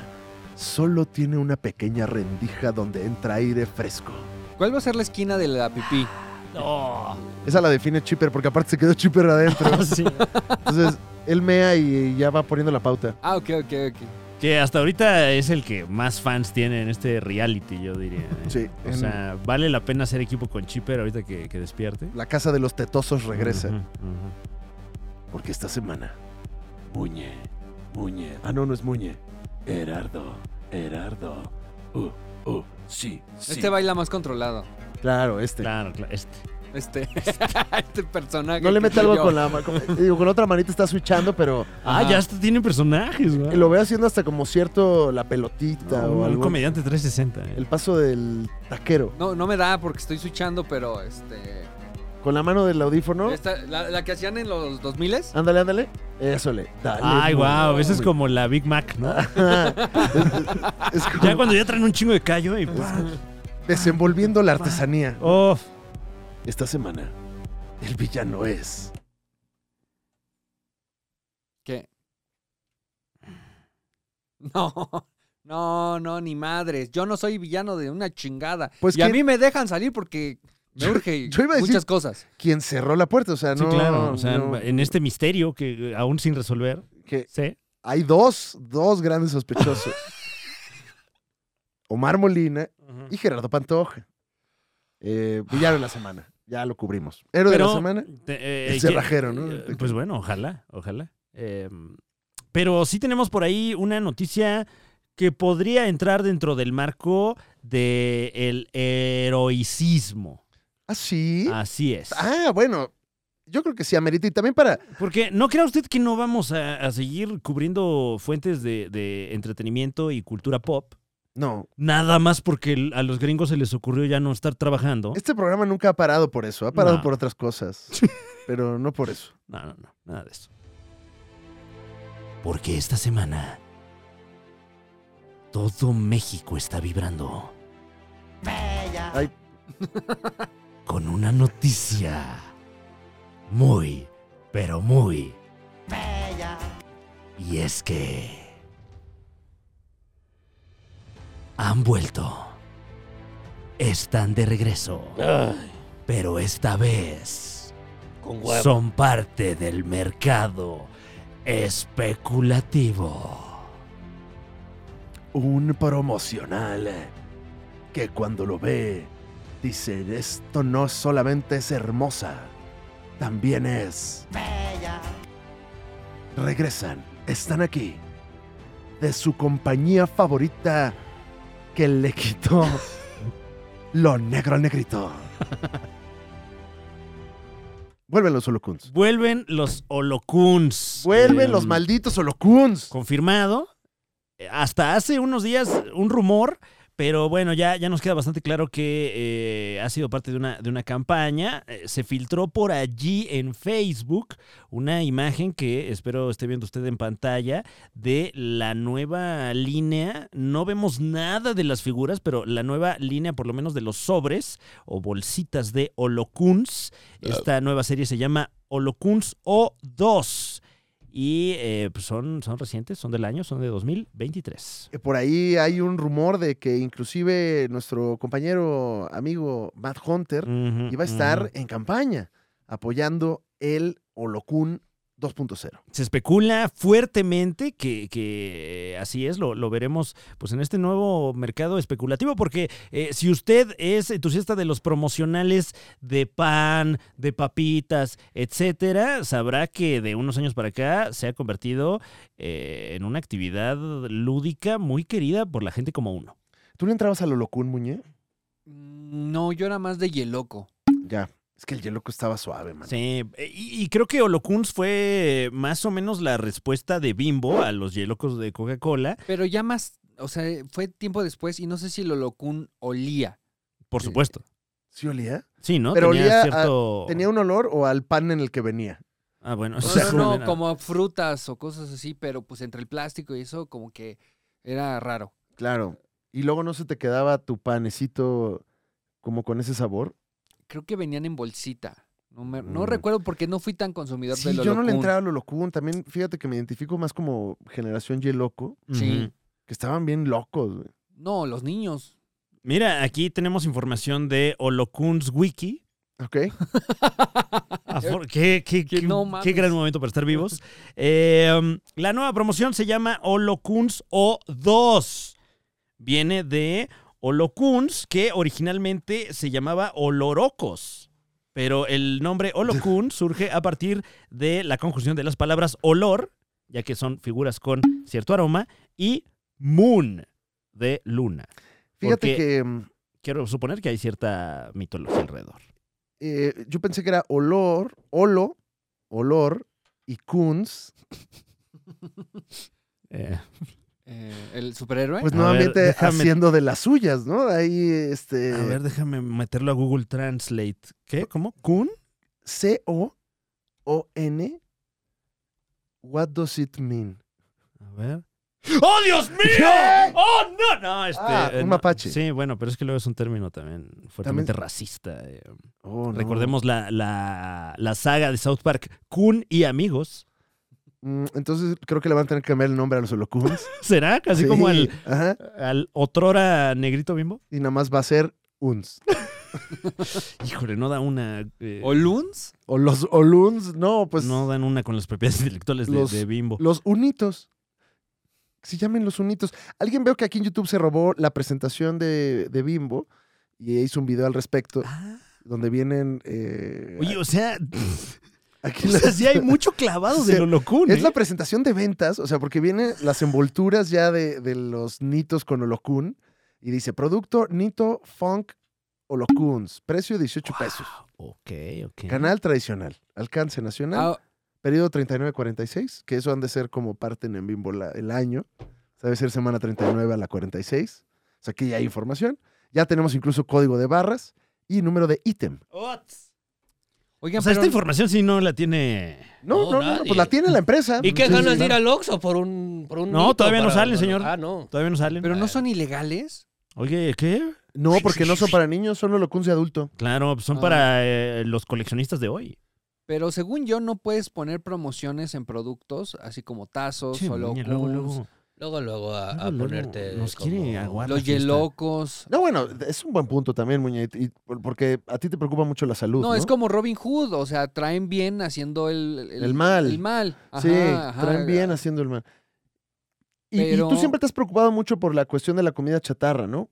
S1: Solo tiene una pequeña rendija donde entra aire fresco.
S3: ¿Cuál va a ser la esquina de la pipí?
S2: No.
S1: Esa la define Chipper porque aparte se quedó Chipper adentro.
S2: Sí.
S1: Entonces, él mea y ya va poniendo la pauta.
S3: Ah, ok, ok, ok.
S2: Que hasta ahorita es el que más fans tiene en este reality, yo diría. ¿eh?
S1: Sí,
S2: O
S1: en-
S2: sea, vale la pena hacer equipo con Chipper ahorita que, que despierte.
S1: La casa de los tetosos regresa.
S2: Ujú, ujú.
S1: Porque esta semana, Muñe, Muñe. Ah, no, no es Muñe. Herardo, Herardo. Uh, uh, sí, sí.
S3: Este baila más controlado.
S1: Claro, este.
S2: Claro, claro. Este.
S3: Este, este personaje.
S1: No le
S3: que
S1: mete
S3: soy
S1: algo
S3: yo.
S1: con la ma- con- digo, con la otra manita está switchando, pero
S2: Ah,
S3: Ajá.
S2: ya hasta tiene personajes, güey.
S1: lo veo haciendo hasta como cierto la pelotita
S2: No,
S1: o
S2: un
S1: algo.
S2: comediante 360. ¿eh?
S1: El paso del taquero.
S3: No, no me da porque estoy switchando, pero este.
S1: Con la mano del audífono.
S3: esta- la, la que hacían en los 2000
S1: Ándale, ándale. Eso le. Dale.
S2: Ay, wow,
S1: Muñe.
S2: eso es como la Big Mac, ¿no?
S1: Ajá. es como
S2: Ya cuando ya traen un chingo de callo y pues, ¡pum!
S1: desenvolviendo la artesanía.
S2: ¡Oh!
S1: Esta semana, el villano es.
S3: ¿Qué? No, no, no, ni madres. Yo no soy villano de una chingada.
S1: Pues
S3: y a
S1: ¿quién-
S3: mí me dejan salir porque me urge
S1: yo iba a decir-
S3: muchas cosas.
S1: quien cerró la puerta. O sea,
S2: Sí,
S1: no.
S2: claro. O sea,
S1: no-
S2: en este misterio que eh, aún sin resolver,
S1: que
S2: sé.
S1: hay dos, dos grandes sospechosos: Omar Molina y Gerardo Pantoja. Eh, villano de la semana. Ya lo cubrimos. Héroe de la semana.
S2: te-
S1: El
S2: que-
S1: cerrajero, ¿no?
S2: eh, Pues bueno, ojalá, ojalá. Eh, pero sí tenemos por ahí una noticia que podría entrar dentro del marco de el heroicismo.
S1: Ah, sí. Ah,
S2: Así es.
S1: bueno. Yo creo que sí, amerita. Y también para.
S2: Porque no crea usted que no vamos a, a seguir cubriendo fuentes de, de entretenimiento y cultura pop.
S1: No,
S2: Nada más porque el- a los gringos se les ocurrió ya no estar trabajando.
S1: este programa nunca ha parado por eso. Ha parado
S2: No.
S1: por otras cosas. pero no por eso.
S2: No, no, no, nada de eso. Porque esta semana todo México está vibrando
S1: Ay,
S2: con una noticia muy, pero muy bella. Y es que han vuelto. Están de regreso,
S4: Ay,
S2: pero esta vez
S4: con huevo.
S2: son parte del mercado especulativo.
S1: un promocional eh, que cuando lo ve dice esto no solamente es hermosa, también es bella. Regresan, están aquí de su compañía favorita que le quitó lo negro al negrito. Vuelven los holocuns.
S2: Vuelven los holocuns.
S1: Vuelven
S2: Eh,
S1: los malditos holocuns.
S2: Pues, Confirmado. Hasta hace unos días un rumor, pero bueno, ya, ya nos queda bastante claro que eh, ha sido parte de una, de una campaña. Eh, se filtró por allí en Facebook una imagen que espero esté viendo usted en pantalla de la nueva línea. No vemos nada de las figuras, pero la nueva línea, por lo menos de los sobres o bolsitas de Holocuns. Esta nueva serie se llama Holocuns O2. Y eh, pues son, son recientes, son del año, son de 2023.
S1: Eh, Por ahí hay un rumor de que inclusive nuestro compañero amigo Matt Hunter
S2: Ujú,
S1: iba a estar
S2: Mm, ujú.
S1: en campaña apoyando el Holocun 2.0.
S2: Se especula fuertemente que, que, eh, así es, lo, lo veremos pues en este nuevo mercado especulativo, porque eh, si usted es entusiasta de los promocionales de pan, de papitas, etcétera, sabrá que de unos años para acá se ha convertido eh, en una actividad lúdica muy querida por la gente como uno.
S1: ¿Tú le entrabas al Holocun, Muñe?
S3: Mm, No, yo era más de Yeloco.
S1: Ya. Es que el Yeloco estaba suave, man.
S2: Sí, e, y, y creo que Holocuns fue más o menos la respuesta de Bimbo a los hielocos de Coca-Cola.
S3: Pero ya más, o sea, fue tiempo después y no sé si el Holocún olía.
S2: Por
S3: Sí.
S2: supuesto.
S1: ¿Sí olía?
S2: Sí, ¿no?
S1: Pero
S2: tenía
S1: olía a-
S2: cierto.
S1: ¿Tenía un olor o al pan en el que venía?
S2: Ah, bueno.
S3: No,
S2: o sea,
S3: no, no,
S2: era-
S3: como frutas o cosas así, pero pues entre el plástico y eso como que era raro.
S1: Claro. Y luego no se te quedaba tu panecito como con ese sabor.
S3: Creo que venían en bolsita. No, me- no
S1: Mm.
S3: recuerdo porque no fui tan consumidor
S1: Sí,
S3: del
S1: yo no le
S3: Holocún.
S1: entraba al Olocún. También, fíjate que me identifico más como generación Yeloco,
S2: Ujú.
S3: Sí.
S1: que estaban bien locos, güey.
S3: No, los niños.
S2: Mira, aquí tenemos información de Holocuns Wiki.
S1: ¿Ok?
S2: Ah, for- qué, qué-
S3: Que
S2: qué-
S3: no
S2: qué
S3: mames.
S2: gran momento para estar vivos. Eh, um, la nueva promoción se llama Holocuns O2. Viene de Holocuns, que originalmente se llamaba Olorocos. Pero el nombre Holocun surge a partir de la conjunción de las palabras olor, ya que son figuras con cierto aroma, y moon, de luna.
S1: Fíjate
S2: Porque-
S1: que mm,
S2: Quiero suponer que hay cierta mitología alrededor.
S1: eh, yo pensé que era olor, olo, olor y kuns.
S2: Eh,
S3: Eh, el superhéroe.
S1: Pues
S2: A
S1: nuevamente
S2: ver, déjame-
S1: haciendo de las suyas, ¿no? Ahí, este.
S2: A ver, déjame meterlo a Google Translate. ¿Qué? ¿Cómo? ¿Kun?
S1: C-O-O-N. What does it mean?
S2: A ver. ¡Oh, Dios mío! ¡Oh, no! No, este.
S1: Ah,
S2: eh,
S1: un
S2: no.
S1: mapache.
S2: Sí, bueno, pero es que luego es un término también fuertemente racista. eh.
S1: Oh, no.
S2: Recordemos la, la, la saga de South Park, Kun y amigos.
S1: Mm, Entonces creo que le van a tener que cambiar el nombre a los holocuns.
S2: ¿Será? Casi como al,
S1: Ajá.
S2: al otrora negrito bimbo.
S1: Y nada más va a ser uns.
S2: Híjole, no da una. eh,
S3: ¿O Loons?
S1: O los oluns, no, pues
S2: no dan una con las propiedades intelectuales de,
S1: los-
S2: de bimbo.
S1: los unitos. Que Se llamen los unitos. Alguien veo que aquí en YouTube se robó la presentación de, de Bimbo y hizo un video al respecto
S2: Ah,
S1: donde vienen... eh,
S2: oye, o sea,
S1: aquí
S2: o sea,
S1: las-
S2: sí hay mucho clavado de
S1: Sí.
S2: Lolocun.
S1: Es la
S2: ¿eh?
S1: presentación de ventas, o sea, porque vienen las envolturas ya de, de los nitos con Holocun y dice producto Nito Funk Holocuns, precio 18 pesos,
S2: Ok, ok.
S1: canal tradicional, alcance nacional,
S3: Ah,
S1: periodo 39-46, que eso han de ser como parten en Bimbo la- el año, o sea, debe ser semana 39 a la 46, o sea, aquí ya hay información, ya tenemos incluso código de barras y número de ítem.
S3: oigan,
S2: O sea,
S3: pero-
S2: esta información sí no la tiene.
S1: No,
S4: No,
S1: no, no, no,
S4: nadie.
S1: pues la tiene la empresa.
S4: ¿Y qué
S1: Sí, sí,
S4: ganas de ir
S1: claro.
S4: al Oxxo por un, por un
S2: No,
S4: nito
S2: todavía no
S4: para-
S2: sale, señor.
S4: Ah, no.
S2: Todavía no salen.
S3: pero no son ilegales.
S2: Oye, ¿qué?
S1: No, porque no son para niños, son Holocuns de adulto.
S2: Claro, pues son
S3: Ah.
S2: para eh, los coleccionistas de hoy.
S3: Pero según yo, no puedes poner promociones en productos, así como tazos,
S2: Che,
S3: solo
S2: muñe, luego, luego,
S4: Luego, luego a, a
S2: luego, luego
S4: ponerte.
S2: Nos
S4: como-
S2: quiere aguar. la
S3: los
S2: fiesta.
S3: yelocos.
S1: No, bueno, es un buen punto también, Muñe, y- y por- porque a ti te preocupa mucho la salud.
S3: No,
S1: No,
S3: es como Robin Hood, o sea, traen bien haciendo el,
S1: El mal.
S3: El mal. Ajá,
S1: Sí,
S3: ajá.
S1: traen bien haciendo el mal. Y, y
S3: Pero-
S1: tú siempre te has preocupado mucho por la cuestión de la comida chatarra, ¿no?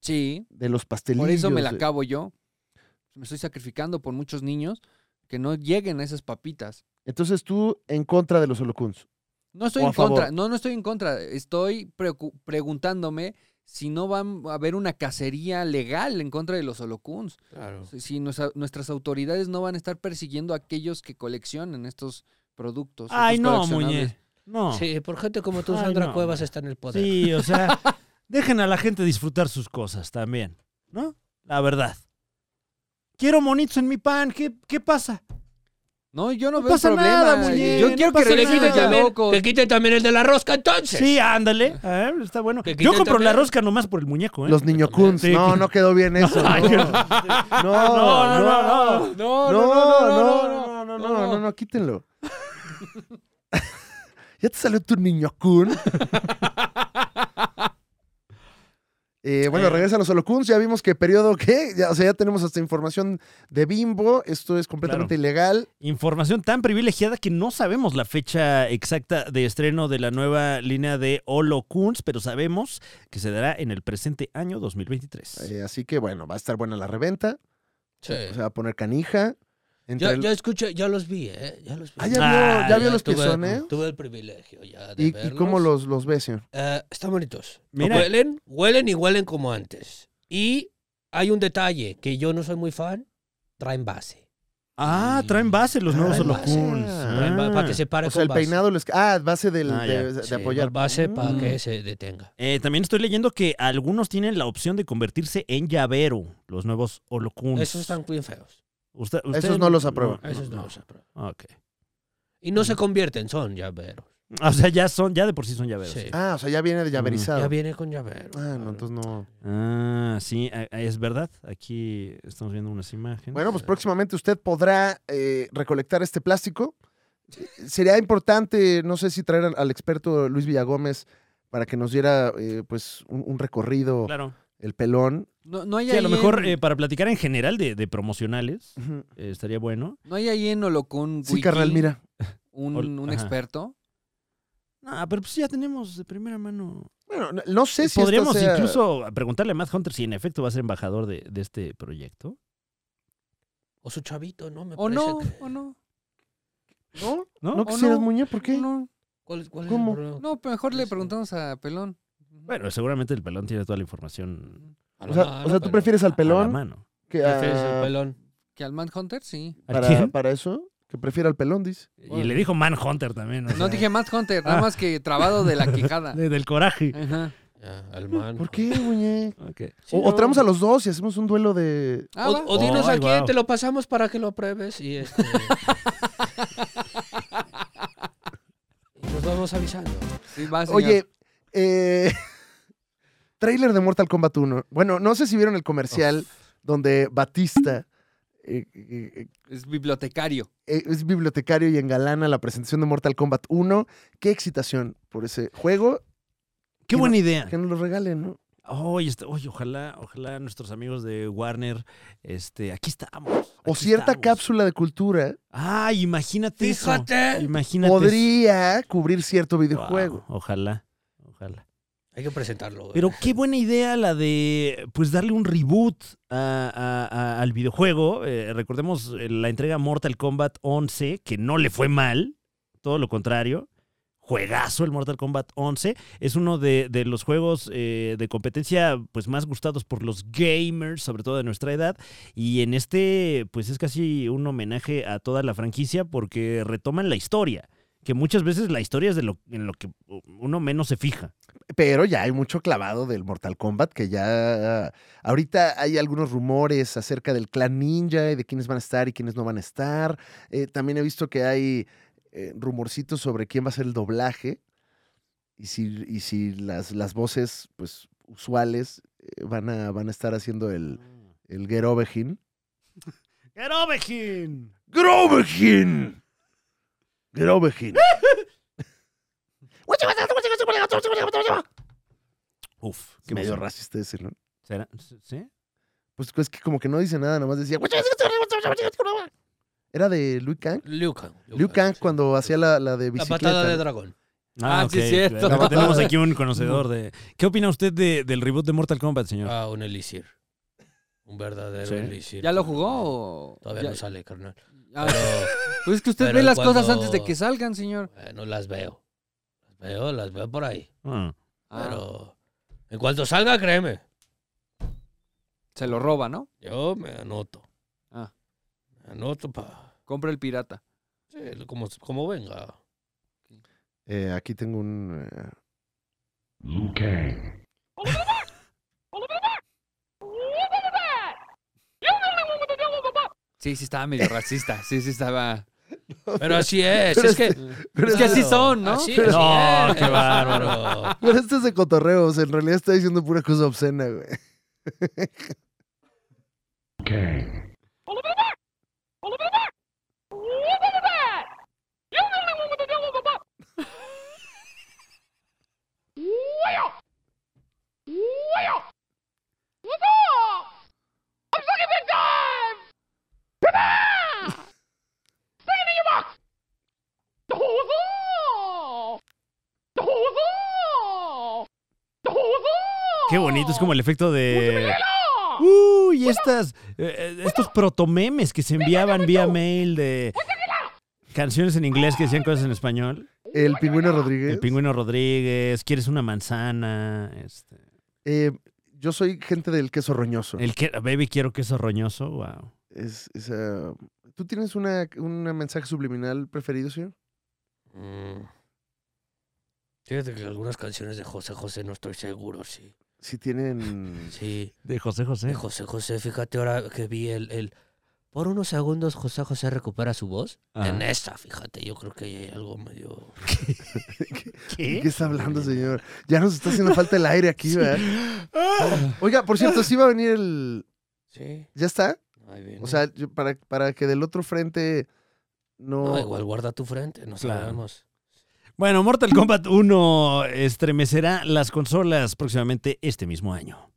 S3: Sí,
S1: De los pastelillos.
S3: por eso me la
S1: de-
S3: acabo yo. Me estoy sacrificando por muchos niños que no lleguen a esas papitas.
S1: Entonces tú en contra de los holocuns.
S3: No estoy
S1: O a
S3: en contra,
S1: favor.
S3: no, no estoy en contra. Estoy preocu- preguntándome si no va a haber una cacería legal en contra de los holocuns.
S4: Claro.
S3: Si- Si nuestra- nuestras autoridades no van a estar persiguiendo a aquellos que coleccionan estos productos.
S2: Ay,
S3: estos
S2: no,
S3: coleccionables.
S2: Muñe. No. Sí,
S4: Sí, por gente como tú,
S2: Ay,
S4: Sandra
S2: no.
S4: Cuevas está en el poder.
S2: o sea, dejen a la gente disfrutar sus cosas también, ¿no? La verdad. Quiero monitos en mi pan, ¿qué, qué pasa?
S3: No, yo no,
S2: No
S3: veo
S2: pasa
S3: problema. eh,
S2: nada, Muñe,
S3: Yo
S2: no
S3: quiero que
S2: pasa
S4: Que le quiten
S3: regresen
S2: nada.
S3: ya
S4: también,
S3: locos.
S4: que quiten también el de la rosca, entonces.
S2: Sí, ándale. Ah, está bueno.
S4: Que
S2: Yo
S4: quiten
S2: compré la
S4: también-
S2: rosca nomás por el muñeco, ¿eh?
S1: Los niñocuns.
S2: Sí.
S1: No, no quedó bien eso. No,
S2: Ay,
S1: no, no, no, no, no,
S3: No,
S1: no, no, no,
S3: no, no.
S1: no, no, quítenlo. ¿Ya te salió tu niñocun? Eh, bueno,
S2: Eh.
S1: regresa a los holocuns. Ya vimos que periodo qué. Ya, o sea, ya tenemos hasta información de bimbo. Esto es completamente ilegal.
S2: Información tan privilegiada que no sabemos la fecha exacta de estreno de la nueva línea de Holo Kunz, pero sabemos que se dará en el presente año 2023.
S1: Eh, así que bueno, va a estar buena la reventa.
S4: Sí.
S1: O sea, va a poner canija. Entre
S4: Yo,
S1: el-
S4: yo escuché, yo los vi, ¿eh? Ya los vi.
S1: Ah, ya vio,
S2: Ah,
S1: ya vio los
S4: tuve,
S1: pezones.
S4: Tuve el privilegio ya de
S1: ¿Y, y
S4: verlos.
S1: cómo los, los ves, señor?
S4: Eh, están bonitos.
S2: Mira.
S4: Huelen, huelen y huelen como antes. Y hay un detalle que yo no soy muy fan. Traen base.
S2: Ah, traen base los nuevos
S1: Traen
S2: holocuns.
S1: base.
S2: Ah.
S4: Traen ba- Para que se pare
S1: O sea, el
S4: con base.
S1: peinado les. Ah, base del,
S2: Ah, ya.
S1: de, de
S4: Sí,
S1: apoyar.
S4: con base para
S2: Mm.
S4: que se detenga.
S2: Eh, también estoy leyendo que algunos tienen la opción de convertirse en llavero, los nuevos holocuns.
S4: Esos están muy feos.
S2: Usted-
S1: Esos
S2: usted-
S1: no Mm. los apruebo.
S4: Esos no, se aprueban.
S2: Ah, Ok.
S4: Y no se convierten, son llaveros.
S2: O sea, ya son, ya de por sí son llaveros.
S4: Sí.
S1: Ah, o sea, ya viene de llaverizado.
S4: Ya viene con llaveros.
S1: Ah, no, entonces no.
S2: Ah, sí, a- a- es verdad. Aquí estamos viendo unas imágenes.
S1: Bueno, pues próximamente usted podrá eh, recolectar este plástico. Eh, Sería importante, no sé si traer al, al experto Luis Villagómez para que nos diera eh, pues un, un recorrido,
S2: Claro.
S1: el pelón.
S3: No, no hay
S2: Sí, a lo
S3: ahí
S2: mejor
S3: en-
S2: eh, para platicar en general de, de promocionales eh, estaría bueno.
S3: No hay ahí en Holocon
S1: Sí, carnal, mira.
S3: un,
S2: Ol-
S3: un
S2: ajá.
S3: experto.
S2: Ah, pero pues ya tenemos de primera mano.
S1: Bueno, no, no sé si esto
S2: Podríamos
S1: sea-
S2: incluso preguntarle a Matt Hunter si en efecto va a ser embajador de, de este proyecto.
S4: O su chavito, ¿no? Me
S3: O
S4: parece
S3: no,
S4: que-
S3: o no.
S1: ¿No?
S2: ¿No?
S1: ¿No
S3: ¿O
S1: quisieras
S3: no?
S1: Muñe? ¿Por qué?
S3: No,
S4: ¿Cuál, cuál
S1: ¿Cómo?
S4: es el problema?
S3: no, pero mejor le
S4: Sí.
S3: preguntamos a Pelón.
S2: Bueno, seguramente el pelón tiene toda la información
S4: A
S1: O
S4: la
S1: sea,
S4: mano,
S1: o sea, ¿tú
S4: pero-
S1: prefieres al
S2: a la
S1: pelón
S2: mano.
S1: que a-
S4: ¿Prefieres al pelón?
S3: ¿Que al Manhunter? Sí.
S2: ¿A
S1: para,
S2: quién?
S1: para eso? Que prefiera al pelón, dice.
S2: Y le dijo Manhunter también. o sea,
S3: No dije Manhunter, nada
S2: Ah.
S3: más que trabado de la quijada.
S2: de- del coraje.
S3: Ajá.
S4: Ya, al man.
S1: ¿Por qué, Muñe?
S4: Sí,
S1: O, o
S4: no.
S1: traemos a los dos y hacemos un duelo de...
S3: Ah,
S4: o,
S3: va.
S4: o dinos
S2: Ay,
S4: a quién
S2: guau.
S4: te lo pasamos para que lo apruebes y este. y nos vamos avisando.
S3: Sí, va, señor.
S1: Oye, eh, trailer de Mortal Kombat 1. Bueno, no sé si vieron el comercial donde Batista eh, eh,
S3: Es bibliotecario.
S1: eh, es bibliotecario y engalana la presentación de Mortal Kombat 1. Qué excitación por ese juego.
S2: Qué buena idea.
S1: Que nos lo regalen, ¿no?
S2: Oye, este- oye, ojalá, ojalá nuestros amigos de Warner, este, aquí estamos.
S1: O
S2: aquí
S1: cierta
S2: estamos.
S1: cápsula de cultura
S2: Ay, imagínate eso.
S4: ¡Fíjate!
S2: Imagínate.
S1: podría cubrir cierto
S2: eso.
S1: videojuego.
S2: Wow, ojalá, ojalá.
S4: Hay que presentarlo. güey.
S2: Pero qué buena idea la de, pues, darle un reboot a- a- a- al videojuego. Eh, recordemos eh, la entrega Mortal Kombat 11, que no le fue mal, todo lo contrario. Juegazo el Mortal Kombat 11. Es uno de, de los juegos eh, de competencia pues, más gustados por los gamers, sobre todo de nuestra edad. Y en este, pues es casi un homenaje a toda la franquicia porque retoman la historia. Que muchas veces la historia es de lo, en lo que uno menos se fija.
S1: Pero ya hay mucho clavado del Mortal Kombat que ya. Ahorita hay algunos rumores acerca del clan ninja y de quiénes van a estar y quiénes no van a estar. Eh, también he visto que hay eh, rumorcitos sobre quién va a ser el doblaje y si, y si las, las voces pues, usuales eh, van, a, van a estar haciendo el, el Gerovejin.
S2: Gerovejin.
S1: ¡Gerovejin! ¡Gerovejin!
S2: Uf, qué
S1: Medio
S2: emoción.
S1: racista ese, ¿no?
S2: ¿Será? ¿Sí?
S1: Pues es que como que no dice nada, nada más decía. Era de Liu Kang.
S4: Liu Kang.
S1: Liu Kang
S4: sí.
S1: cuando hacía la, la de
S4: La
S1: bicicleta.
S4: patada de dragón.
S3: Ah, sí,
S2: ok.
S3: cierto.
S2: Claro, Tenemos aquí un conocedor de. ¿Qué opina usted de- del reboot de Mortal Kombat, señor?
S4: Ah, un elixir. Un verdadero
S2: Sí.
S4: elixir.
S3: ¿Ya lo jugó o...?
S4: Todavía
S3: Ya-
S4: no sale, carnal.
S3: Ah,
S4: Pero-
S3: pues es que usted
S4: pero
S3: ve las
S4: cuando-
S3: cosas antes de que salgan, señor.
S4: Bueno, las veo. Las veo, las veo por ahí.
S2: Ah.
S3: Ah,
S4: Pero en cuanto salga, créeme,
S3: se lo roba, ¿no?
S4: yo me anoto.
S3: Ah.
S4: Me anoto para...
S3: Compra el pirata.
S4: como, como venga.
S1: Eh, aquí tengo un. eh,
S3: Sí, sí estaba medio racista. Sí, sí estaba...
S4: Pero así es.
S1: Pero
S4: es que,
S1: Pero,
S3: Es que
S1: este,
S3: así son, ¿no?
S4: Así
S2: Pero-
S4: es.
S2: No, qué bárbaro.
S1: pero este es de cotorreo, o sea, en realidad está diciendo pura cosa obscena, güey.
S2: Qué bonito, es como el efecto de. Uy, estas. eh, estos protomemes que se enviaban vía mail de. Canciones en inglés que decían cosas en español.
S1: El pingüino Rodríguez.
S2: El pingüino Rodríguez, quieres una manzana. Este,
S1: Eh, yo soy gente del queso roñoso.
S2: el que, baby, quiero queso roñoso. Wow.
S1: Es, es, ah, ¿Tú tienes una, un mensaje subliminal preferido, señor?
S4: Mm. Fíjate que algunas canciones de José José no estoy seguro, sí.
S1: Si tienen.
S4: Sí,
S2: De José
S4: de
S2: José.
S4: José José, fíjate ahora que vi el, el- Por unos segundos José José recupera su voz.
S2: Ajá.
S4: En esta, fíjate, yo creo que hay algo medio...
S1: ¿De qué está hablando, señor? Ya nos está haciendo falta el aire aquí, ¿verdad? Oiga, por cierto, sí va a venir el.
S4: Sí,
S1: ¿Ya está?
S4: ahí viene.
S1: O sea, yo- para, para que del otro frente no.
S4: No, igual guarda tu frente, no
S2: Claro.
S4: sabemos.
S2: Bueno, Mortal Kombat 1 estremecerá las consolas próximamente este mismo año.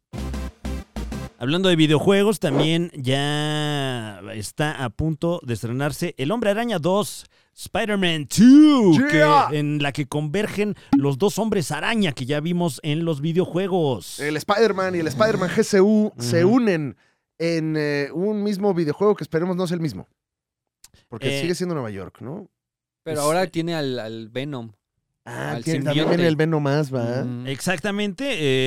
S2: Hablando de videojuegos, también ya está a punto de estrenarse El Hombre Araña 2, Spider-Man 2,
S1: Yeah.
S2: que- en la que convergen los dos hombres araña que ya vimos en los videojuegos.
S1: El Spider-Man y el Spider-Man GCU se
S2: Ujú.
S1: unen en eh, un mismo videojuego que esperemos no sea el mismo. Porque
S2: Eh,
S1: sigue siendo Nueva York, ¿no?
S3: Pero
S2: Es-
S3: ahora tiene al, al Venom.
S1: Ah,
S3: al
S1: tiene- también
S3: simbionte.
S1: viene el Venom más, ¿va?
S3: Mm.
S2: Exactamente,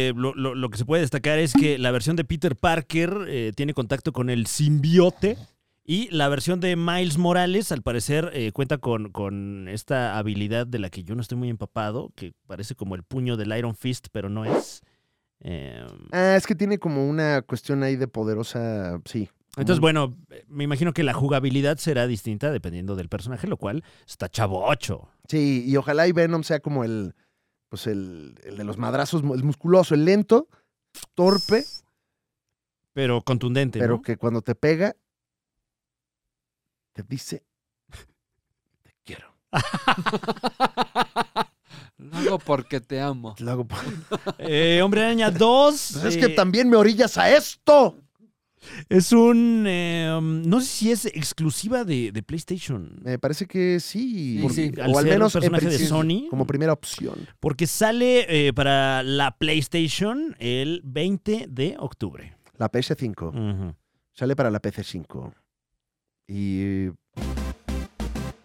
S2: eh, lo, lo- lo que se puede destacar es que la versión de Peter Parker eh, tiene contacto con el simbiote y la versión de Miles Morales al parecer eh, cuenta con, con esta habilidad de la que yo no estoy muy empapado, que parece como el puño del Iron Fist, pero no es. Eh,
S1: Ah, es que tiene como una cuestión ahí de poderosa. Sí.
S2: entonces, bueno, eh, me imagino que la jugabilidad será distinta dependiendo del personaje, lo cual está chavo 8.
S1: Sí, y ojalá y Venom sea como el. Pues el, el de los madrazos, el musculoso, el lento, torpe,
S2: Pero contundente.
S1: pero
S2: ¿Este ¿no?
S1: que cuando te pega, te dice: Te quiero.
S3: Lo hago porque te amo.
S1: Lo hago por-
S2: Eh, Hombre Araña 2.
S1: Pues es
S2: eh,
S1: que también me orillas a esto.
S2: Es un. eh, um, no sé si es exclusiva de, de PlayStation.
S3: Eh.
S1: Me parece que sí.
S3: Sí,
S1: Por-
S3: sí.
S1: O al
S2: ser un
S1: menos en
S2: personaje de
S1: principio,
S2: Sony.
S1: como primera opción.
S2: Porque sale eh, para la PlayStation el 20 de octubre.
S1: La PS5.
S2: Ujú.
S1: Sale para la PC5. Y.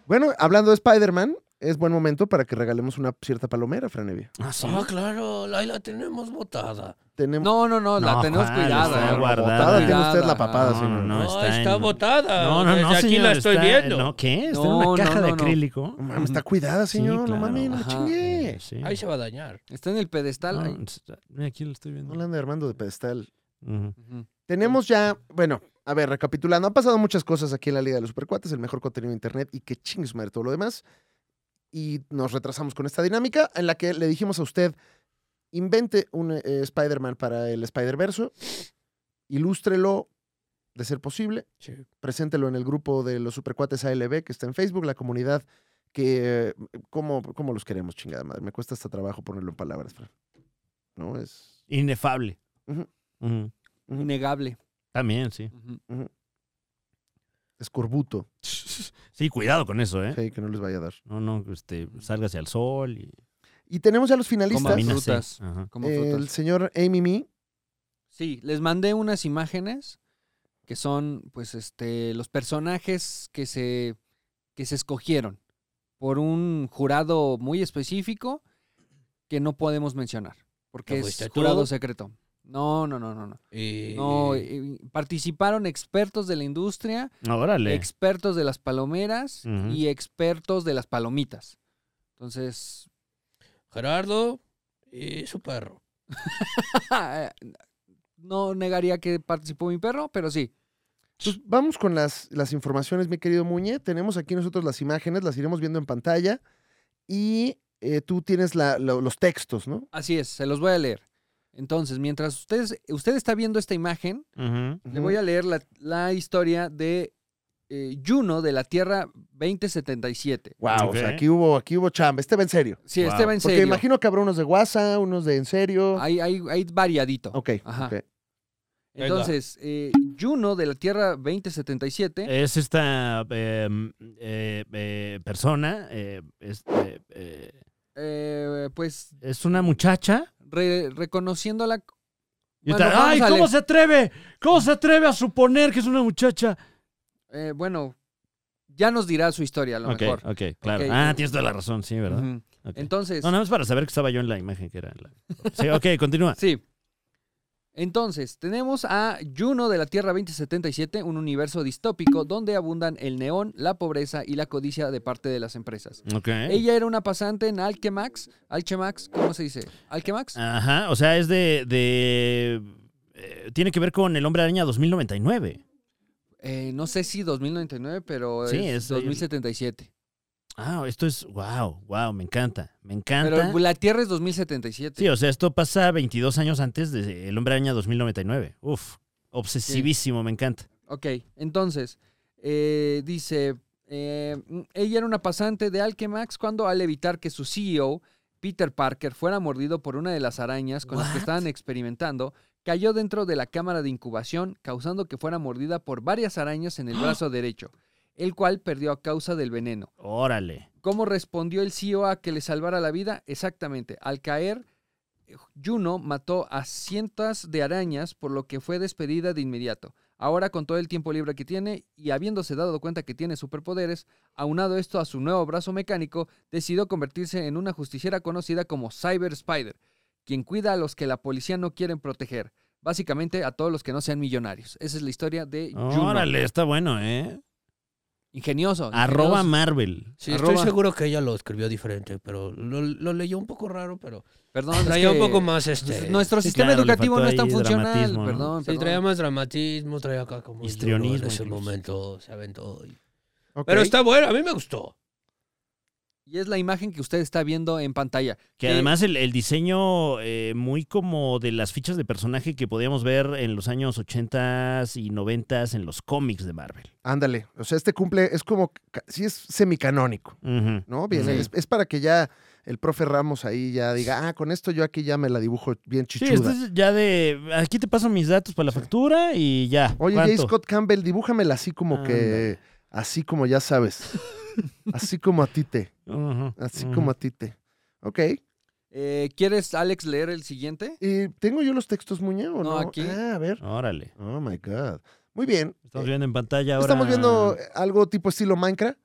S1: Bueno, hablando de Spider-Man, es buen momento para que regalemos una cierta palomera, Franevia.
S2: Ah, sí.
S4: Ah, claro, ahí la tenemos botada.
S1: Tenemos.
S3: No, no, no, la
S2: No,
S3: tenemos
S2: Juan,
S3: cuidada.
S2: está
S3: ¿eh?
S2: guardada.
S1: botada tiene usted la
S3: Cuidada.
S1: papada,
S2: No,
S1: señor.
S2: no,
S4: No,
S2: está
S4: está,
S2: en-
S4: botada.
S2: No, no, no,
S4: Desde Ah, aquí
S2: señor,
S4: la estoy
S2: está-
S4: viendo.
S2: No, ¿qué? Está en
S3: No,
S2: una caja
S3: no,
S2: de
S3: no, no.
S2: acrílico.
S1: No mames, está cuidada,
S2: Sí,
S1: señor.
S2: claro.
S1: No mames, no
S3: Ajá.
S1: chingue.
S2: Sí.
S4: Ahí se va a dañar.
S3: Está en el pedestal.
S4: Ah.
S2: No,
S3: ahí.
S2: está- mira, aquí lo estoy viendo.
S1: No la ande armando de pedestal.
S2: Ujú.
S3: Ujú.
S1: Tenemos ya, bueno, a ver, recapitulando, han pasado muchas cosas aquí en la Liga de los Supercuates, el mejor contenido de internet y que chingue su madre todo lo demás. Y nos retrasamos con esta dinámica en la que le dijimos a usted, invente un eh, Spider-Man para el Spider-Verso, ilústrelo de ser posible,
S4: Sí.
S1: preséntelo en el grupo de los Supercuates ALB que está en Facebook, la comunidad que, eh, ¿cómo, cómo los queremos, chingada madre? Me cuesta hasta trabajo ponerlo en palabras, Fran. ¿No? Es...
S2: Inefable.
S1: Ujú.
S2: Ujú.
S3: Innegable.
S2: También, sí.
S3: Ujú.
S1: Escorbuto,
S2: Sí, cuidado con eso, ¿eh?
S1: sí, que no les vaya a dar.
S2: No, no, este, sálgase al sol y.
S1: Y tenemos ya los finalistas.
S3: Combamina.
S2: Vitamina C.
S3: frutas.
S2: Ajá.
S3: Como
S1: El
S3: frutas.
S1: señor Amy Me.
S3: Sí, les mandé unas imágenes que son, pues, este, los personajes que se, que se escogieron por un jurado muy específico que no podemos mencionar,
S4: ¿No
S3: porque es
S4: fuiste tú?
S3: jurado secreto. No, no, no, no, no.
S4: Y...
S3: No, eh, participaron expertos de la industria,
S2: Órale.
S3: expertos de las palomeras
S2: Ujú.
S3: y expertos de las palomitas. Entonces,
S4: Gerardo y su perro.
S3: Ah, eh, no negaría que participó mi perro, pero sí.
S1: Pues vamos con las, las informaciones, mi querido Muñe. Tenemos aquí nosotros las imágenes, las iremos viendo en pantalla. Y eh, tú tienes la- lo- los textos, ¿no?
S3: Así es, se los voy a leer. Entonces, mientras ustedes, usted está viendo esta imagen,
S2: Ujú.
S3: le voy a leer la, la historia de eh, Juno de la Tierra 2077.
S1: Wow, o sea,
S2: Ok.
S1: aquí hubo, aquí hubo chamba. Este va en serio.
S3: Sí,
S2: Wow.
S3: este va en
S1: Porque
S3: serio.
S1: imagino que habrá unos de WhatsApp, unos de en serio.
S3: Hay, hay- hay variadito.
S1: ok,
S3: Ajá.
S1: ok.
S4: Venga.
S3: Entonces, eh, Juno de la Tierra 2077.
S2: Es esta eh, eh, eh, persona, eh, es, eh, eh,
S3: eh, pues
S2: es una muchacha.
S3: re- reconociéndola.
S2: Y
S3: Bueno,
S2: está,
S3: vamos
S2: ¡Ay,
S3: a
S2: cómo
S3: leer.
S2: se atreve! ¿Cómo se atreve a suponer que es una muchacha?
S3: eh, bueno, ya nos dirá su historia a lo
S2: ok,
S3: mejor.
S2: ok, claro.
S3: Ok.
S2: Ah, tienes toda la razón, sí, ¿verdad?
S3: Ujú.
S2: Ok.
S3: Entonces,
S2: No, nada más para saber que estaba yo en la imagen que era. la- Sí, ok, continúa.
S3: sí. Entonces, tenemos a Juno de la Tierra 2077, un universo distópico donde abundan el neón, la pobreza y la codicia de parte de las empresas.
S2: Ok.
S3: Ella era una pasante en Alchemax. Alchemax, ¿cómo se dice?
S2: Ah.
S3: Alchemax.
S2: Ajá, o sea, es de... de, eh, tiene que ver con El Hombre Araña 2099.
S3: Eh, no sé si 2099, pero
S2: Sí,
S3: es,
S2: es el-
S3: 2077.
S2: Ah, esto es... Wow, wow, me encanta, me encanta.
S3: Pero la Tierra es 2077.
S2: Sí, o sea, esto pasa 22 años antes de El Hombre Araña 2099. Uf, obsesivísimo, me encanta.
S3: Ok, entonces, eh, dice, eh, mm, ella era una pasante de Alchemax cuando al evitar que su CEO, Peter Parker, fuera mordido por una de las arañas con las que
S2: What?
S3: estaban experimentando, cayó dentro de la cámara de incubación, causando que fuera mordida por varias arañas en el brazo derecho, el cual perdió a causa del veneno.
S2: Órale.
S3: ¿Cómo respondió el CEO a que le salvara la vida? Exactamente. Al caer, eh, Juno mató a cientos de arañas, por lo que fue despedida de inmediato. Ahora, con todo el tiempo libre que tiene y habiéndose dado cuenta que tiene superpoderes, aunado esto a su nuevo brazo mecánico, decidió convertirse en una justiciera conocida como Cyber Spider, quien cuida a los que la policía no quieren proteger. Básicamente a todos los que no sean millonarios. Esa es la historia de Juno.
S2: Órale, está bueno, ¿eh?
S3: Ingenioso.
S2: Arroba
S3: ingenioso.
S2: Marvel.
S4: Sí,
S3: Arroba.
S4: estoy seguro que ella lo escribió diferente, pero lo, lo leyó un poco raro, pero
S3: Perdón, es
S4: traía
S3: que-
S4: un poco más este...
S3: Pues, Nuestro
S2: sí,
S3: sistema
S2: claro, le
S3: educativo no
S2: faltó
S3: es tan
S2: ahí
S3: funcional.
S2: dramatismo, ¿no?
S3: Perdón,
S4: Sí,
S3: perdón.
S4: traía más dramatismo, traía acá como... un
S2: Histrionismo,
S4: lloro En ese
S2: incluso.
S4: momento se aventó. y-
S1: Ok.
S4: Pero está bueno, a mí me gustó.
S3: Y es la imagen que usted está viendo en pantalla.
S2: Que
S3: Sí.
S2: además el, el diseño eh, muy como de las fichas de personaje que podíamos ver en los años 80s y 90s en los cómics de Marvel.
S1: Ándale. O sea, este cumple es como, ca- sí es semicanónico,
S2: Ujú.
S1: ¿no? Bien, es, es para que ya el profe Ramos ahí ya diga, ah, con esto yo aquí ya me la dibujo bien
S2: Sí,
S1: chichuda.
S2: esto es ya de... Aquí te paso mis datos para la factura y ya.
S1: Oye,
S2: ¿cuánto?
S1: J. Scott Campbell, dibújamela así como que,
S2: Ándale.
S1: así como ya sabes. así como a ti te,
S2: Ujú,
S1: así
S2: ujú.
S1: como a ti te. Ok.
S3: Eh, ¿Quieres, Alex, leer el siguiente?
S1: Eh, ¿Tengo yo los textos, Muñe, o no?
S3: No, aquí.
S1: Ah, a ver.
S2: Órale.
S1: Oh, my God. Muy bien.
S2: Estamos
S1: Eh,
S2: viendo en pantalla ahora.
S1: Estamos viendo algo tipo estilo Minecraft.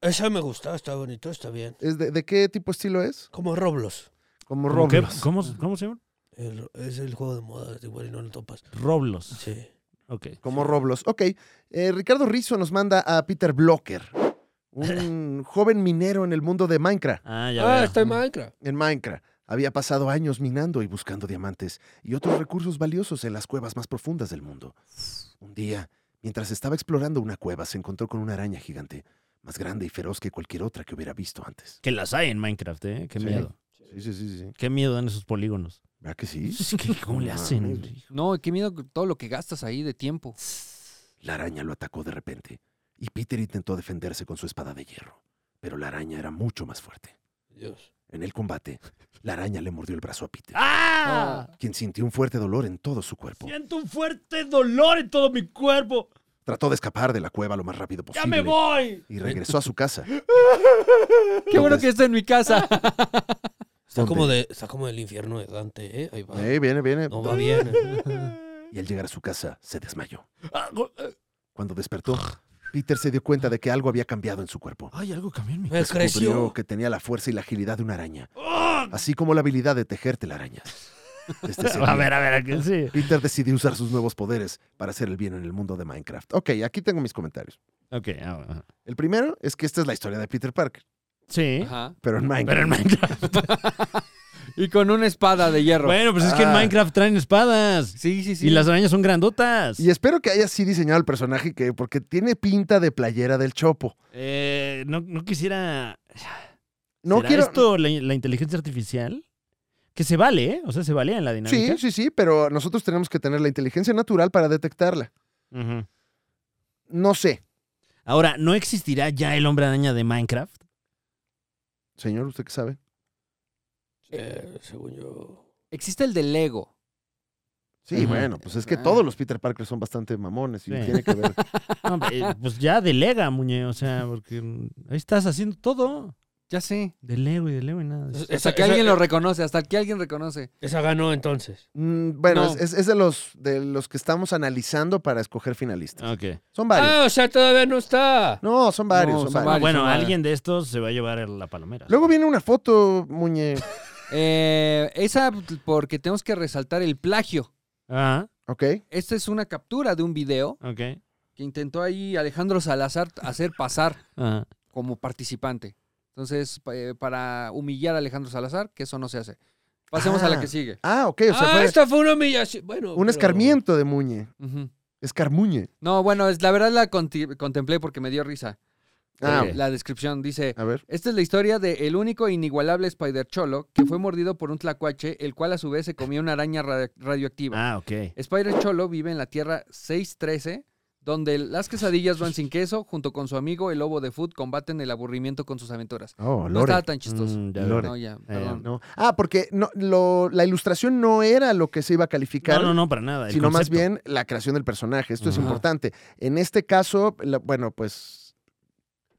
S4: Esa me gustó, está bonito, está bien.
S1: ¿Es de, de qué tipo estilo es?
S4: Como Roblos.
S1: Como
S2: ¿Cómo qué?
S1: Roblox.
S2: ¿Cómo, cómo se llama?
S4: El- es el juego de moda, igual y no lo topas.
S2: Roblos.
S4: Sí.
S2: Ok.
S1: Como Roblos. Ok. Eh, Ricardo Rizzo nos manda a Peter Blocker, un joven minero en el mundo de Minecraft.
S2: Ah, ya
S4: Ah,
S2: veo.
S4: está en Minecraft.
S1: En Minecraft había pasado años minando y buscando diamantes y otros recursos valiosos en las cuevas más profundas del mundo. Un día, mientras estaba explorando una cueva, se encontró con una araña gigante, más grande y feroz que cualquier otra que hubiera visto antes.
S2: Que las hay en Minecraft, ¿eh? Qué
S1: Sí.
S2: miedo.
S1: Sí, sí, sí, sí.
S2: Qué miedo dan esos polígonos.
S1: ¿Verdad que sí?
S2: Sí, ¿qué- ¿Cómo le
S1: No
S2: hacen?
S1: mames.
S3: No, qué miedo todo lo que gastas ahí de tiempo.
S1: La araña lo atacó de repente y Peter intentó defenderse con su espada de hierro, pero la araña era mucho más fuerte.
S4: Dios.
S1: En el combate, la araña le mordió el brazo a Peter,
S2: ¡Ah!
S1: quien sintió un fuerte dolor en todo su cuerpo.
S2: Siento un fuerte dolor en todo mi cuerpo.
S1: Trató de escapar de la cueva lo más rápido posible.
S2: ¡Ya me voy!
S1: y regresó a su casa.
S3: Qué bueno
S1: Entonces-
S3: que está en mi casa.
S4: Está
S1: ¿Dónde?
S4: como, de, está como el infierno de Dante, ¿eh? Ahí va.
S1: Eh, viene, viene.
S4: No va bien.
S1: Y al llegar a su casa, se desmayó.
S2: Ah, go- ah,
S1: Cuando despertó, Peter se dio cuenta de que algo había cambiado en su cuerpo.
S2: Ay, algo cambió en mi...
S4: Me
S1: Descubrió
S4: creció.
S1: que tenía la fuerza y la agilidad de una araña,
S2: ¡Ah!
S1: así como la habilidad de tejer telarañas. Desde ese
S2: A
S1: día,
S2: ver, a ver, ¿a qué sí?
S1: Peter decidió usar sus nuevos poderes para hacer el bien en el mundo de Minecraft. Ok, aquí tengo mis comentarios.
S2: Ok, ah, ah.
S1: El primero es que esta es la historia de Peter Parker,
S2: Sí,
S3: Ajá.
S1: pero en Minecraft.
S2: pero en Minecraft...
S3: Y con una espada de hierro.
S2: Bueno, pues es que en
S1: Ah.
S2: Minecraft traen espadas.
S3: sí, sí, sí.
S2: Y las arañas son grandotas.
S1: Y espero que haya así diseñado el personaje, que, porque tiene pinta de playera del Chopo.
S2: Eh, no, no quisiera...
S1: No
S2: ¿Será
S1: quiero.
S2: esto la, la inteligencia artificial? Que se vale, ¿eh? O sea, se valía en la dinámica.
S1: Sí, sí, sí, pero nosotros tenemos que tener la inteligencia natural para detectarla.
S2: Ujú.
S1: No sé,
S2: Ahora, ¿no existirá ya el hombre araña de Minecraft?
S1: señor, usted que sabe.
S4: Eh, según yo.
S3: Existe el de Lego.
S1: Sí,
S2: Ajá.
S1: bueno, pues es que
S3: Ah.
S1: todos los Peter Parker son bastante mamones y
S2: Sí.
S1: tiene que ver.
S2: No, hombre, eh, pues ya delega, muñe. O sea, porque mm, ahí estás haciendo todo.
S3: Ya sé.
S2: Delego y delego y nada.
S4: Esa,
S3: Hasta que
S4: esa-
S2: eh,
S3: alguien lo reconoce, hasta que alguien reconoce.
S4: esa ganó entonces.
S1: Mm, bueno,
S3: No.
S1: es, es- es de los de los que estamos analizando para escoger finalistas.
S2: Ok.
S1: Son varios.
S4: Ah, o sea, todavía no está.
S1: No, son varios,
S3: No,
S1: son
S3: son
S1: varios.
S3: varios.
S2: Bueno,
S3: Arizona.
S2: alguien de estos se va a llevar el- la palomera.
S1: Luego viene una foto, Muñe.
S3: Eh, esa porque tenemos que resaltar el plagio.
S2: Ah,
S1: Ok.
S3: Esta es una captura de un video
S2: ok.
S3: que intentó ahí Alejandro Salazar hacer pasar
S2: Ajá.
S3: como participante. Entonces, pa- eh, para humillar a Alejandro Salazar, que eso no se hace. Pasemos a la
S1: Ah.
S3: que sigue.
S1: Ah, ok. O sea,
S4: ah,
S1: fue
S4: esta fue una humillación. Bueno,
S1: un
S4: pero-
S1: escarmiento de Muñe.
S3: Ujú.
S1: Escarmuñe.
S3: No, bueno, es, la verdad la conti- contemplé porque me dio risa.
S1: Ah,
S3: Eh, La descripción dice,
S1: a ver.
S3: esta es la historia de el único e inigualable Spider Cholo que fue mordido por un tlacuache, el cual a su vez se comió una araña ra- radioactiva.
S2: Ah, ok.
S3: Spider Cholo vive en la Tierra 613, donde las quesadillas van sin queso, junto con su amigo el lobo de Food combaten el aburrimiento con sus aventuras.
S1: Oh,
S3: No
S1: Lore.
S3: estaba tan chistoso.
S2: Mm, ya
S1: Lore.
S2: veo.
S3: No, ya,
S2: ya.
S3: perdón.
S1: No. Ah, porque no, lo- la ilustración no era lo que se iba a calificar.
S2: No, no, no, para nada. el
S1: sino más
S2: concepto.
S1: bien la creación del personaje. Esto es
S2: Ajá.
S1: importante. En este caso, la- bueno, pues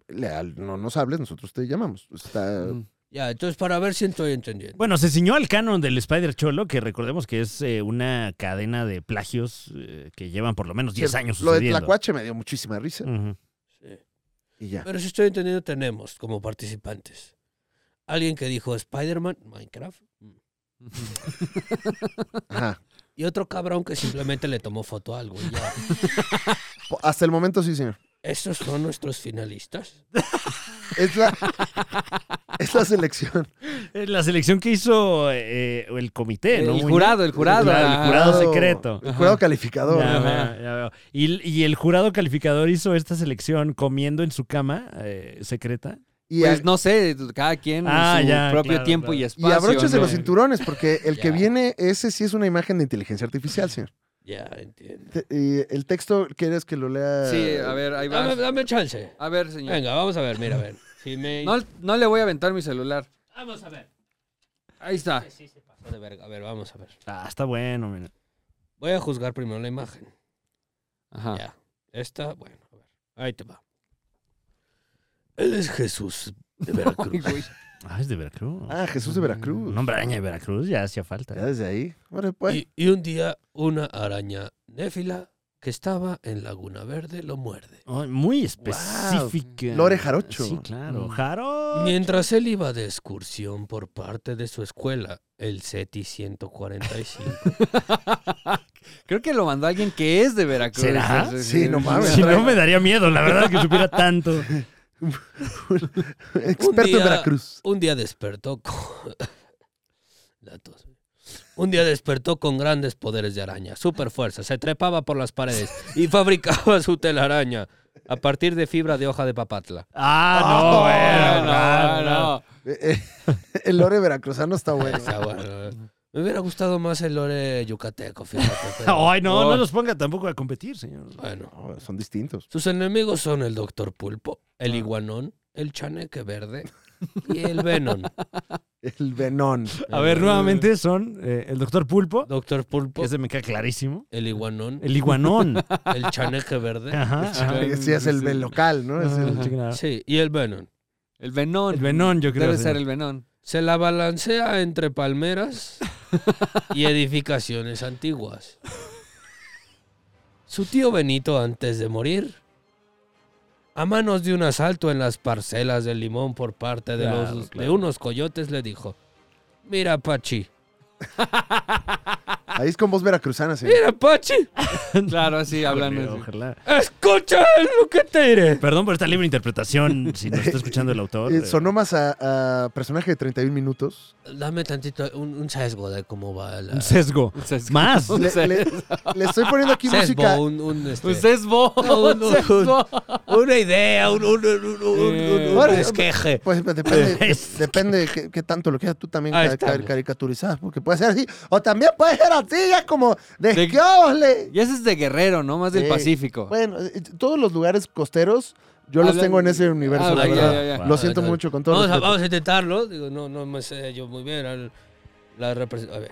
S1: le- no nos hables, nosotros te llamamos. Está,
S3: Mm.
S4: Ya, entonces para ver si estoy entendiendo.
S2: Bueno, se ciñó al canon del Spider Cholo, que recordemos que es eh, una cadena de plagios eh, que llevan por lo menos 10 años
S1: Lo de
S2: sucediendo. Mm.
S1: Tlacuache me dio muchísima risa.
S2: Ujú.
S4: Sí.
S1: Y ya.
S4: Pero si estoy entendiendo, tenemos como participantes. Alguien que dijo Spider-Man, Minecraft.
S3: Mm.
S1: Ajá.
S4: Y otro cabrón que simplemente le tomó foto a algo. y ya.
S1: Po- Hasta el momento sí, señor.
S4: Estos son nuestros finalistas.
S1: Es la, es la selección.
S2: Es Eh, La selección que hizo eh, el comité,
S3: El
S2: ¿no? Muñe?
S3: jurado, el jurado. pues,
S2: Ah, el jurado secreto.
S1: El jurado calificador.
S2: Ya
S3: Ajá.
S2: veo, ya veo. Y, y el jurado calificador hizo esta selección comiendo en su cama eh, secreta.
S1: Y,
S3: Pues
S1: a-
S3: no sé, cada quien en
S2: Ah,
S3: su
S2: ya,
S3: propio
S2: claro,
S3: tiempo y
S2: claro.
S1: y
S3: espacio.
S1: abróchese
S3: ¿no?
S1: los cinturones, porque el que
S4: Ya.
S1: viene, ese sí es una imagen de inteligencia artificial, señor.
S4: Ya, entiendo.
S1: Te- y el texto, ¿quieres que lo lea?
S3: Sí, a ver, ahí
S1: Ah,
S4: Dame,
S3: va.
S4: dame chance.
S3: A ver, señor.
S4: Venga, vamos a ver, mira, a ver. Si me...
S3: No, no le voy a aventar mi celular.
S4: Vamos a ver.
S3: Ahí está.
S4: Sí, se pasó de verga. A ver, vamos a ver.
S2: Ah, está bueno, mira.
S4: Voy a juzgar primero la imagen.
S3: Ajá.
S4: Ya. Esta, bueno, a ver. Ahí te va. Él es Jesús de
S3: Ay,
S4: Veracruz.
S3: güey.
S2: Ah, es de Veracruz.
S1: Ah, Jesús de Veracruz.
S2: Un hombre araña de Veracruz, ya hacía falta.
S1: Ya desde ahí. Ahora, pues.
S4: Y, y un día una araña néfila que estaba en Laguna Verde lo muerde.
S2: Oh, muy específica.
S1: Lore Jarocho.
S2: Sí, claro.
S3: Mm.
S2: Jarocho.
S4: Mientras él iba de excursión por parte de su escuela, el SETI 145.
S3: Creo que lo mandó alguien que es de Veracruz.
S2: ¿Será?
S1: Sí, no mames.
S2: Si no, me daría miedo, la verdad, que supiera tanto.
S1: Experto
S4: día-
S1: en Veracruz.
S4: un día despertó con... La tos. Un día despertó con grandes poderes de araña, super fuerza, se trepaba por las paredes y fabricaba su telaraña a partir de fibra de hoja de papatla.
S2: Ah, no,
S1: Oh,
S2: bueno,
S3: No,
S2: claro, claro.
S3: no.
S1: Eh, eh, el lore veracruzano está bueno.
S4: O sea, bueno, me hubiera gustado más el lore yucateco, fíjate. pero
S2: Ay, no, no nos ponga tampoco a competir, señor.
S4: bueno.
S1: No, son distintos.
S4: Sus enemigos son el Doctor Pulpo, el
S2: Ah.
S4: Iguanón, el Chaneque Verde y el Venom.
S1: El Venón.
S2: A ver, nuevamente son eh, el doctor Pulpo,
S4: Doctor Pulpo,
S2: Eh, que ese me queda clarísimo.
S4: el Iguanón,
S2: El iguanón.
S4: el Chaneque Verde.
S2: Ajá, ajá.
S1: Sí, es el local, ¿no? Es el-
S2: Sí, claro.
S4: Sí, y el Venom.
S3: El venón.
S2: El venón, yo creo.
S3: Debe
S2: señor.
S3: ser el venón.
S4: Se la balancea entre palmeras y edificaciones antiguas. Su tío Benito, antes de morir, a manos de un asalto en las parcelas de limón por parte de,
S2: Claro,
S4: los- de
S2: claro.
S4: unos coyotes, le dijo: Mira, Pachi,
S1: Ahí es con voz veracruzana, Eh, señor.
S4: mira, Pachi,
S3: Claro, así hablan.
S2: Ojalá,
S3: así.
S2: ojalá.
S4: escucha lo que te diré.
S2: Perdón por esta libre interpretación, si nos está escuchando el autor.
S1: Eh, sonó más a, a personaje de 31 minutos.
S4: Dame tantito un, un sesgo de cómo va la.
S2: Un sesgo.
S3: Un sesgo.
S2: Más.
S1: Le,
S3: sé.
S1: le- le estoy poniendo aquí música.
S4: Sesgo, un, un, este,
S3: Un sesbo. Un
S4: no,
S3: sesbo.
S4: una idea, un, un, un, un, un-
S3: Eh,
S4: un
S1: bueno,
S4: esqueje.
S1: Pues me depende, de-
S2: Es-
S1: depende de qué, qué tanto lo quieras tú también
S4: Ahí
S1: ca-
S4: estamos.
S1: ca- caricaturizar, porque puede ser así. O también puede ser así, ya como de,
S3: De-
S1: qué ole.
S3: Y ese es de Guerrero, no más del
S1: Sí.
S3: Pacífico.
S1: Bueno, eh, todos los lugares costeros yo los
S3: Hablan-
S1: tengo en ese universo,
S3: Ah,
S1: la
S3: ya,
S1: verdad.
S3: ya, ya.
S1: Lo siento mucho con todo
S4: Vamos a,
S1: respeto.
S4: vamos a intentarlo. Digo, no, no me sé yo muy bien. al- la representación. A ver.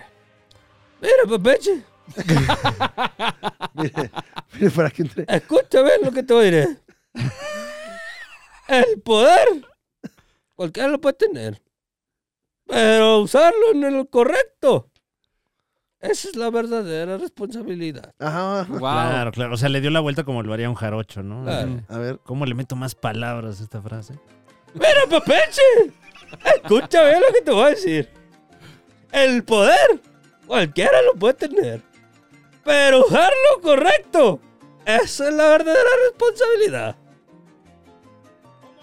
S4: Mira, Pepeche,
S1: Mire, mire, para que entre.
S4: escucha, ver lo que te voy a decir. El poder, cualquiera lo puede tener. Pero usarlo en el correcto. Esa es la verdadera responsabilidad.
S1: Ajá.
S3: Wow.
S2: Claro, claro. O sea, le dio la vuelta como lo haría un jarocho, ¿no? Eh,
S4: Claro.
S1: A ver.
S2: ¿Cómo le meto más palabras a esta frase?
S4: ¡Mira, Pepeche! Escucha bien lo que te voy a decir. El poder cualquiera lo puede tener, pero usarlo correcto, esa es la verdadera responsabilidad.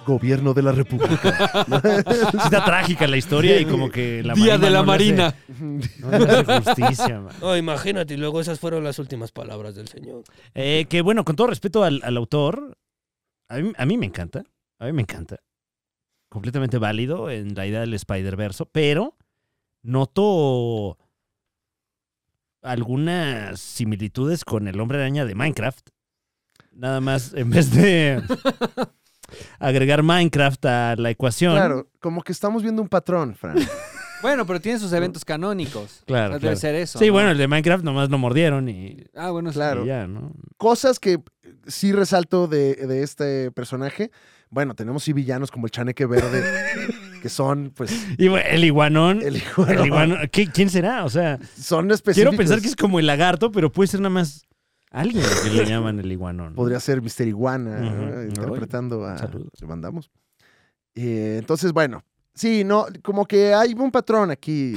S1: Gobierno de la República.
S2: Sí Está trágica la historia y como que la Marina
S3: Día de la
S2: no le hace-
S3: Marina.
S2: no le hace justicia, man.
S4: No, imagínate, y luego esas fueron las últimas palabras del señor.
S2: Eh, que bueno, con todo respeto al, al autor, a mí, a mí me encanta. A mí me encanta. Completamente válido en la idea del Spider-Verse, pero noto algunas similitudes con el hombre araña de Minecraft. Nada más, en vez de agregar Minecraft a la ecuación.
S1: Claro, como que estamos viendo un patrón, Fran.
S3: Bueno, pero tiene sus eventos canónicos. O
S2: claro. claro.
S3: sea, Debe ser eso.
S2: Sí,
S3: ¿no?
S2: bueno, el de Minecraft nomás lo mordieron y,
S3: Ah, bueno, sí.
S1: Claro.
S2: y ya, ¿no?
S1: Cosas que eh, sí resalto de, de este personaje. Bueno, tenemos sí villanos como el Chaneque Verde, que son, pues,
S2: Y bueno, el iguanón.
S1: el hijo
S2: el iguanón- ¿qué- ¿Quién será? O sea.
S1: Son específicos.
S2: Quiero pensar que es como el lagarto, pero puede ser nada más alguien que le llaman el iguanón.
S1: Podría ser Mister Iguana,
S2: Ujú.
S1: ¿no?
S2: Ay,
S1: interpretando a...
S2: saludos.
S1: Le mandamos. Eh, entonces, bueno, sí, no, como que hay un patrón aquí,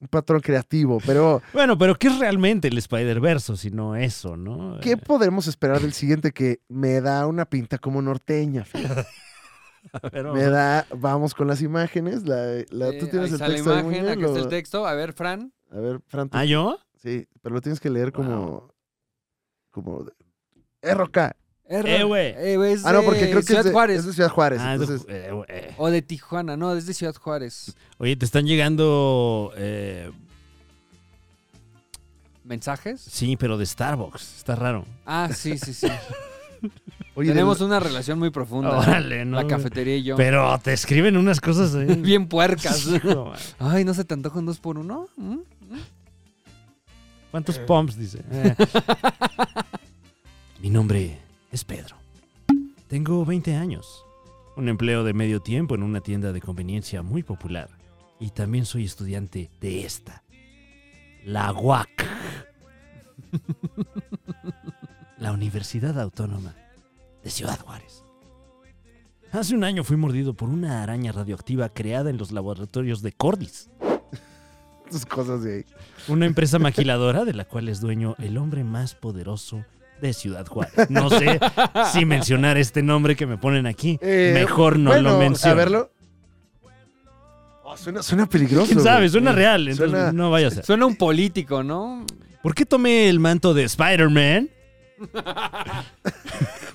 S1: un patrón creativo, pero
S2: Bueno, pero ¿qué es realmente el Spider-Verse si no eso, no?
S1: ¿qué podemos esperar del siguiente que me da una pinta como norteña? Fer?
S2: A ver, vamos.
S1: Me da, vamos con las imágenes, la, la-
S3: Eh,
S1: tú tienes
S3: ahí
S1: el
S3: está la
S1: texto de
S3: imagen,
S1: Muñe,
S3: aquí está
S1: lo-
S3: el texto. A ver, Fran.
S1: A ver, Fran, tú-
S2: ¿Ah, yo?
S1: sí, pero lo tienes que leer como,
S2: Wow.
S1: como, RK.
S3: R-
S2: Eh, güey.
S3: Eh, güey, es
S1: Ah, no, porque
S3: de
S1: creo que
S3: Ciudad
S1: es de,
S3: Juárez.
S1: es de Ciudad Juárez,
S2: Ah, es de-
S1: Pues, entonces...
S2: eh, eh.
S3: O de Tijuana, no, es de Ciudad Juárez.
S2: Oye, te están llegando. eh,
S3: ¿Mensajes?
S2: sí, pero de Starbucks. Está raro.
S3: Ah, sí, sí, sí.
S1: Oye,
S3: Tenemos
S1: del-
S3: una relación muy profunda.
S2: Órale, ¿no?
S3: La cafetería y yo.
S2: Pero te escriben unas cosas. eh. ahí.
S3: Bien puercas.
S2: Hijo, man.
S3: Ay, ¿no se te antoja un dos por uno? ¿Mm?
S2: ¿Cuántos pumps? Dice. Eh. Mi nombre es Pedro. Tengo 20 años. Un empleo de medio tiempo en una tienda de conveniencia muy popular. Y también soy estudiante de esta. La UAC. La Universidad Autónoma de Ciudad Juárez. Hace un año fui mordido por una araña radioactiva creada en los laboratorios de Cordis
S1: tus cosas de ahí.
S2: una empresa maquiladora de la cual es dueño el hombre más poderoso de Ciudad Juárez. No sé si mencionar este nombre que me ponen aquí.
S1: Eh,
S2: Mejor no
S1: bueno,
S2: lo menciono.
S1: A verlo. Oh, suena, suena peligroso.
S2: ¿Quién sabe?
S1: güey.
S2: Suena real, entonces
S1: Suena-
S2: no vaya a ser.
S3: Suena un político, ¿no?
S2: ¿Por qué tomé el manto de Spider-Man?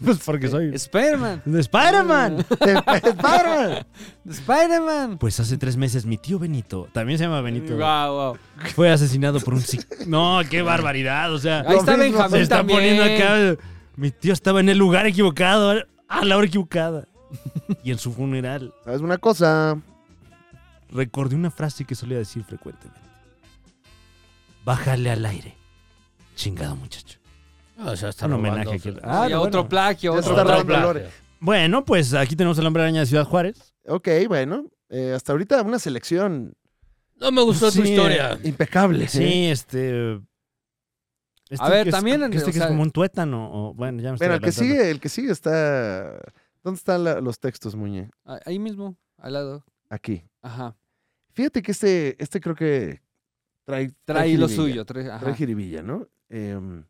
S2: pues porque soy
S3: Spider-Man.
S2: de Spider-Man.
S1: Spider-Man.
S3: Spider-Man.
S2: Pues hace tres meses mi tío Benito, también se llama Benito,
S3: Guau, guau.
S2: fue asesinado por un... psi- No, qué barbaridad, o sea...
S3: Ahí está
S1: mismo,
S3: Benjamín
S2: Se está
S3: también.
S2: poniendo acá. Mi tío estaba en el lugar equivocado, a la hora equivocada. Y en su funeral
S1: ¿Sabes una cosa?
S2: recordé una frase que solía decir frecuentemente. Bájale al aire. Chingado muchacho.
S4: O sea, está
S2: Un
S4: robando,
S2: homenaje aquí.
S4: Fer.
S2: Ah,
S3: Y
S2: no,
S3: otro
S2: bueno.
S3: plagio.
S1: Ya
S3: otro
S1: está
S3: plagio.
S1: robando Lore.
S4: Otro plagio.
S2: Bueno, pues aquí tenemos el hombre araña de Ciudad Juárez.
S1: Ok, bueno. eh, hasta ahorita una selección
S4: No me gustó tu
S2: Sí,
S4: historia.
S1: impecable. ¿eh?
S2: Sí, este. este
S3: A ver,
S2: que es-
S3: también,
S2: Este
S3: o
S2: que
S3: sea-
S2: es como un tuétano. o- bueno, ya me estoy
S1: Bueno, el que
S2: adelantando.
S1: sigue, el que sigue está. ¿Dónde están la- los textos, Muñe?
S3: Ah, Ahí mismo, al lado.
S1: Aquí.
S3: Ajá.
S1: Fíjate que este, este creo que trae. ¿eh?
S3: Trae lo
S1: jiribilla.
S3: suyo. trae- ajá.
S1: Trae jiribilla, ¿no? Em,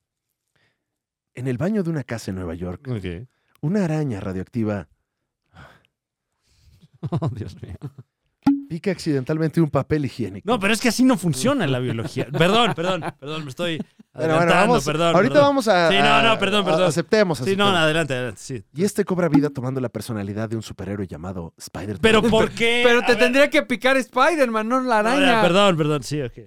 S1: en el baño de una casa en Nueva York,
S2: Ok.
S1: una araña radioactiva
S2: Oh, Dios mío.
S1: pica accidentalmente un papel higiénico.
S2: No, pero es que así no funciona la biología. Perdón, perdón, perdón, me estoy
S1: Bueno, bueno,
S2: adelantando,
S1: vamos-
S2: perdón.
S1: Ahorita
S2: perdón.
S1: vamos a.
S2: Sí, no, no,
S1: a-
S2: perdón,
S1: a-
S2: perdón.
S1: aceptemos,
S2: Sí, no,
S1: aceptemos.
S2: adelante, adelante, sí.
S1: Y este cobra vida tomando la personalidad de un superhéroe llamado Spider-Man.
S2: Pero ¿por qué?
S3: Pero
S2: A
S3: te
S2: ver,
S3: tendría que picar Spider-Man, no la
S2: no,
S3: araña.
S2: ya, Perdón, perdón, sí, ok.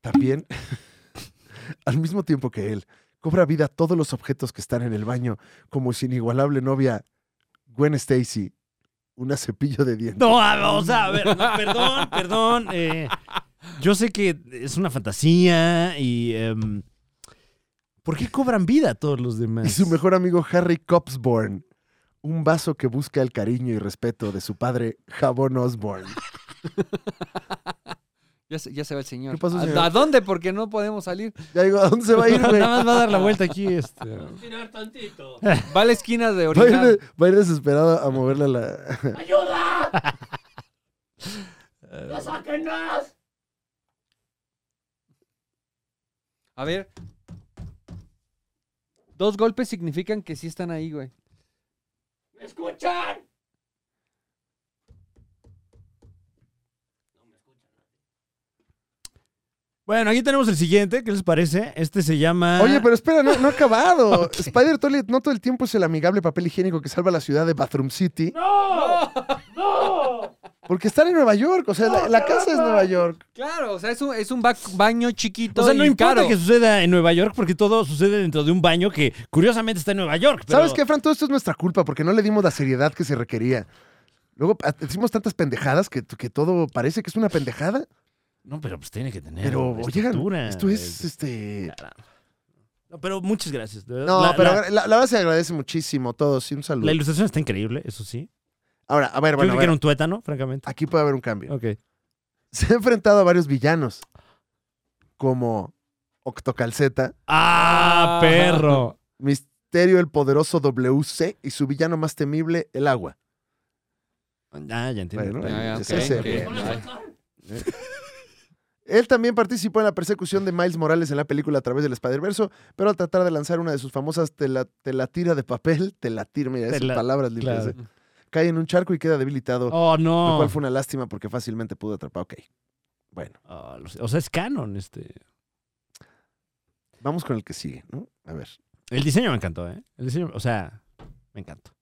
S1: También, al mismo tiempo que él, cobra vida todos los objetos que están en el baño, como su inigualable novia, Gwen Stacy, una cepillo de dientes.
S2: No, a- o sea, a ver, no, perdón, perdón. eh, yo sé que es una fantasía y... em, ¿Por qué cobran vida todos los demás?
S1: Y su mejor amigo Harry Copsborn, un vaso que busca el cariño y respeto de su padre, Jabón Osborn.
S3: Ya, se, ya se va el señor.
S1: ¿Qué pasó,
S3: ¿A-
S1: señor?
S3: ¿A, dónde? Porque no podemos salir.
S1: Ya digo, ¿a dónde se va a ir, güey?
S2: Nada más va a dar la vuelta aquí este.
S4: Tirar tantito.
S3: Va a la esquina de
S1: Va a ir,
S3: orinar.
S1: de- va a ir desesperado a moverle la...
S4: ¡Ayuda!
S3: A ver. Dos golpes significan que sí están ahí, güey.
S2: Bueno, aquí tenemos el siguiente. ¿Qué les parece? Este se llama.
S1: Oye, pero espera, no, no ha acabado.
S2: Ok.
S1: Spider Toilet no todo el tiempo es el amigable papel higiénico que salva la ciudad de Bathroom City. ¡No! ¡No! Porque están en Nueva York, o sea, la, la casa es Nueva York.
S3: Claro, o sea, es un, es un ba- baño chiquito.
S2: O sea, no
S3: y
S2: importa
S3: caro.
S2: que suceda en Nueva York porque todo sucede dentro de un baño que curiosamente está en Nueva York. pero-
S1: ¿Sabes qué, Fran? Todo esto es nuestra culpa porque no le dimos la seriedad que se requería. Luego a- decimos tantas pendejadas que, que todo parece que es una pendejada.
S2: No, pero pues tiene que tener.
S1: Pero, oigan,
S2: estructura,
S1: esto es
S2: eh,
S1: este.
S2: caramba. No, pero muchas gracias. de verdad.
S1: No,
S2: La-
S1: pero
S2: la-
S1: agra- la, la verdad se agradece muchísimo todo. Sí, un saludo.
S2: la ilustración está increíble, eso sí.
S1: Ahora, a ver, bueno,
S2: Yo creí
S1: a
S2: que
S1: ver,
S2: era un tuétano, francamente.
S1: aquí puede haber un cambio.
S2: Ok.
S1: Se ha enfrentado a varios villanos, como Octocalceta,
S2: ¡Ah, perro!
S1: Misterio el poderoso WC y su villano más temible, el agua.
S2: Ah, ya entiendo.
S1: Bueno,
S3: Ah, ya,
S1: Sí,
S3: ok,
S1: sí,
S3: ok.
S1: bien, Él también participó en la persecución de Miles Morales en la película a través del Spider-Verso, pero al tratar de lanzar una de sus famosas tela- telatira de papel, telatir, mira, esas
S2: Tela-
S1: palabras limpias,
S2: claro.
S1: ¿eh? cae en un charco y queda debilitado,
S2: Oh,
S1: lo
S2: no.
S1: cual fue una lástima porque fácilmente pudo atrapar. Ok, bueno,
S2: Ah, lo sé. o sea, es canon. este.
S1: vamos con el que sigue, ¿no? A ver,
S2: El diseño me encantó, ¿eh? El diseño, o sea, me encantó.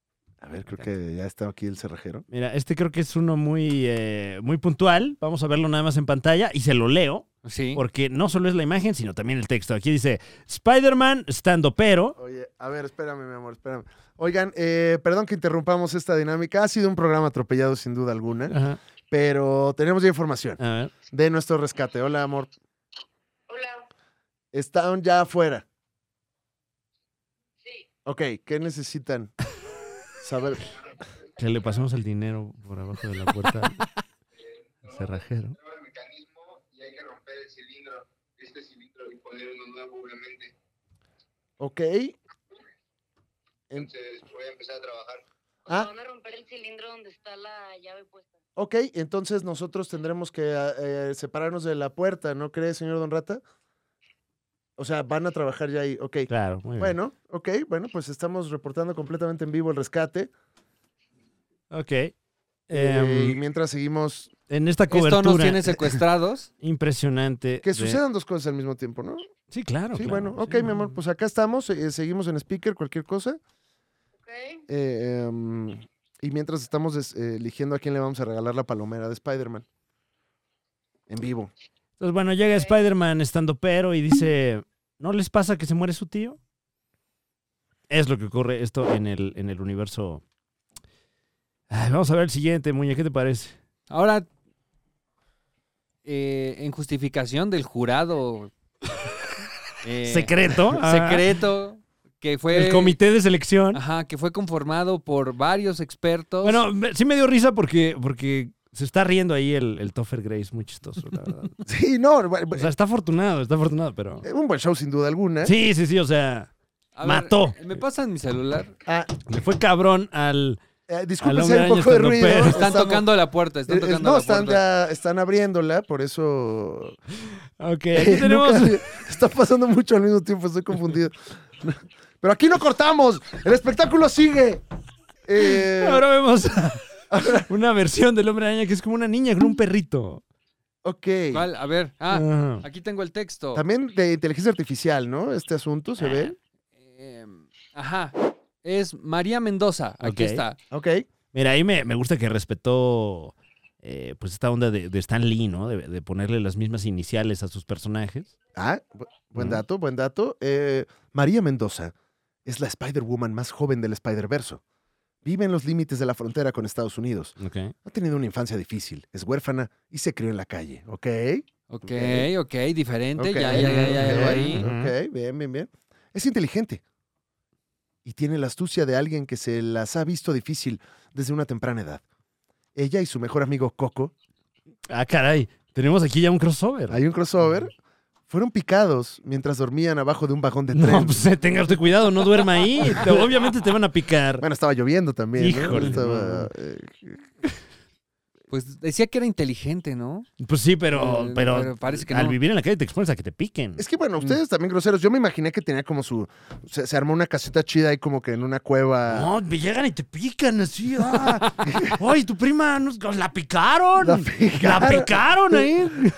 S1: a ver, creo que ya está aquí el cerrajero.
S2: Mira, este creo que es uno muy, eh, muy puntual. Vamos a verlo nada más en pantalla y se lo leo.
S3: Sí.
S2: Porque no solo es la imagen, sino también el texto. Aquí dice Spider-Man estando pero.
S1: Oye, a ver, espérame, mi amor, espérame. Oigan, eh, perdón que interrumpamos esta dinámica. Ha sido un programa atropellado sin duda alguna,
S2: Ajá,
S1: pero tenemos ya información
S2: a ver.
S1: de nuestro rescate. Hola, amor.
S5: Hola,
S1: Están ya afuera.
S5: sí.
S1: Ok, ¿qué necesitan? Saber.
S2: Que le pasemos el dinero por abajo de la puerta. al Cerrajero.
S5: Nuevo el mecanismo y hay que romper el cilindro, este cilindro y poner uno nuevo, obviamente.
S1: Ok. En-
S5: Entonces voy a empezar a trabajar.
S1: Ah.
S5: Van a romper el cilindro donde está la llave puesta.
S1: ok, entonces nosotros tendremos que eh, separarnos de la puerta, ¿no cree, señor Don Rata? O sea, van a trabajar ya ahí. Ok.
S2: Claro, muy bien.
S1: Bueno, ok, bueno, pues estamos reportando completamente en vivo el rescate.
S2: Ok.
S1: Eh, y
S2: Em,
S1: mientras seguimos,
S2: en esta
S3: Esto nos
S2: cobertura
S3: tiene secuestrados.
S2: impresionante.
S1: que
S2: de-
S1: sucedan dos cosas al mismo tiempo, ¿no?
S2: Sí, claro.
S1: sí,
S2: claro,
S1: bueno,
S2: sí,
S1: ok, mi amor, pues acá estamos, eh, seguimos en speaker, cualquier cosa.
S5: ¿Ok?
S1: Eh, em, y mientras estamos es- eh, eligiendo a quién le vamos a regalar la palomera de Spider-Man. En vivo.
S2: Entonces, bueno, llega Spider-Man estando pero y dice, ¿no les pasa que se muere su tío? Es lo que ocurre esto en el, en el universo. Ay, vamos a ver el siguiente, Muñe, ¿qué te parece?
S3: Ahora, eh, en justificación del jurado eh,
S2: Secreto. ajá.
S3: secreto que fue
S2: El comité de selección.
S1: Ah,
S3: ajá, que fue conformado por varios expertos.
S2: Bueno, me- sí me dio risa porque, porque se está riendo ahí el, el Topher Grace, muy chistoso, la verdad.
S1: Sí, no, bu- bu-
S2: O sea, está afortunado, está afortunado, pero.
S1: eh, un buen show sin duda alguna.
S2: Sí, sí, sí, o sea,
S3: A ver,
S2: mató.
S3: ¿Me pasan mi celular?
S1: Ah,
S2: le fue cabrón al.
S1: eh,
S2: Al
S1: disculpen si
S2: hombre
S1: hay un
S2: araña
S1: poco de
S2: estando
S1: ruido.
S2: pedo.
S1: estamos-
S3: Están tocando la puerta,
S1: eh, eh,
S3: están tocando
S1: no,
S3: la
S1: están
S3: puerta.
S1: ya, están abriéndola, por eso.
S2: Ok,
S1: eh,
S2: aquí tenemos.
S1: nunca- está pasando mucho al mismo tiempo, estoy confundido. Pero aquí no cortamos, el espectáculo sigue. Eh,
S2: Ahora vemos una versión del hombre araña que es como una niña con un perrito.
S1: ok.
S3: ¿Cuál? A ver, ah,
S2: Ajá.
S3: aquí tengo el texto.
S1: También de inteligencia artificial, ¿no? Este asunto
S3: Ah.
S1: se ve.
S3: Eh, ajá. Es María Mendoza, aquí
S2: Ok.
S3: está.
S1: Ok.
S2: Mira, ahí me, me gusta que respetó eh, pues esta onda de, de Stan Lee, ¿no? De, de ponerle las mismas iniciales a sus personajes.
S1: Ah, bu- buen
S3: Mm.
S2: Ujú.
S1: dato, buen dato. Eh, María Mendoza es la Spider-Woman más joven del Spider-Verso. Vive en los límites de la frontera con Estados Unidos.
S2: Ok.
S1: Ha tenido una infancia difícil, es huérfana y se crió en la calle, ¿ok?
S3: Ok,
S1: Ok.
S3: ok, diferente.
S1: Ok,
S3: Ya, ya, ya, ya, ya,
S1: ok,
S3: ahí.
S1: Ok, bien, bien, bien. Es inteligente y tiene la astucia de alguien que se las ha visto difícil desde una temprana edad. Ella y su mejor amigo Coco,
S2: Ah, caray. Tenemos aquí ya un crossover.
S1: hay un crossover, fueron picados mientras dormían abajo de un vagón de tren.
S2: No, pues eh, tenga usted cuidado, no duerma ahí. Te- obviamente te van a picar.
S1: Bueno, estaba eh, lloviendo también. ¿no?
S2: Híjole,
S1: Estaba,
S2: no, no.
S1: eh,
S3: Pues decía que era inteligente, ¿no?
S2: Pues sí, pero,
S3: Eh,
S2: pero,
S3: parece que
S2: al
S3: no.
S2: vivir en la calle te expones a que te piquen.
S1: Es que bueno, ustedes también groseros. Yo me imaginé que tenía como su. Se, se armó una caseta chida ahí como que en una cueva.
S2: No, me llegan y te pican así. ah. Ay, tu prima nos, nos la picaron.
S1: La
S2: La
S1: picaron.
S2: picaron, ahí.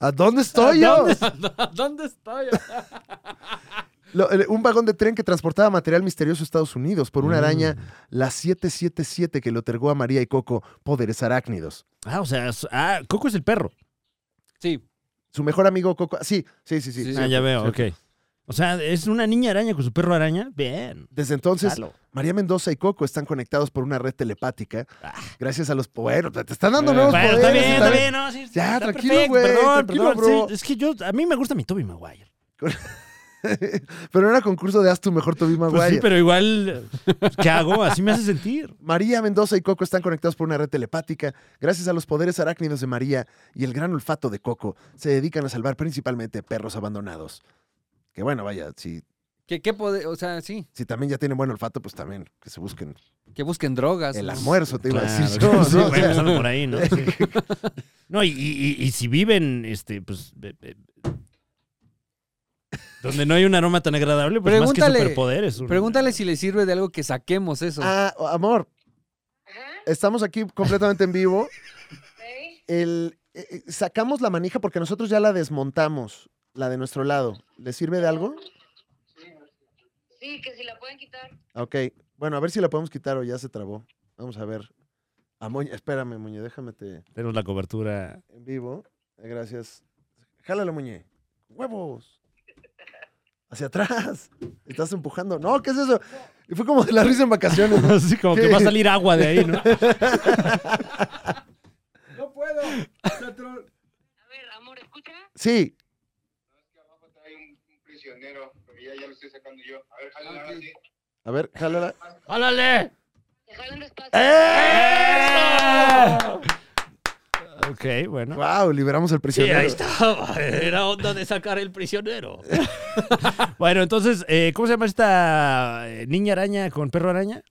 S1: ¿A dónde estoy yo?
S2: ¿Dónde
S4: ¿Dónde estoy?
S1: Lo- el- un vagón de tren que transportaba material misterioso a Estados Unidos por
S2: Mm.
S1: una araña, la 777, que lo otorgó a María y Coco poderes arácnidos.
S2: Ah, o sea, s- ah, Coco es el perro.
S3: Sí.
S1: Su mejor amigo Coco. Sí, sí, sí, sí.
S3: Sí, sí.
S2: ah, ya veo,
S1: cierto.
S2: ok. O sea, es una niña araña con su perro araña. Bien.
S1: Desde entonces,
S2: Jalo.
S1: María Mendoza y Coco están conectados por una red telepática. Gracias a los poderes. Te están dando nuevos
S2: Ah. Eh, Bueno,
S1: poderes.
S2: está bien, está
S1: Pues está
S2: bien. no, sí,
S1: Ya,
S2: está
S1: tranquilo,
S2: perfecto,
S1: güey,
S2: Perdón,
S1: tranquilo,
S2: perdón,
S1: bro.
S2: sí, es que yo, a mí me gusta mi Toby Maguire.
S1: Pero era concurso de haz tu mejor Toby Maguire.
S2: Pues sí, pero igual, ¿qué hago? Así me hace sentir.
S1: María Mendoza y Coco están conectados por una red telepática. Gracias a los poderes arácnidos de María y el gran olfato de Coco, se dedican a salvar principalmente perros abandonados. Que bueno, vaya, si,
S3: Que, que pode- o sea, sí,
S1: si también ya tienen buen olfato, pues también que se busquen
S3: que busquen drogas.
S1: el
S3: ¿no?
S1: almuerzo, te iba a decir
S2: Claro,
S1: yo,
S2: sí,
S1: ¿no?
S2: bueno,
S1: O sea,
S2: empezando por ahí, ¿no? Sí. No, y, y- y- y si viven, este, pues. be- be- donde no hay un aroma tan agradable, pues más que
S3: Pregúntale-
S2: superpoderes. un-
S3: Pregúntale si le sirve de algo que saquemos eso.
S1: ah, amor,
S5: Ajá,
S1: estamos aquí completamente en vivo.
S5: ok.
S1: El, eh, eh, sacamos la manija porque nosotros ya la desmontamos, la de nuestro lado. ¿Le sirve de algo?
S5: Sí, que si la pueden quitar.
S1: Ok, bueno, a ver si la podemos quitar o ya se trabó. Vamos a ver. A Moña, espérame, Moña, déjame te...
S2: Tenemos la cobertura.
S1: en vivo. Eh, Gracias. Jálalo, muñe. ¡Huevos! Hacia atrás. Estás empujando. No, ¿qué es eso? Y fue como de la risa en vacaciones. ¿no?
S2: Así como que
S1: ¿Qué?
S2: va a salir agua de ahí, ¿no?
S3: no puedo.
S5: A ver, amor, ¿escucha?
S1: Sí.
S5: No, es que abajo trae un, un prisionero, pero ya, ya lo estoy sacando yo. A ver, jalen ahora sí.
S1: A ver, jálala.
S4: ¡Órale!
S5: Que jalen despacio.
S2: ¡Eh! ok, bueno.
S1: ¡Wow! Liberamos al
S4: Sí,
S1: prisionero.
S4: ahí estaba. Era onda de sacar el prisionero.
S2: Bueno, entonces, eh, ¿cómo se llama esta eh, niña araña con perro araña?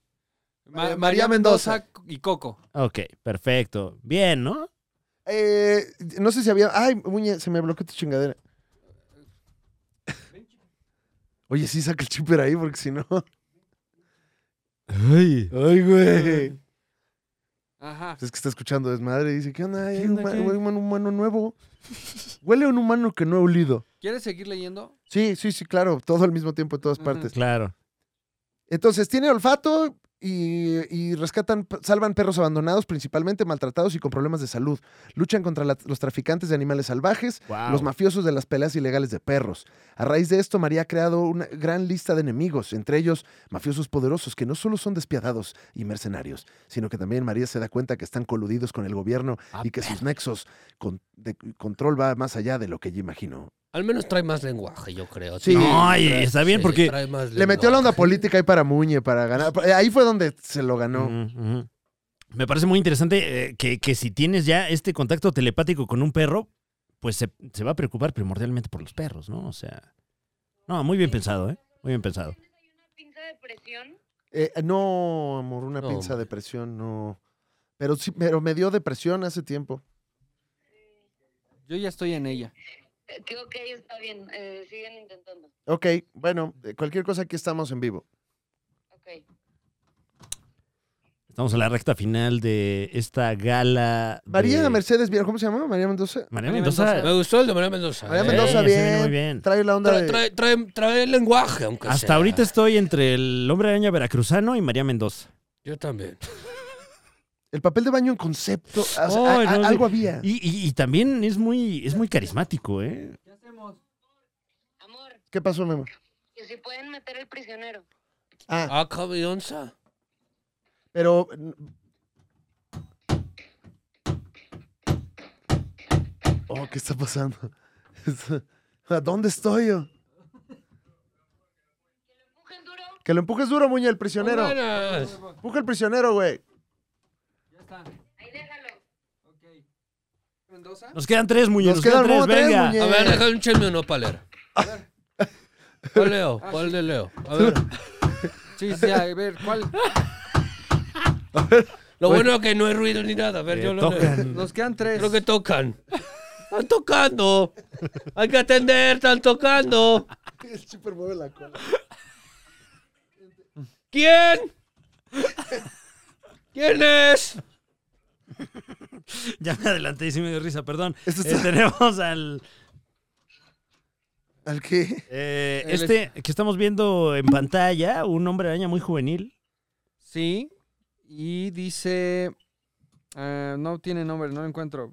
S3: Ma-
S1: María
S3: María,
S1: Mendoza.
S3: Mendoza. y Coco.
S2: Ok, perfecto. Bien, ¿no?
S1: Eh, no sé si había. ¡Ay, muñe! Se me bloqueó tu chingadera. Oye, sí, saca el chipper ahí porque si no.
S2: Ay.
S1: ¡Ay, güey!
S3: Ajá.
S1: Pues es que está escuchando desmadre y dice: ¿Qué onda? Hay
S2: ¿Qué
S1: un
S2: onda,
S1: huma-
S2: qué?
S1: hay un humano, nuevo. Huele a un humano que no he olido.
S3: ¿Quieres seguir leyendo?
S1: Sí, sí, sí, claro, todo al mismo tiempo en todas
S3: Ujú.
S1: partes.
S2: Claro.
S1: Entonces, tiene olfato y, y rescatan, salvan perros abandonados, principalmente maltratados y con problemas de salud. Luchan contra la- los traficantes de animales salvajes,
S2: Wow.
S1: los mafiosos de las peleas ilegales de perros. A raíz de esto, María ha creado una gran lista de enemigos, entre ellos mafiosos poderosos que no solo son despiadados y mercenarios, sino que también María se da cuenta que están coludidos con el gobierno
S4: Ah,
S1: y que sus nexos con- de control va más allá de lo que ella imaginó.
S4: Al menos trae más lenguaje, yo creo.
S1: Sí.
S2: No, y está bien porque-
S1: Le metió la onda política ahí para Muñe, para ganar. Ahí fue donde se lo ganó.
S4: Mm.
S2: Ujú, ujú. Me parece muy interesante eh, que, que si tienes ya este contacto telepático con un perro, pues se, se va a preocupar primordialmente por los perros, ¿no? O sea. No, muy bien pensado, ¿eh? Muy bien pensado.
S5: ¿Tienes ahí una pinza de presión?
S1: Eh, no, amor, una
S4: No,
S1: pinza
S4: hombre.
S1: de presión, no. Pero sí, pero me dio depresión hace tiempo.
S3: Yo ya estoy en ella.
S5: Eh, Que ok, está bien. eh, siguen intentando.
S1: Ok, bueno, eh, cualquier cosa aquí estamos en vivo.
S5: Ok.
S2: Estamos en la recta final de esta gala. de-
S1: María Mercedes, Viejo, ¿cómo se llama? María Mendoza.
S2: María
S3: María
S2: Mendoza.
S4: Me gustó el de María Mendoza.
S1: María
S4: ¿eh?
S1: Mendoza,
S2: sí, viene
S1: bien.
S2: muy bien.
S1: Trae la onda
S4: Trae,
S1: de.
S4: trae- trae- trae lenguaje, aunque
S2: Hasta
S4: Pues sea.
S2: ahorita estoy entre el hombre araña veracruzano y María Mendoza.
S4: Yo también.
S1: El papel de baño en concepto. o sea,
S2: Ay,
S1: a- a-
S2: Oh, no, sí.
S1: algo había.
S2: Y, y- y también es muy, es muy carismático, ¿eh?
S3: ¿Qué hacemos?
S5: Amor,
S1: ¿Qué pasó, Memo?
S5: que si pueden meter el prisionero.
S1: Ah,
S4: Ah, cabidonza.
S1: pero. mm. Oh, ¿qué está pasando? ¿A dónde estoy yo?
S5: Empujen duro.
S1: Que lo empujes duro, Muñe, el prisionero.
S4: Buenas.
S1: Empuja el prisionero, güey.
S3: Ya está.
S5: Ahí déjalo.
S3: Ok. ¿Mendoza?
S2: Nos quedan tres, Muñe. Nos,
S1: Nos
S2: quedan,
S1: quedan como
S2: tres,
S1: tres,
S2: venga.
S1: Muñe.
S4: A ver, déjame un chisme o no para leer. ¿Cuál leo?
S3: Ah,
S4: ¿Cuál
S3: sí.
S4: de leo? A ver.
S3: Sí, sí, a ver, ¿cuál?
S4: Lo
S2: Bueno.
S4: bueno, es que no hay ruido ni nada. A ver,
S2: Eh,
S4: yo lo
S2: tocan.
S3: Nos quedan tres.
S4: Creo que tocan. Están tocando. Hay que atender, están tocando.
S1: El super mueve la cola.
S4: ¿Quién? ¿Quién es?
S2: Ya me adelanté y sí me dio risa, perdón.
S1: Esto
S2: Eh,
S1: Este está-
S2: tenemos al.
S1: ¿Al qué?
S2: eh,
S3: Él es-
S2: este que estamos viendo en pantalla, un hombre araña muy juvenil.
S3: Sí. Y dice. ah, no tiene nombre, no lo encuentro.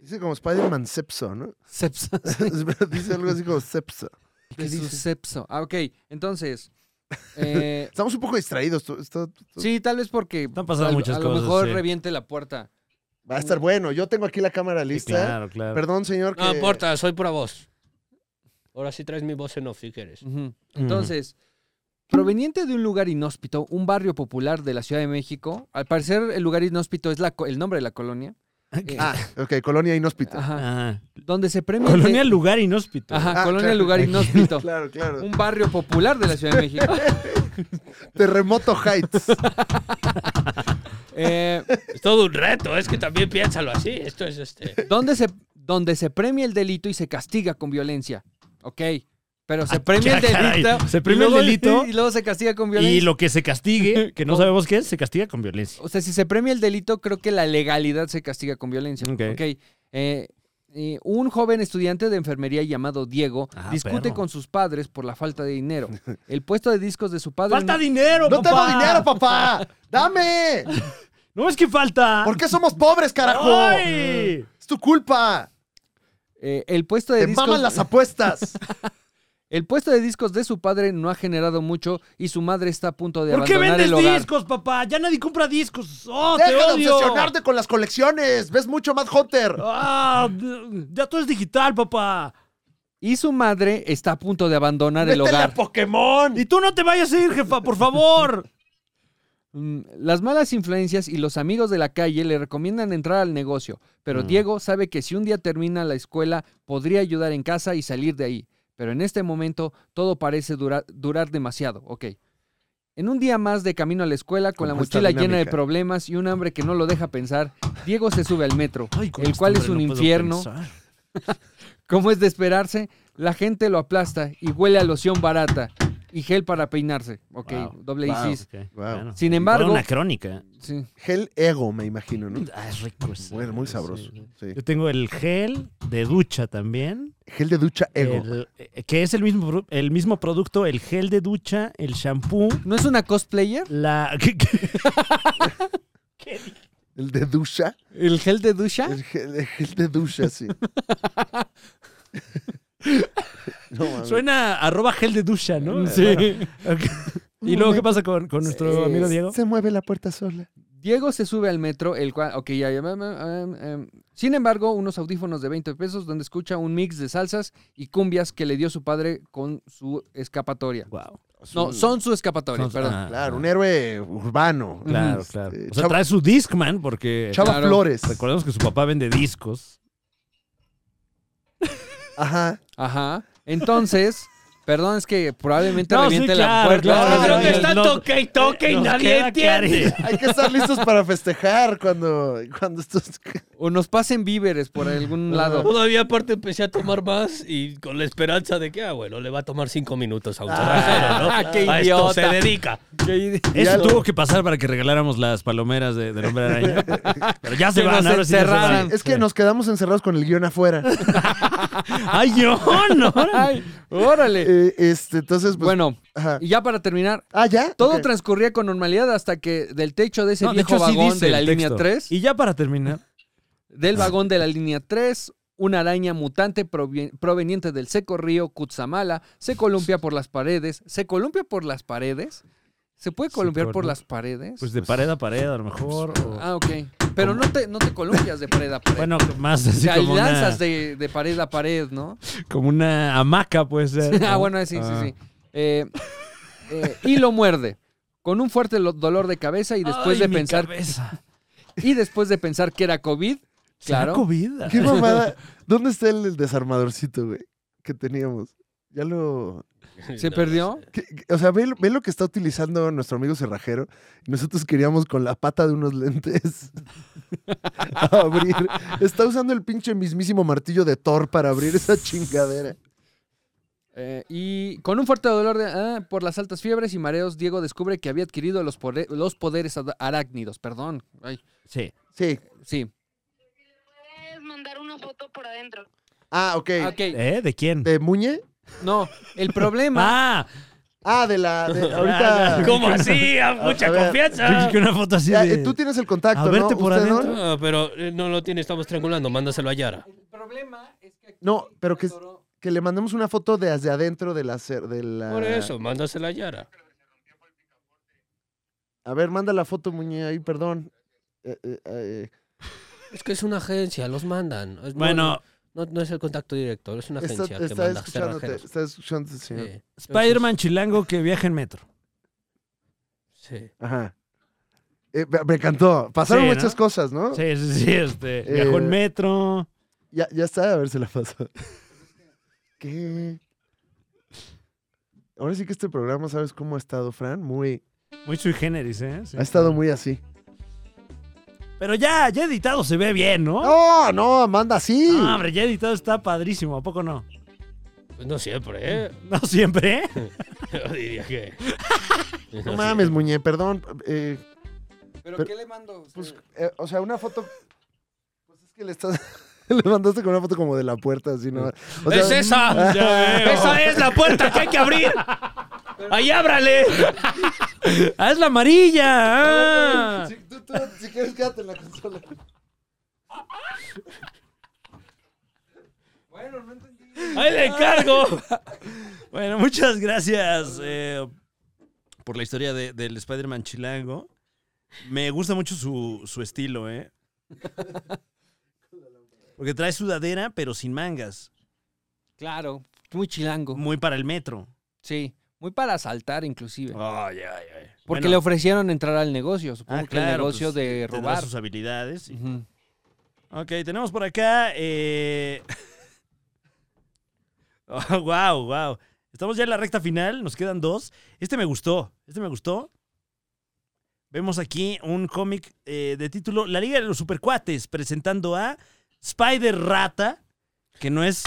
S1: Dice como Spider-Man Sepso, ¿no?
S3: Sepso.
S1: Dice algo así como Sepso.
S3: De su
S1: dice?
S3: sepso. Ah, ok. Entonces. eh,
S1: Estamos un poco distraídos. tú- está- tú-
S3: sí, tal vez porque.
S2: Están pasando
S3: al-
S2: muchas
S3: a
S2: cosas,
S3: lo mejor
S2: sí.
S3: reviente la puerta.
S1: Va a estar bueno. Yo tengo aquí la cámara
S2: Sí,
S1: lista.
S2: claro, claro.
S1: Perdón, señor.
S4: No
S1: que-
S4: importa, soy pura voz. Ahora sí traes mi voz en off si quieres.
S3: Ujú. Entonces, proveniente de un lugar inhóspito, un barrio popular de la Ciudad de México. Al parecer, el lugar inhóspito es la co- el nombre de la colonia. Eh,
S1: Ah, ok, Colonia Inhóspita.
S3: ajá.
S2: Ajá.
S3: Donde se premia.
S2: Ah.
S3: este
S2: Colonia lugar inhóspito.
S3: Ajá,
S1: Ah,
S3: colonia
S1: claro.
S3: lugar inhóspito.
S1: Claro, claro.
S3: Un barrio popular de la Ciudad de México.
S1: Terremoto Heights.
S3: Eh,
S4: Es todo un reto, es que también piénsalo así. Esto es este.
S3: donde, se, donde se premia el delito y se castiga con violencia. Ok. Pero se
S2: Ah,
S3: premia el
S2: ya, caray.
S3: delito.
S2: Se
S3: y
S2: premia el
S3: luego-
S2: delito.
S3: Y luego se castiga con
S2: Y
S3: violencia.
S2: lo que se castigue, que no
S3: Con-
S2: sabemos qué es, se castiga con violencia.
S3: O sea, si se premia el delito, creo que la legalidad se castiga con violencia.
S2: Ok.
S3: Ok. Eh, eh, un joven estudiante de enfermería llamado Diego
S2: Ah,
S3: discute
S2: perro.
S3: con sus padres por la falta de dinero. El puesto de discos de su padre.
S2: ¡Falta dinero,
S1: ¡No tengo
S2: papá!
S1: dinero, papá! ¡Dame!
S2: ¡No es que falta!
S1: ¿Por qué somos pobres, carajo? Mm.
S2: ¡Ay!
S1: ¡Es tu culpa!
S3: eh, el puesto de
S1: ¡Te
S3: discos.
S1: maman las apuestas!
S3: El puesto de discos de su padre no ha generado mucho y su madre está a punto de
S2: ¿Por qué
S3: abandonar
S2: vendes
S3: el hogar.
S2: discos, papá? Ya nadie compra discos. ¡Oh, te
S1: ¡Deja de
S2: odio!
S1: obsesionarte con las colecciones! ¡Ves mucho más Hunter!
S2: Ah, ya todo es digital, papá.
S3: Y su madre está a punto de abandonar el
S1: ¡Métele a
S3: hogar.
S1: Pokémon!
S2: Y tú no te vayas a ir, jefa, por favor.
S3: Mm, Las malas influencias y los amigos de la calle le recomiendan entrar al negocio, pero
S2: Mm.
S3: Diego sabe que si un día termina la escuela podría ayudar en casa y salir de ahí. Pero en este momento todo parece dura- durar demasiado. Ok. En un día más de camino a la escuela, con la
S1: Como esta
S3: mochila llena de
S1: dinámica.
S3: problemas y un hambre que no lo deja pensar, Diego se sube al metro,
S2: Ay, con
S3: el
S2: este
S3: cual es
S2: hombre
S3: un
S2: no puedo
S3: infierno.
S2: pensar.
S3: Como es de esperarse, la gente lo aplasta y huele a loción barata y gel para peinarse. Ok,
S2: Wow.
S3: doble
S1: Wow.
S2: Ah,
S3: ISIS.
S2: Ok,
S1: Wow.
S2: bueno.
S3: Sin
S2: Toda
S3: embargo,
S2: una crónica.
S3: sí.
S1: Gel ego, me imagino, ¿no?
S2: Ah, es rico. ese.
S1: Bueno, Mm. muy sabroso.
S2: Sí.
S1: sí.
S2: Yo tengo el gel de ducha también.
S1: Gel de ducha ego.
S2: el- eh, que es el mismo, pro- el mismo producto, el gel de ducha, el shampoo,
S3: ¿no es una cosplayer?
S2: la... ¿Qué- qué?
S1: El de ducha.
S3: ¿El gel de
S2: ¿Ah?
S3: ducha?
S1: El gel, el gel de ducha, sí. No, mames.
S2: Suena arroba gel de ducha, ¿no?
S1: Sí. e-
S2: Ok. ¿Y luego qué pasa con, con nuestro
S3: Eh,
S2: amigo Diego?
S1: Se mueve la puerta sola.
S3: Diego se sube al metro, el cual... Ok, ya, ya, em, em, em. Sin embargo, unos audífonos de 20 pesos donde escucha un mix de salsas y cumbias que le dio su padre con su escapatoria.
S2: Wow.
S3: No, son su escapatoria, perdón.
S1: Claro, un e- héroe urbano.
S2: ah, Claro,
S1: Este,
S2: claro. O sea,
S1: Chava,
S2: trae su Discman porque
S1: Chava
S3: Claro.
S1: Flores.
S2: recordemos que su papá vende discos.
S1: Ajá.
S3: Ajá. Entonces, perdón, es que probablemente
S2: No, sí,
S3: reviente
S2: claro,
S3: la puerta.
S2: claro,
S4: No,
S3: Pero
S4: creo
S2: claro.
S4: que están
S2: no.
S4: toque y toque y
S2: Nos
S4: nadie
S2: queda
S4: entiende.
S1: Hay que estar listos para festejar cuando, cuando estos...
S3: O nos pasen víveres por algún lado.
S4: Todavía aparte empecé a tomar más y con la esperanza de que, ah, bueno, le va a tomar cinco minutos a un cerrajero,
S3: Ah, qué
S4: ¿no? A esto se
S3: idiota.
S4: dedica.
S2: Eso
S1: lo-
S2: tuvo que pasar para que regaláramos las palomeras de- del hombre araña. Pero ya se
S3: Que
S2: van,
S3: nos
S2: ahora sí ya se van.
S3: encerraran.
S1: Es que nos quedamos encerrados con el guión afuera.
S2: ¡Ay, yo! No,
S3: Ay, órale.
S1: Eh, este, entonces, pues...
S3: Bueno,
S1: ajá.
S3: y ya para terminar,
S1: Ah, ¿ya?
S3: todo
S1: Ok.
S3: transcurría con normalidad hasta que del techo de ese
S2: No,
S3: viejo
S2: sí
S3: vagón
S2: dice
S3: de la
S2: el
S3: línea
S2: texto.
S3: 3,
S2: Y ya para terminar,
S3: del vagón de la línea 3, una araña mutante provi- proveniente del seco río Kutsamala se columpia por las paredes, se columpia por las paredes. ¿Se puede
S2: Se
S3: columpiar por
S2: colu-
S3: las paredes?
S2: pues de pared a pared, a lo mejor. o-
S3: ah, ok. Pero no te, no te columpias de pared a pared.
S2: Bueno, más
S3: o
S2: así
S3: sea,
S2: como una,
S3: lanzas de, de pared a pared, ¿no?
S2: como una hamaca, puede ser.
S3: ah,
S2: ¿no?
S3: bueno, sí,
S2: Ah.
S3: sí, sí. Eh, eh, y lo muerde. Con un fuerte lo- dolor de cabeza y después
S2: Ay,
S3: de
S2: mi
S3: pensar
S2: cabeza.
S3: y después de pensar que era COVID,
S2: ¿Será
S3: Claro.
S2: COVID?
S1: Qué mamada. ¿Dónde está el, el desarmadorcito, güey? Que teníamos. Ya lo...
S3: ¿Se perdió?
S1: Que- que- O sea, ve, ve lo que está utilizando nuestro amigo cerrajero. Nosotros queríamos con la pata de unos lentes abrir. Está usando el pinche mismísimo martillo de Thor para abrir esa chingadera.
S3: Eh, y con un fuerte dolor de- ah, por las altas fiebres y mareos, Diego descubre que había adquirido los, pore- los poderes ad- arácnidos. Perdón. Ay,
S2: Sí.
S1: Sí.
S3: sí.
S6: Puedes mandar una foto por adentro.
S1: Ah, ok.
S3: Ok,
S2: ¿Eh? ¿De quién?
S1: ¿De Muñe?
S3: no. El problema.
S2: ¡Ah!
S1: Ah, de la. de-
S2: Ah,
S1: ahorita.
S4: ¿Cómo así? Ah, Mucha
S1: a ver.
S4: confianza.
S2: Que una foto así
S1: Ya,
S2: de-
S1: eh, tú tienes el contacto,
S2: A verte
S1: ¿no?
S2: por
S1: ¿Usted no?
S2: adentro.
S4: Ah, pero eh, no lo tiene, estamos triangulando. Mándaselo a Yara.
S3: El problema es que.
S1: No, pero que- Que le mandemos una foto de desde adentro de la, cer- de la.
S4: Por eso, mándaselo a Yara.
S1: A ver, manda la foto, Muñe, ahí, perdón. Eh, eh, eh,
S4: Es que es una agencia, los mandan. Es- no,
S2: Bueno,
S4: No, no es el contacto directo, es una
S1: está,
S4: agencia que
S1: está
S4: manda
S1: escuchándote,
S4: cerrajeros.
S1: está escuchándote, señor.
S4: Sí,
S2: Spider-Man chilango que viaja en metro.
S4: sí.
S1: Ajá. Eh, me- me encantó. Pasaron
S2: Sí, ¿no?
S1: muchas cosas, ¿no?
S2: Sí, sí, sí, este. Viajó en
S1: Eh,
S2: metro.
S1: Ya, ya está, a ver si la pasó. ¿Qué? Ahora sí que este programa, ¿sabes cómo ha estado, Fran? Muy,
S2: Muy sui generis, ¿eh? Sí.
S1: ha estado muy así.
S2: Pero ya, ya editado se ve bien, ¿no?
S1: No, no, Amanda, sí.
S2: No, hombre, ya editado está padrísimo, ¿a poco no?
S4: Pues no siempre, ¿eh?
S2: No siempre, ¿eh?
S4: Yo diría que.
S1: No mames, Muñe, perdón. eh,
S3: ¿Pero
S1: Pero-
S3: qué le mando?
S1: pues, eh, o sea, una foto. Pues es que le estás. Le mandaste con una foto como de la puerta, así, ¿no? O sea,
S4: ¡Es esa! ¡Esa es la puerta que hay que abrir! ¡Ahí ábrale!
S2: ¡Ah, es la amarilla! ah.
S1: Si, tú- tú, si quieres, quédate en la consola.
S3: Bueno, no entendí.
S2: ¡Ahí le encargo! Bueno, muchas gracias eh, por la historia de- del Spider-Man chilango. Me gusta mucho su, su estilo, ¿eh? Porque trae sudadera, pero sin mangas.
S3: Claro, muy chilango.
S2: Muy para el metro.
S3: Sí, muy para saltar inclusive.
S2: Ay, ay, ay.
S3: Porque
S2: Ah, Bueno,
S3: le ofrecieron entrar al negocio, supongo
S2: ah,
S3: que el
S2: claro,
S3: negocio
S2: pues,
S3: de
S2: tendrá
S3: robar.
S2: sus habilidades.
S3: Ujú.
S2: Ok, tenemos por acá. Eh... Oh, wow, wow. Estamos ya en la recta final, nos quedan dos. Este me gustó, este me gustó. Vemos aquí un cómic eh, de título La Liga de los Supercuates, presentando a Spider Rata, que no es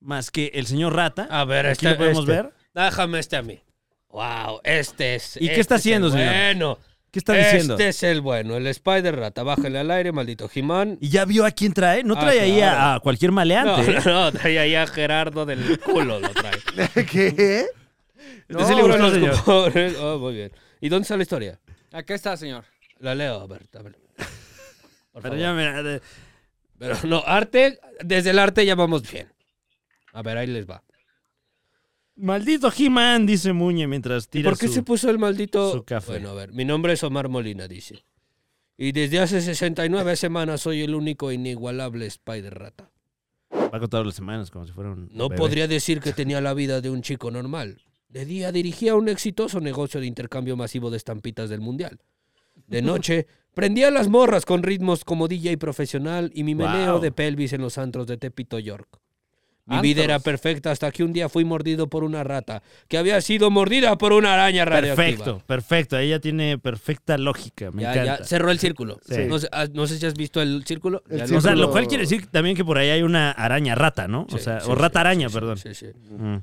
S2: más que el señor Rata.
S4: A ver,
S2: aquí
S4: este.
S2: lo podemos
S4: este.
S2: ver.
S4: Déjame este a mí. ¡Wow! Este es.
S2: ¿Y qué
S4: este
S2: está
S4: es el
S2: haciendo, señor?
S4: Bueno,
S2: ¿Qué está diciendo?
S4: este es el bueno, el Spider Rata. Bájale al aire, maldito Jimán.
S2: ¿Y ya vio a quién trae? No
S4: Ah,
S2: trae ahí a-
S4: claro.
S2: a, cualquier maleante.
S4: No,
S2: ¿eh?
S4: no, no, trae ahí a Gerardo del culo, lo trae.
S1: ¿Qué?
S2: Este sí le gustó,
S4: los
S2: señor.
S4: componentes- oh, muy bien. ¿Y dónde está la historia?
S3: Acá está, señor.
S4: La leo, a ver, a ver.
S2: Pero
S4: Por favor.
S2: ya me-
S4: Pero no, arte, desde el arte ya vamos bien. A ver, ahí les va.
S2: Maldito He-Man, dice Muñe mientras
S4: ¿Y
S2: tira
S4: ¿Por qué
S2: su-
S4: se puso el maldito?
S2: su café.
S4: Bueno, a ver, mi nombre es Omar Molina, dice. Y desde hace 69 semanas soy el único e inigualable Spider-Rata.
S2: Va a contar las semanas como si fuera un
S4: No
S2: bebé.
S4: podría decir que tenía la vida de un chico normal. De día dirigía un exitoso negocio de intercambio masivo de estampitas del mundial. De noche prendía las morras con ritmos como DJ profesional y mi meneo
S2: Wow.
S4: de pelvis en los antros de Tepito York. Mi vida era
S3: Antros.
S4: perfecta hasta que un día fui mordido por una rata que había sido mordida por una araña radioactiva.
S2: Perfecto, perfecto. Ella tiene perfecta lógica. Me
S4: Ya,
S2: encanta.
S4: ya, cerró el círculo.
S2: Sí.
S4: No, sé, ah, no sé si has visto el círculo.
S1: El
S4: Ya
S2: O sea, lo
S1: círculo-
S2: cual quiere decir también que por ahí hay una araña rata, ¿no? o
S4: Sí,
S2: sea,
S4: sí,
S2: o
S4: sí,
S2: rata araña,
S4: sí,
S2: perdón.
S4: sí, sí.
S2: Mm.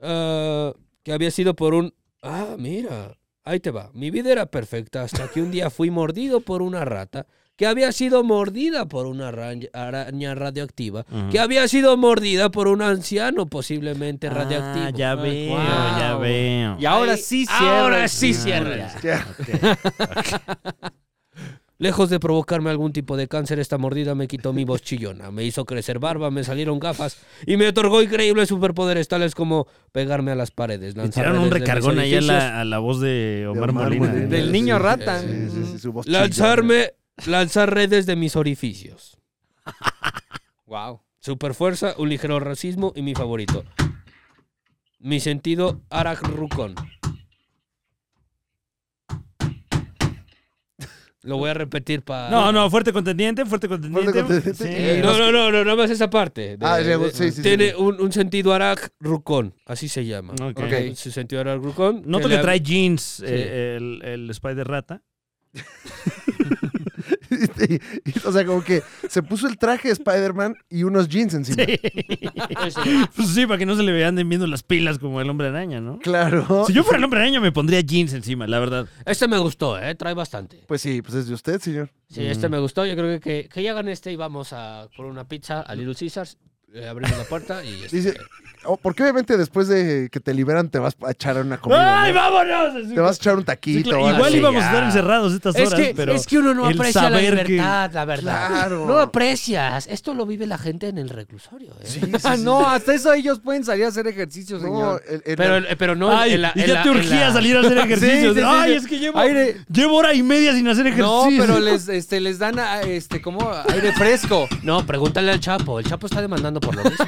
S4: Ah, que había sido por un... Ah, mira, ahí te va. Mi vida era perfecta hasta que un día fui mordido por una rata que había sido mordida por una araña, araña radioactiva,
S2: Ujú.
S4: que había sido mordida por un anciano posiblemente radioactivo.
S2: Ah. Ah, ya veo,
S3: guau.
S2: ya veo.
S3: Y ahora
S4: Ahí-
S3: sí cierra.
S4: Ahora sí
S2: Ah,
S4: cierra.
S2: ya.
S1: Ya.
S4: Lejos de provocarme algún tipo de cáncer, esta mordida me quitó mi voz chillona, me hizo crecer barba, me salieron gafas y me otorgó increíbles superpoderes tales como pegarme a las paredes,
S2: Le
S4: lanzarme
S2: tiraron un
S4: desde mis
S2: recargón ahí a
S4: edificios,
S2: la, a la voz de Omar,
S1: Omar
S2: Molina.
S1: Molina.
S2: ¿eh?
S3: Del niño
S1: Sí,
S3: rata.
S1: Sí, sí, sí, su voz
S4: lanzarme, lanzar redes de mis orificios.
S3: Wow.
S4: Superfuerza, un ligero racismo y mi favorito, mi sentido Arak Rukon. Lo voy a repetir para.
S2: No, no, fuerte contendiente, fuerte contendiente.
S1: contendiente.
S2: Sí.
S1: Eh,
S4: No, no, no, no, nada más esa parte.
S1: Ah, ya, sí, sí,
S4: tiene
S1: sí.
S4: Un, un sentido Arak Rucón, así se llama.
S2: Ok.
S1: Ok.
S4: Su sentido Arak Rucón.
S2: Noto que
S4: le-
S2: trae jeans eh, el, el Spider Rata.
S1: Y- y- o sea, como que se puso el traje de Spider-Man y unos jeans encima.
S2: Pues sí, para que no se le vean viendo las pilas como el hombre araña, ¿no?
S1: Claro.
S2: Si yo fuera el hombre araña me pondría jeans encima, la verdad.
S4: Este me gustó, ¿eh? Trae bastante.
S1: Pues sí, pues es de usted, señor.
S4: Sí,
S3: Mm.
S4: este me gustó. Yo creo que, que, que ya hagan este y vamos a por una pizza a Little Caesars. Le abrimos la puerta y. este,
S1: Dice- Oh, porque obviamente después de que te liberan te vas a echar una comida.
S2: ¡Ay,
S1: ¿no?
S2: vámonos!
S1: Te vas a echar un
S2: Sí,
S1: taquito.
S2: claro,
S1: o algo
S2: Igual
S1: así.
S2: íbamos a ah.
S4: ya.
S2: estar encerrados estas
S4: Es
S2: horas,
S4: que,
S2: pero.
S4: es que uno no
S2: el
S4: aprecia la
S2: saber que-
S4: libertad, la verdad.
S1: Claro.
S4: No aprecias. Esto lo vive la gente en el reclusorio. ¿eh?
S1: Sí, sí, sí,
S3: Ah,
S1: sí.
S3: no, hasta eso ellos pueden salir a hacer ejercicio,
S1: No,
S3: señor.
S1: el- el-
S4: Pero, eh, pero no.
S2: Ay,
S4: en la-
S2: y
S4: en
S2: ya
S4: la-
S2: te
S4: en
S2: urgía
S4: la-
S2: salir a hacer ejercicio.
S3: Sí, sí, sí,
S2: Ay,
S3: sí.
S2: es que llevo,
S3: Aire-
S2: llevo hora y media sin hacer
S3: No,
S2: ejercicio.
S3: pero les, este, les dan a- este, como aire fresco.
S4: No, pregúntale al Chapo. El Chapo está demandando por lo mismo.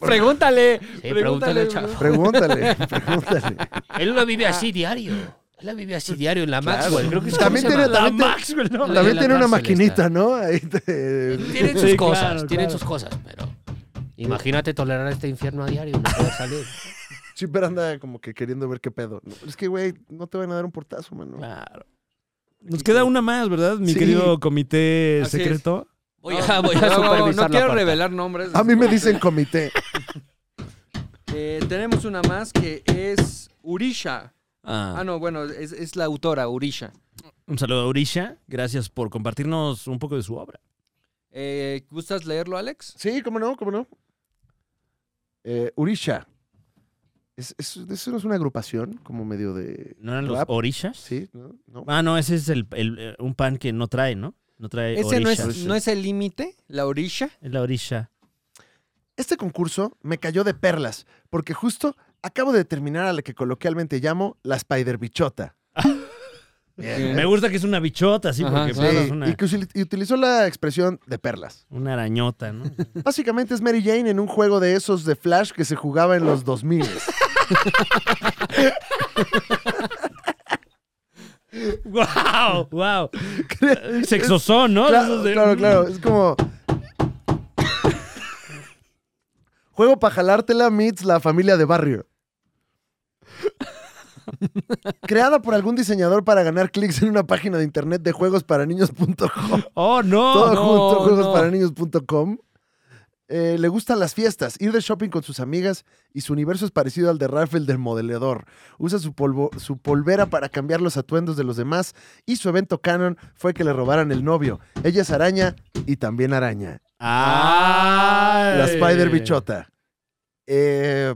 S3: Pregúntale.
S4: pregúntale al chavo.
S1: Pregúntale, pregúntale.
S4: Él lo vive así diario. Él la vive así diario en la Maxwell. Creo que es
S1: También
S4: como se
S1: tiene-
S4: llama.
S2: La
S1: también te-
S2: Maxwell, ¿no?
S1: También
S4: la
S1: tiene una
S4: cárcel
S1: maquinita,
S4: está.
S1: ¿no? Ahí te-
S2: Sí,
S4: Tienen sus
S2: claro,
S4: cosas, tienen
S2: claro.
S4: sus cosas, pero imagínate tolerar este infierno a diario, no puedes salir.
S1: Sí, pero anda como que queriendo ver qué pedo. No, Es que, güey, no te van a dar un portazo, mano.
S4: Claro.
S2: Nos queda una más, ¿verdad? Mi
S1: Sí.
S2: querido comité
S3: Así es.
S2: secreto.
S4: Voy a, voy a
S3: No, no,
S4: supervisar
S3: no quiero
S4: la puerta.
S3: revelar nombres.
S1: A mí me dicen comité.
S3: Eh, tenemos una más que es Urisha.
S2: Ah,
S3: Ah, no, bueno, es, es la autora, Urisha.
S2: Un saludo a Urisha. Gracias por compartirnos un poco de su obra.
S3: Eh, ¿Gustas leerlo, Alex?
S1: Sí, cómo no, cómo no. Eh, Urisha. Es, es- eso no es una agrupación como medio de.
S2: ¿No eran los
S1: rap?
S2: Orishas?
S1: Sí, ¿no? no.
S2: Ah, no, ese es el, el- eh, un pan que no trae, ¿no? No trae
S1: Eh,
S3: Ese no
S2: Orisha.
S3: es, no es el límite, la Urisha.
S2: Es la Orisha.
S1: Este concurso me cayó de perlas, porque justo acabo de terminar a la que coloquialmente llamo la Spider Bichota.
S3: Eh,
S1: Bien.
S2: Me gusta que es una bichota, sí,
S3: Ajá,
S2: porque
S1: Eh. Sí,
S2: pues, es una,
S1: y que usil- y utilizó la expresión de perlas.
S2: una arañota, ¿no?
S1: Básicamente es Mary Jane en un juego de esos de Flash que se jugaba en los 2000.
S2: ¡Wow! ¡Wow! Sexosón, ¿no?
S1: Claro,
S2: Esos de-
S1: claro, claro. Es como. Juego para jalártela meets la familia de barrio. Creada por algún diseñador para ganar clics en una página de internet de juegos para niños.com.
S2: ¡Oh, no!
S1: Todo
S2: no.
S1: junto,
S3: no.
S1: juegos para niños.com. Eh, le gustan las fiestas, ir de shopping con sus amigas y su universo es parecido al de Ralph el del modelador. Usa su, polvo- su polvera para cambiar los atuendos de los demás y su evento canon fue que le robaran el novio. Ella es araña y también araña.
S2: ¡Ay!
S1: La Spider Bichota. Eh,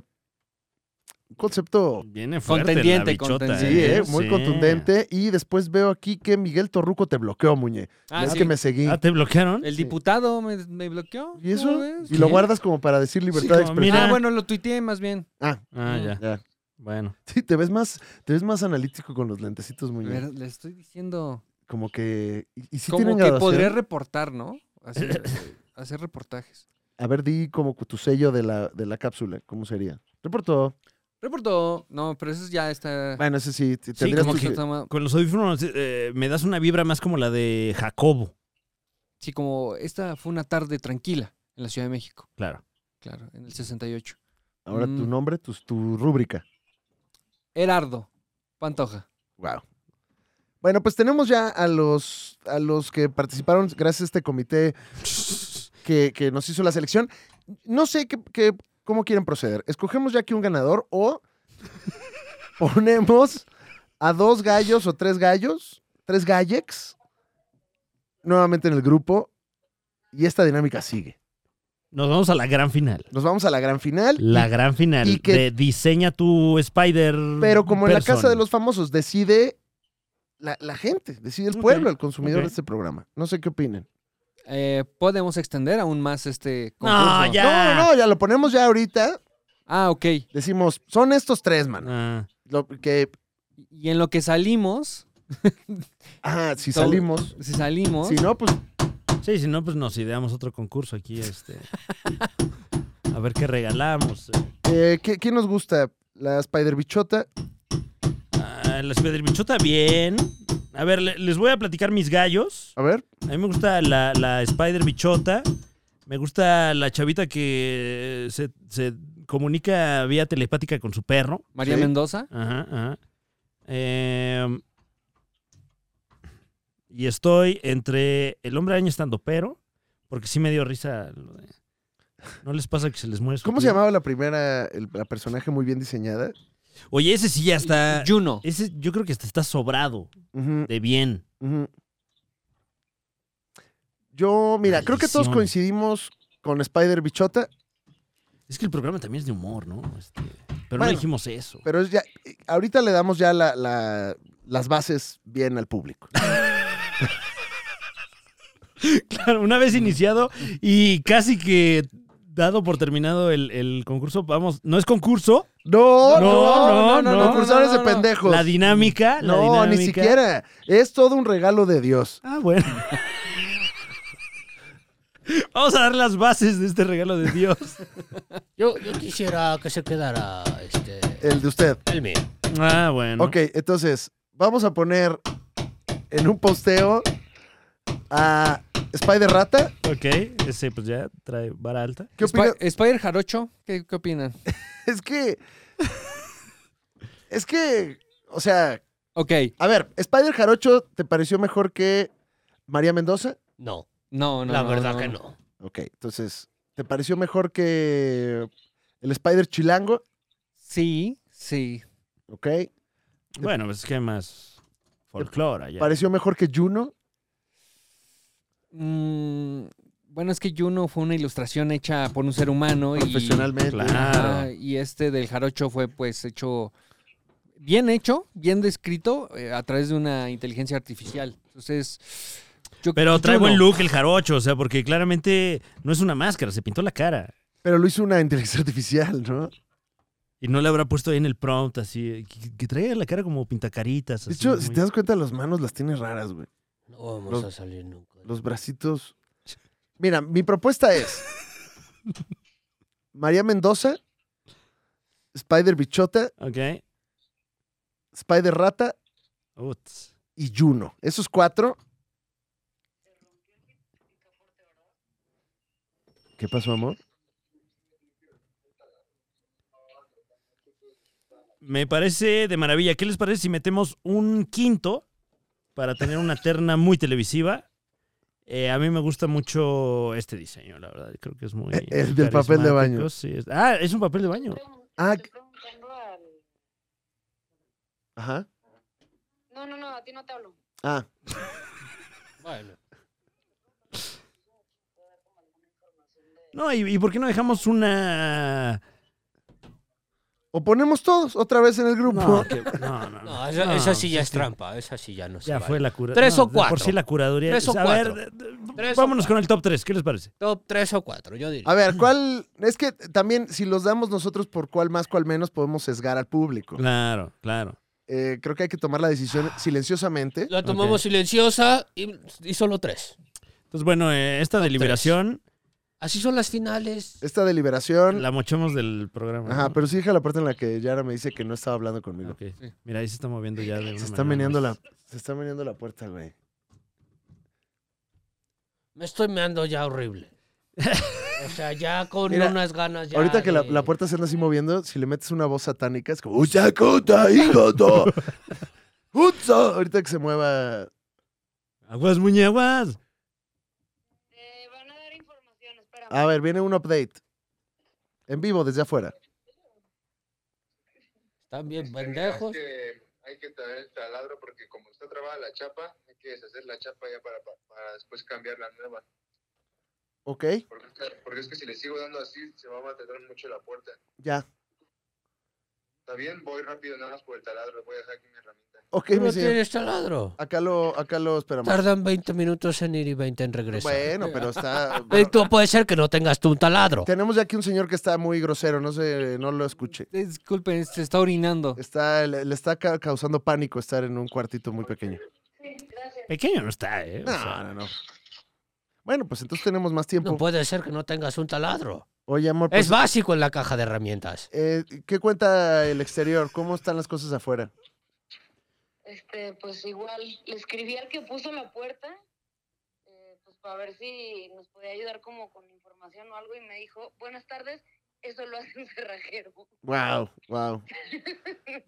S1: un concepto
S2: Viene fuerte
S3: Contendiente,
S2: la bichota.
S3: contendiente.
S1: sí, eh,
S2: Sí.
S1: muy contundente. Y después veo aquí que Miguel Torruco te bloqueó, Muñe.
S3: Ah,
S1: es
S3: sí.
S1: que me seguí.
S2: Ah, ¿te bloquearon?
S3: El
S1: Sí.
S3: diputado me, me bloqueó.
S1: ¿Y
S3: ¿cómo
S1: eso?
S3: ves?
S1: Y lo
S2: ¿Qué?
S1: guardas como para decir libertad de
S2: como,
S1: expresión.
S2: Mira.
S3: Ah, bueno, lo tuiteé más bien.
S1: Ah,
S2: Ah, ya.
S1: ya.
S2: Bueno.
S1: Sí, te ves más, te ves más analítico con los lentecitos muy bien.
S3: Ver, Le estoy diciendo.
S1: Como que. Y, y sí
S3: como
S1: tienen
S3: que
S1: graduación.
S3: podría reportar, ¿no? Hacer, hacer reportajes.
S1: A ver, di como tu sello de la, de la cápsula. ¿Cómo sería? Reportó.
S3: Reportó. No, pero eso ya está.
S1: Bueno, ese sí, t- tendrías
S2: como
S1: tu-
S2: que-
S3: está ma-
S2: Con los audífonos eh, me das una vibra más como la de Jacobo.
S3: Sí, como esta fue una tarde tranquila en la Ciudad de México.
S2: Claro.
S3: Claro, en el 68.
S1: Ahora tu
S3: Mm.
S1: nombre, tu, tu rúbrica.
S3: Herardo, Pantoja.
S1: Wow. Bueno, pues tenemos ya a los, a los que participaron gracias a este comité que, que nos hizo la selección. No sé qué, qué- cómo quieren proceder. ¿Escogemos ya aquí un ganador o ponemos a dos gallos o tres gallos, tres gallex, nuevamente en el grupo y esta dinámica sigue?
S2: Nos vamos a la gran final.
S1: Nos vamos a la gran final.
S2: La gran final
S1: y que-
S2: de diseña tu Spider.
S1: Pero como en la
S2: Person.
S1: casa de los famosos, decide la, la gente, decide el
S2: Ok,
S1: pueblo, el consumidor
S2: ok.
S1: de este programa. No sé qué opinen.
S3: Eh, Podemos extender aún más este concurso.
S2: No, ya.
S1: No, no, no, ya lo ponemos ya ahorita.
S3: Ah, ok.
S1: Decimos, son estos tres, man.
S2: Ah,
S1: Lo que,
S3: Y en lo que salimos,
S1: ah, si
S3: So-
S1: salimos.
S3: si salimos,
S1: Si no, pues
S2: sí, si no, pues nos ideamos otro concurso aquí. este A ver qué regalamos.
S1: Eh, ¿qué, qué nos gusta? La Spider Bichota.
S2: Ah, la Spider Bichota, bien. A ver, le- les voy a platicar mis gallos.
S1: A ver,
S2: A mí me gusta la, la Spider Bichota. Me gusta la chavita que se, se comunica vía telepática con su perro.
S3: María
S1: Sí.
S3: Mendoza.
S2: Ajá, ajá. Em, y estoy entre el hombre araña estando pero, porque sí me dio risa. lo de- ¿No les pasa que se les muere su
S1: ¿cómo se
S2: tío?
S1: llamaba la primera, el- la personaje muy bien diseñada?
S2: Oye, ese sí ya
S1: Ah,
S2: está. Yo,
S3: Juno.
S2: ese, yo creo que hasta está sobrado
S1: Ujú,
S2: de bien.
S1: ujú. Yo, mira, creo que todos
S2: Maldición.
S1: coincidimos con Spider Bichota,
S2: Es que el programa también es de humor, ¿no? Este, pero
S1: Bueno.
S2: no dijimos eso.
S1: pero es ya, ahorita le damos ya la- la- las bases bien al público.
S2: Claro, una vez iniciado y casi que dado por terminado el, el concurso, vamos, no es concurso,
S1: No,
S2: No, no,
S1: no, no,
S2: no,
S1: no, cursores
S3: no,
S1: de
S3: no, no.
S1: pendejos.
S2: la dinámica. la
S1: No, ni
S2: dinámica.
S1: siquiera. Es todo un regalo de Dios.
S2: Ah, bueno. Vamos a dar las bases de este regalo de Dios.
S4: Yo, yo quisiera que se quedara este,
S1: El de usted.
S4: el mío.
S2: Ah, bueno.
S1: Ok, entonces, vamos a poner en un posteo a Spider Rata.
S2: Ok, ese pues ya trae vara alta.
S1: ¿Qué
S3: Spi-
S1: opina?
S3: Spider Jarocho, ¿qué, qué opinan?
S1: Es que. Es que. O sea,
S3: Ok,
S1: a ver, ¿Spider Jarocho te pareció mejor que María Mendoza?
S4: No,
S3: no, no.
S4: la
S3: no,
S4: verdad
S3: no,
S4: que
S3: no.
S4: no.
S1: Ok, entonces, ¿te pareció mejor que el Spider Chilango?
S3: Sí, sí.
S1: Ok.
S2: Bueno, pues es que hay más folclora ya.
S1: ¿Pareció mejor que Juno?
S3: Mm, bueno, es que Juno fue una ilustración hecha por un ser humano. y-
S1: Profesionalmente.
S2: Claro.
S3: Ajá, y este del jarocho fue pues hecho, bien hecho, bien descrito eh, a través de una inteligencia artificial. Entonces, yo-
S2: Pero trae
S3: Juno.
S2: buen look el jarocho, o sea, porque claramente no es una máscara, se pintó la cara.
S1: Pero lo hizo una inteligencia artificial, ¿no?
S2: Y no le habrá puesto ahí en el prompt así, que, que trae la cara como pintacaritas.
S1: De
S2: así,
S1: hecho, si
S2: muy-
S1: te das cuenta, las manos las tienes raras, güey.
S4: No vamos
S1: Los-
S4: a salir nunca.
S1: Los bracitos. Mira, mi propuesta es. María Mendoza, Spider Bichota,
S2: Ok.
S1: Spider Rata
S2: Uts.
S1: y Juno. Esos cuatro. ¿Qué pasó, amor?
S2: Me parece de maravilla. ¿Qué les parece si metemos un quinto para tener una terna muy televisiva? Eh, a mí me gusta mucho este diseño, la verdad. Creo que es muy.
S1: Eh, el del papel de baño.
S2: carismático, sí, es- Ah, es un papel de baño.
S1: Ah,
S6: Estoy preguntando al-
S1: Ajá.
S6: No, no, no, a ti no te hablo.
S1: Ah,
S4: Bueno,
S2: No, ¿y, y por qué no dejamos una.
S1: o ponemos todos otra vez en el grupo.
S2: No, que- no, no,
S4: no, esa,
S2: no,
S4: esa sí ya
S2: pues
S4: es trampa, esa sí ya no se
S2: Ya
S4: vale.
S2: fue la curaduría.
S4: Tres o cuatro.
S2: Por sí la curaduría.
S4: Tres o
S2: A ver, d-
S4: cuatro.
S2: d-
S4: Tres o
S2: vámonos con el top 3. ¿Qué les parece?
S4: Top 3 o 4, yo diría.
S1: A ver, ¿cuál? Es que también, si los damos nosotros por cuál más, cuál menos, podemos sesgar al público.
S2: Claro, claro.
S1: Eh, creo que hay que tomar la decisión silenciosamente.
S4: La tomamos
S2: Ok.
S4: silenciosa y, y solo tres.
S2: Entonces, bueno, eh, esta deliberación
S4: Así son las finales.
S1: Esta deliberación.
S2: la mochamos del programa.
S1: Ajá,
S2: ¿no?
S1: pero sí deja la parte en la que Yara me dice que no estaba hablando conmigo.
S2: Ok. Mira, ahí se está moviendo ya. De una
S1: Se está
S2: manera
S1: meneando
S2: muy-
S1: la. Se está meneando la puerta, güey.
S4: Me estoy meando ya horrible. O sea, ya con
S1: Mira,
S4: unas ganas ya.
S1: Ahorita que la,
S4: de-
S1: la puerta se anda así moviendo, si le metes una voz satánica, es como ¡Uchacuta, higoto! ¡Utso! Ahorita que se mueva.
S2: Aguas, muñe, aguas.
S6: Te van a dar información, espera.
S1: A ver, viene un update. En vivo, desde afuera.
S4: Están bien
S5: Este,
S4: pendejos.
S5: Hay que, hay que traer el taladro porque como está trabada la chapa, hay que deshacer la chapa ya para, para- para después cambiar la nueva.
S1: ¿Ok?
S5: Porque, es que- porque es que si le sigo dando así, se va a maltratar mucho la puerta.
S1: Ya.
S5: Está bien, voy rápido nada más por el taladro, voy a dejar aquí mi herramienta.
S1: Ok,
S4: ¿Tú
S1: mi
S4: no
S1: señor.
S4: tienes taladro?
S1: Acá lo, acá lo esperamos.
S4: Tardan 20 minutos en ir y 20 en regresar.
S1: Bueno, pero está.
S4: Eh, tú puede ser que no tengas tú un taladro.
S1: tenemos ya aquí un señor que está muy grosero, no sé, no lo escuche.
S3: Disculpen, se está orinando.
S1: Está, le, le está ca- causando pánico estar en un cuartito muy pequeño.
S6: Sí, gracias.
S2: Pequeño no está, ¿eh? O sea,
S1: No, no, no. Bueno, pues entonces tenemos más tiempo.
S4: No puede ser que no tengas un taladro.
S1: Oye, amor,
S4: Es
S1: pues,
S4: básico en la caja de herramientas.
S1: eh, ¿qué cuenta el exterior? ¿Cómo están las cosas afuera?
S6: Eh, este, pues igual le escribí al que puso la puerta, eh, pues para ver si nos podía ayudar como con información o algo y me dijo, buenas tardes, eso lo hace un cerrajero.
S1: Wow, wow,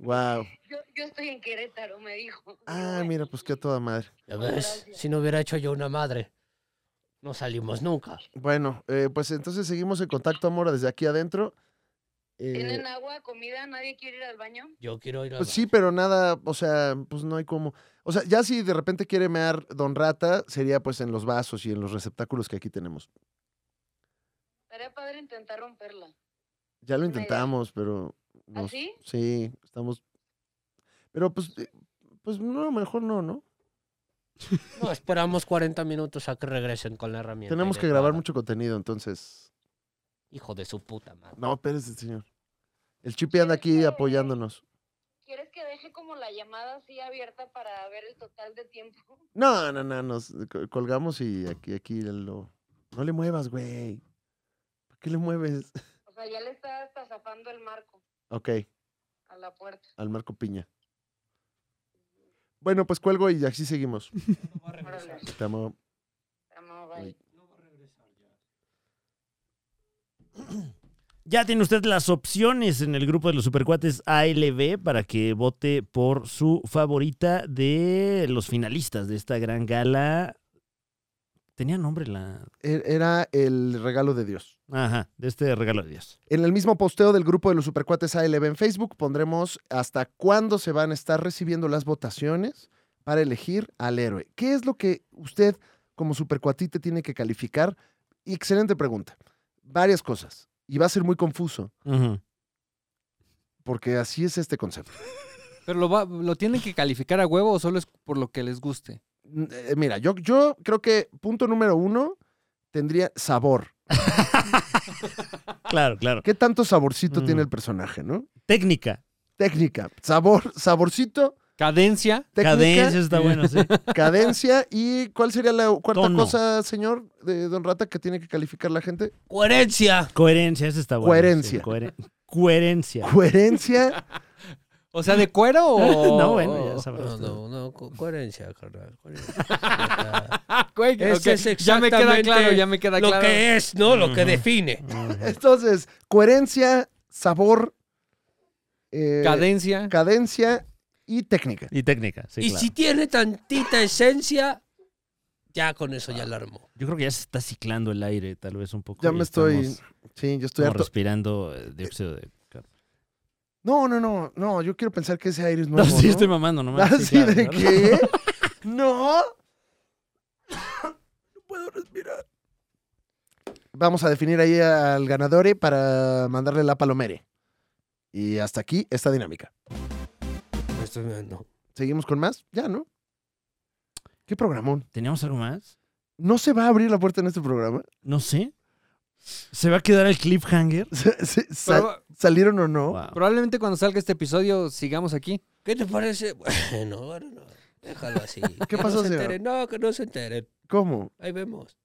S1: wow.
S6: Yo, yo estoy en Querétaro, me dijo.
S1: Ah, mira, pues qué a toda madre.
S4: Ya ves, si no hubiera hecho yo una madre, no salimos nunca.
S1: Bueno, eh, pues entonces seguimos en contacto, Amora, desde aquí adentro. Eh,
S6: ¿Tienen agua, comida? ¿Nadie quiere ir al baño?
S4: Yo quiero ir a...
S1: Pues sí, pero nada, o sea, pues no hay como. O sea, ya si de repente quiere mear Don Rata, sería pues en los vasos y en los receptáculos que aquí tenemos.
S6: Estaría padre intentar romperla. ¿Ah,
S1: Ya lo
S6: Una idea.
S1: intentamos, pero. no-
S6: ¿Así?
S1: Sí, estamos. Pero pues, eh, pues no, mejor no, ¿no?
S4: No, esperamos 40 minutos a que regresen con la herramienta.
S1: Tenemos que grabar
S4: adecuada.
S1: mucho contenido, entonces.
S4: Hijo de su puta madre.
S1: No, espérese, señor. El Chipi anda aquí apoyándonos.
S6: ¿Quieres que deje como la llamada así abierta para ver el total de tiempo?
S1: No, no, no, nos eh, co- colgamos y aquí, aquí lo. No le muevas, güey. ¿Por qué le mueves?
S6: O sea, ya le está hasta zafando el marco
S1: Ok,
S6: a la puerta.
S1: al Marco Piña. Bueno, pues cuelgo y así seguimos.
S6: Órale,
S1: Te amo.
S6: te amo, bye.
S1: Uy.
S2: Ya tiene usted las opciones en el grupo de los supercuates ALB para que vote por su favorita de los finalistas de esta gran gala. Tenía nombre la.
S1: E- Era el regalo de Dios.
S2: Ajá, de este regalo de Dios.
S1: En el mismo posteo del grupo de los supercuates ALB en Facebook pondremos hasta cuándo se van a estar recibiendo las votaciones para elegir al héroe. ¿Qué es lo que usted como supercuatite tiene que calificar? Excelente pregunta. Varias cosas. Y va a ser muy confuso,
S2: Ujú.
S1: porque así es este concepto.
S3: ¿Pero lo, va- lo tienen que calificar a huevo o solo es por lo que les guste?
S1: N- eh, Mira, yo, yo creo que punto número uno tendría sabor.
S2: Claro, claro.
S1: ¿Qué tanto saborcito
S2: Mm.
S1: tiene el personaje, no?
S2: Técnica.
S1: Técnica, sabor, saborcito,
S3: Cadencia,
S1: técnica,
S2: Cadencia está bueno, sí.
S1: cadencia. ¿Y cuál sería la cuarta
S2: Tono.
S1: cosa, señor, de Don Rata, que tiene que calificar la gente?
S4: ¡Coherencia!
S2: Coherencia, esa está buena.
S1: Coherencia.
S2: sí, cohere- coherencia.
S1: Coherencia.
S3: o sea, de cuero o
S2: No, bueno, ya sabrás.
S4: Oh, No,
S2: tú.
S4: no, no, co- coherencia, carnal. coherencia.
S3: Ah, güey,
S4: Ese
S3: ok,
S4: es
S3: ya me queda claro,
S4: exactamente
S3: ya me queda
S4: lo
S3: claro.
S4: que es, ¿no? Lo que
S2: Ujú.
S4: define.
S2: Ujú.
S1: Entonces, coherencia, sabor, eh,
S3: Cadencia.
S1: cadencia y técnica.
S2: Y técnica, sí.
S4: y
S2: claro.
S4: si tiene tantita esencia, ya con eso ya la armó.
S2: Yo creo que ya se está ciclando el aire, tal vez un poco.
S1: Ya
S2: y
S1: me estoy-
S2: estamos
S1: Sí, yo estoy
S2: como
S1: harto.
S2: respirando eh, dióxido de carbono.
S1: No, no, no, no, yo quiero pensar que ese aire es
S2: No,
S1: nuevo.
S2: sí,
S1: ¿no?
S2: estoy mamando, no mames,
S1: ¿Así
S2: sí, claro,
S1: de
S2: claro.
S1: qué? ¿No? No puedo respirar. Vamos a definir ahí al ganador para mandarle la palomere. Y hasta aquí esta dinámica. Ah.
S4: Me estoy mirando.
S1: ¿Seguimos con más? Ya, ¿no? ¿Qué programón?
S2: ¿Teníamos algo más?
S1: ¿No se va a abrir la puerta en este programa?
S2: No sé. ¿Se va a quedar el cliffhanger?
S1: ¿Se- se- sal-
S3: Proba-
S1: ¿Salieron o no?
S2: Wow.
S3: Ah. probablemente cuando salga este episodio sigamos aquí.
S4: ¿Qué te parece? Bueno, bueno, no. Déjalo así. Que
S1: pasó,
S4: no se
S1: señor?
S4: enteren. No, que no se enteren.
S1: ¿Cómo?
S4: Ahí vemos.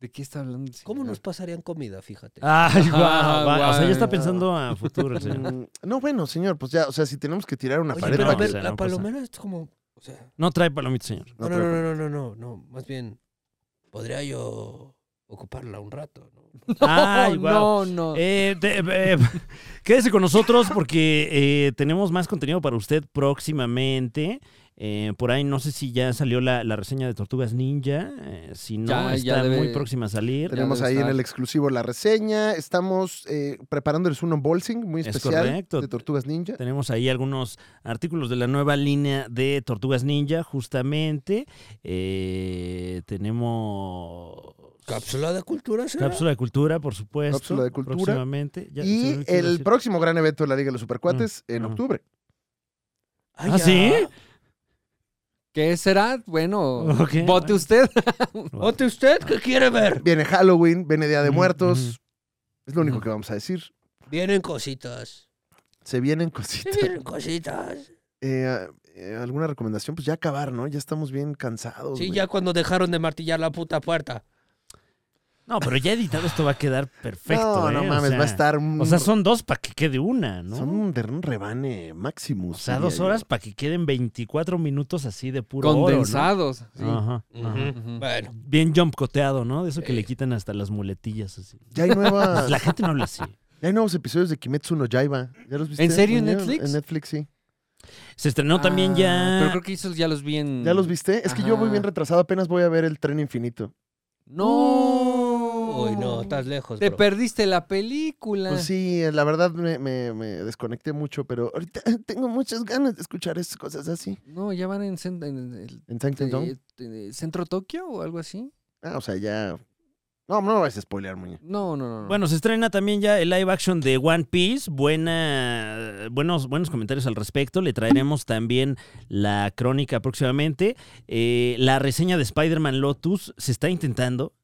S3: ¿De qué está hablando? el
S4: ¿Cómo
S3: señor?
S4: nos pasarían comida? Fíjate.
S2: Ay, wow,
S3: Ah,
S2: O sea, ya está
S3: guau.
S2: pensando a futuro el señor.
S1: Mm, no, bueno, señor, pues ya, o sea, si tenemos que tirar una
S4: Oye,
S1: pared
S4: pero
S2: no,
S4: a
S1: para
S4: ver,
S1: que-
S2: o sea,
S4: la
S2: no pasa.
S4: palomera es como. O sea,
S2: No trae palomitas, señor.
S4: no,
S1: No,
S4: no,
S1: pero-
S4: no, no, no, no, no. Más bien, podría yo ocuparla un rato, ¿no?
S2: Ay, wow.
S3: No, no.
S2: Ah, Eh, te- eh, quédese con nosotros porque eh, tenemos más contenido para usted próximamente. Eh, por ahí no sé si ya salió la, la reseña de Tortugas Ninja. eh, si no,
S3: Ya, ya
S2: está
S3: debe-
S2: muy próxima a salir.
S3: Ya
S1: Tenemos
S3: debe
S1: ahí en
S3: estar.
S1: el exclusivo la reseña. Estamos eh, preparándoles un unboxing muy
S2: Es
S1: especial
S2: correcto.
S1: de Tortugas Ninja.
S2: Tenemos ahí algunos artículos de la nueva línea de Tortugas Ninja, justamente. Eh, tenemos...
S4: Cápsula de cultura, ¿será?
S2: Cápsula de cultura, por supuesto.
S1: Cápsula de cultura.
S2: Próximamente. Ya, se
S1: y
S2: me quiere
S1: el
S2: decir.
S1: próximo gran evento de la Liga de los Supercuates en
S2: mm.
S1: octubre.
S2: ¿Ah,
S4: ya.
S2: sí?
S3: ¿Qué será? Bueno,
S2: Ok.
S3: vote usted.
S4: ¿Vote usted que quiere ver?
S1: Viene Halloween, viene Día de
S2: Mm,
S1: Muertos.
S2: ujú.
S1: Es lo único
S2: Ujú.
S1: que vamos a decir.
S4: Vienen cositas.
S1: Se vienen
S4: Sí,
S1: cositas.
S4: vienen cositas.
S1: Eh, eh, ¿Alguna recomendación? Pues ya acabar, ¿no? Ya estamos bien cansados.
S4: Sí,
S1: güey.
S4: ya cuando dejaron de martillar la puta puerta.
S2: No, pero ya editado esto va a quedar
S1: no,
S2: perfecto. ¿eh?
S1: no
S2: O
S1: mames,
S2: sea,
S1: va a estar. un-
S2: O sea, son dos para que quede una, ¿no?
S1: son un, de- un rebane máximo.
S2: o sea, dos horas para que queden 24 minutos así de puro oro, ¿no? Ah.
S3: Condensados. sí.
S2: Ajá,
S4: Ujú.
S2: ajá.
S3: Ujú.
S4: Bueno,
S2: Bien jumpcoteado, ¿no? De eso que
S4: Sí.
S2: le quitan hasta las muletillas así.
S1: Ya hay, nuevas,
S2: La gente no habla así.
S1: ya hay nuevos episodios de Kimetsu no Yaiba. ¿Ya los viste?
S3: ¿En serio en
S1: Muñoz?
S3: Netflix?
S1: En Netflix, sí.
S2: Se estrenó también
S3: Ah,
S2: ya.
S3: Pero creo que esos ya los vi en.
S1: ¿Ya los viste? Es que yo voy
S3: Ajá.
S1: bien retrasado, apenas voy a ver el tren infinito.
S3: No.
S4: uy, no, estás lejos.
S3: Te
S4: bro.
S3: perdiste la película.
S1: Pues sí, eh, la verdad me, me- me desconecté mucho, pero ahorita tengo muchas ganas de escuchar esas cosas así.
S3: No, ya van en, cen- en el-
S1: ¿En Sanctum Dome?
S3: eh, eh, Centro Tokio o algo así.
S1: Ah, o sea, ya. No, no vas a spoilear, muñe.
S3: No, no, no. no.
S2: Bueno, se estrena también ya el live action de One Piece. Buena, buenos, buenos comentarios al respecto. Le traeremos también la crónica próximamente. Eh, la reseña de Spider-Man Lotus se está intentando,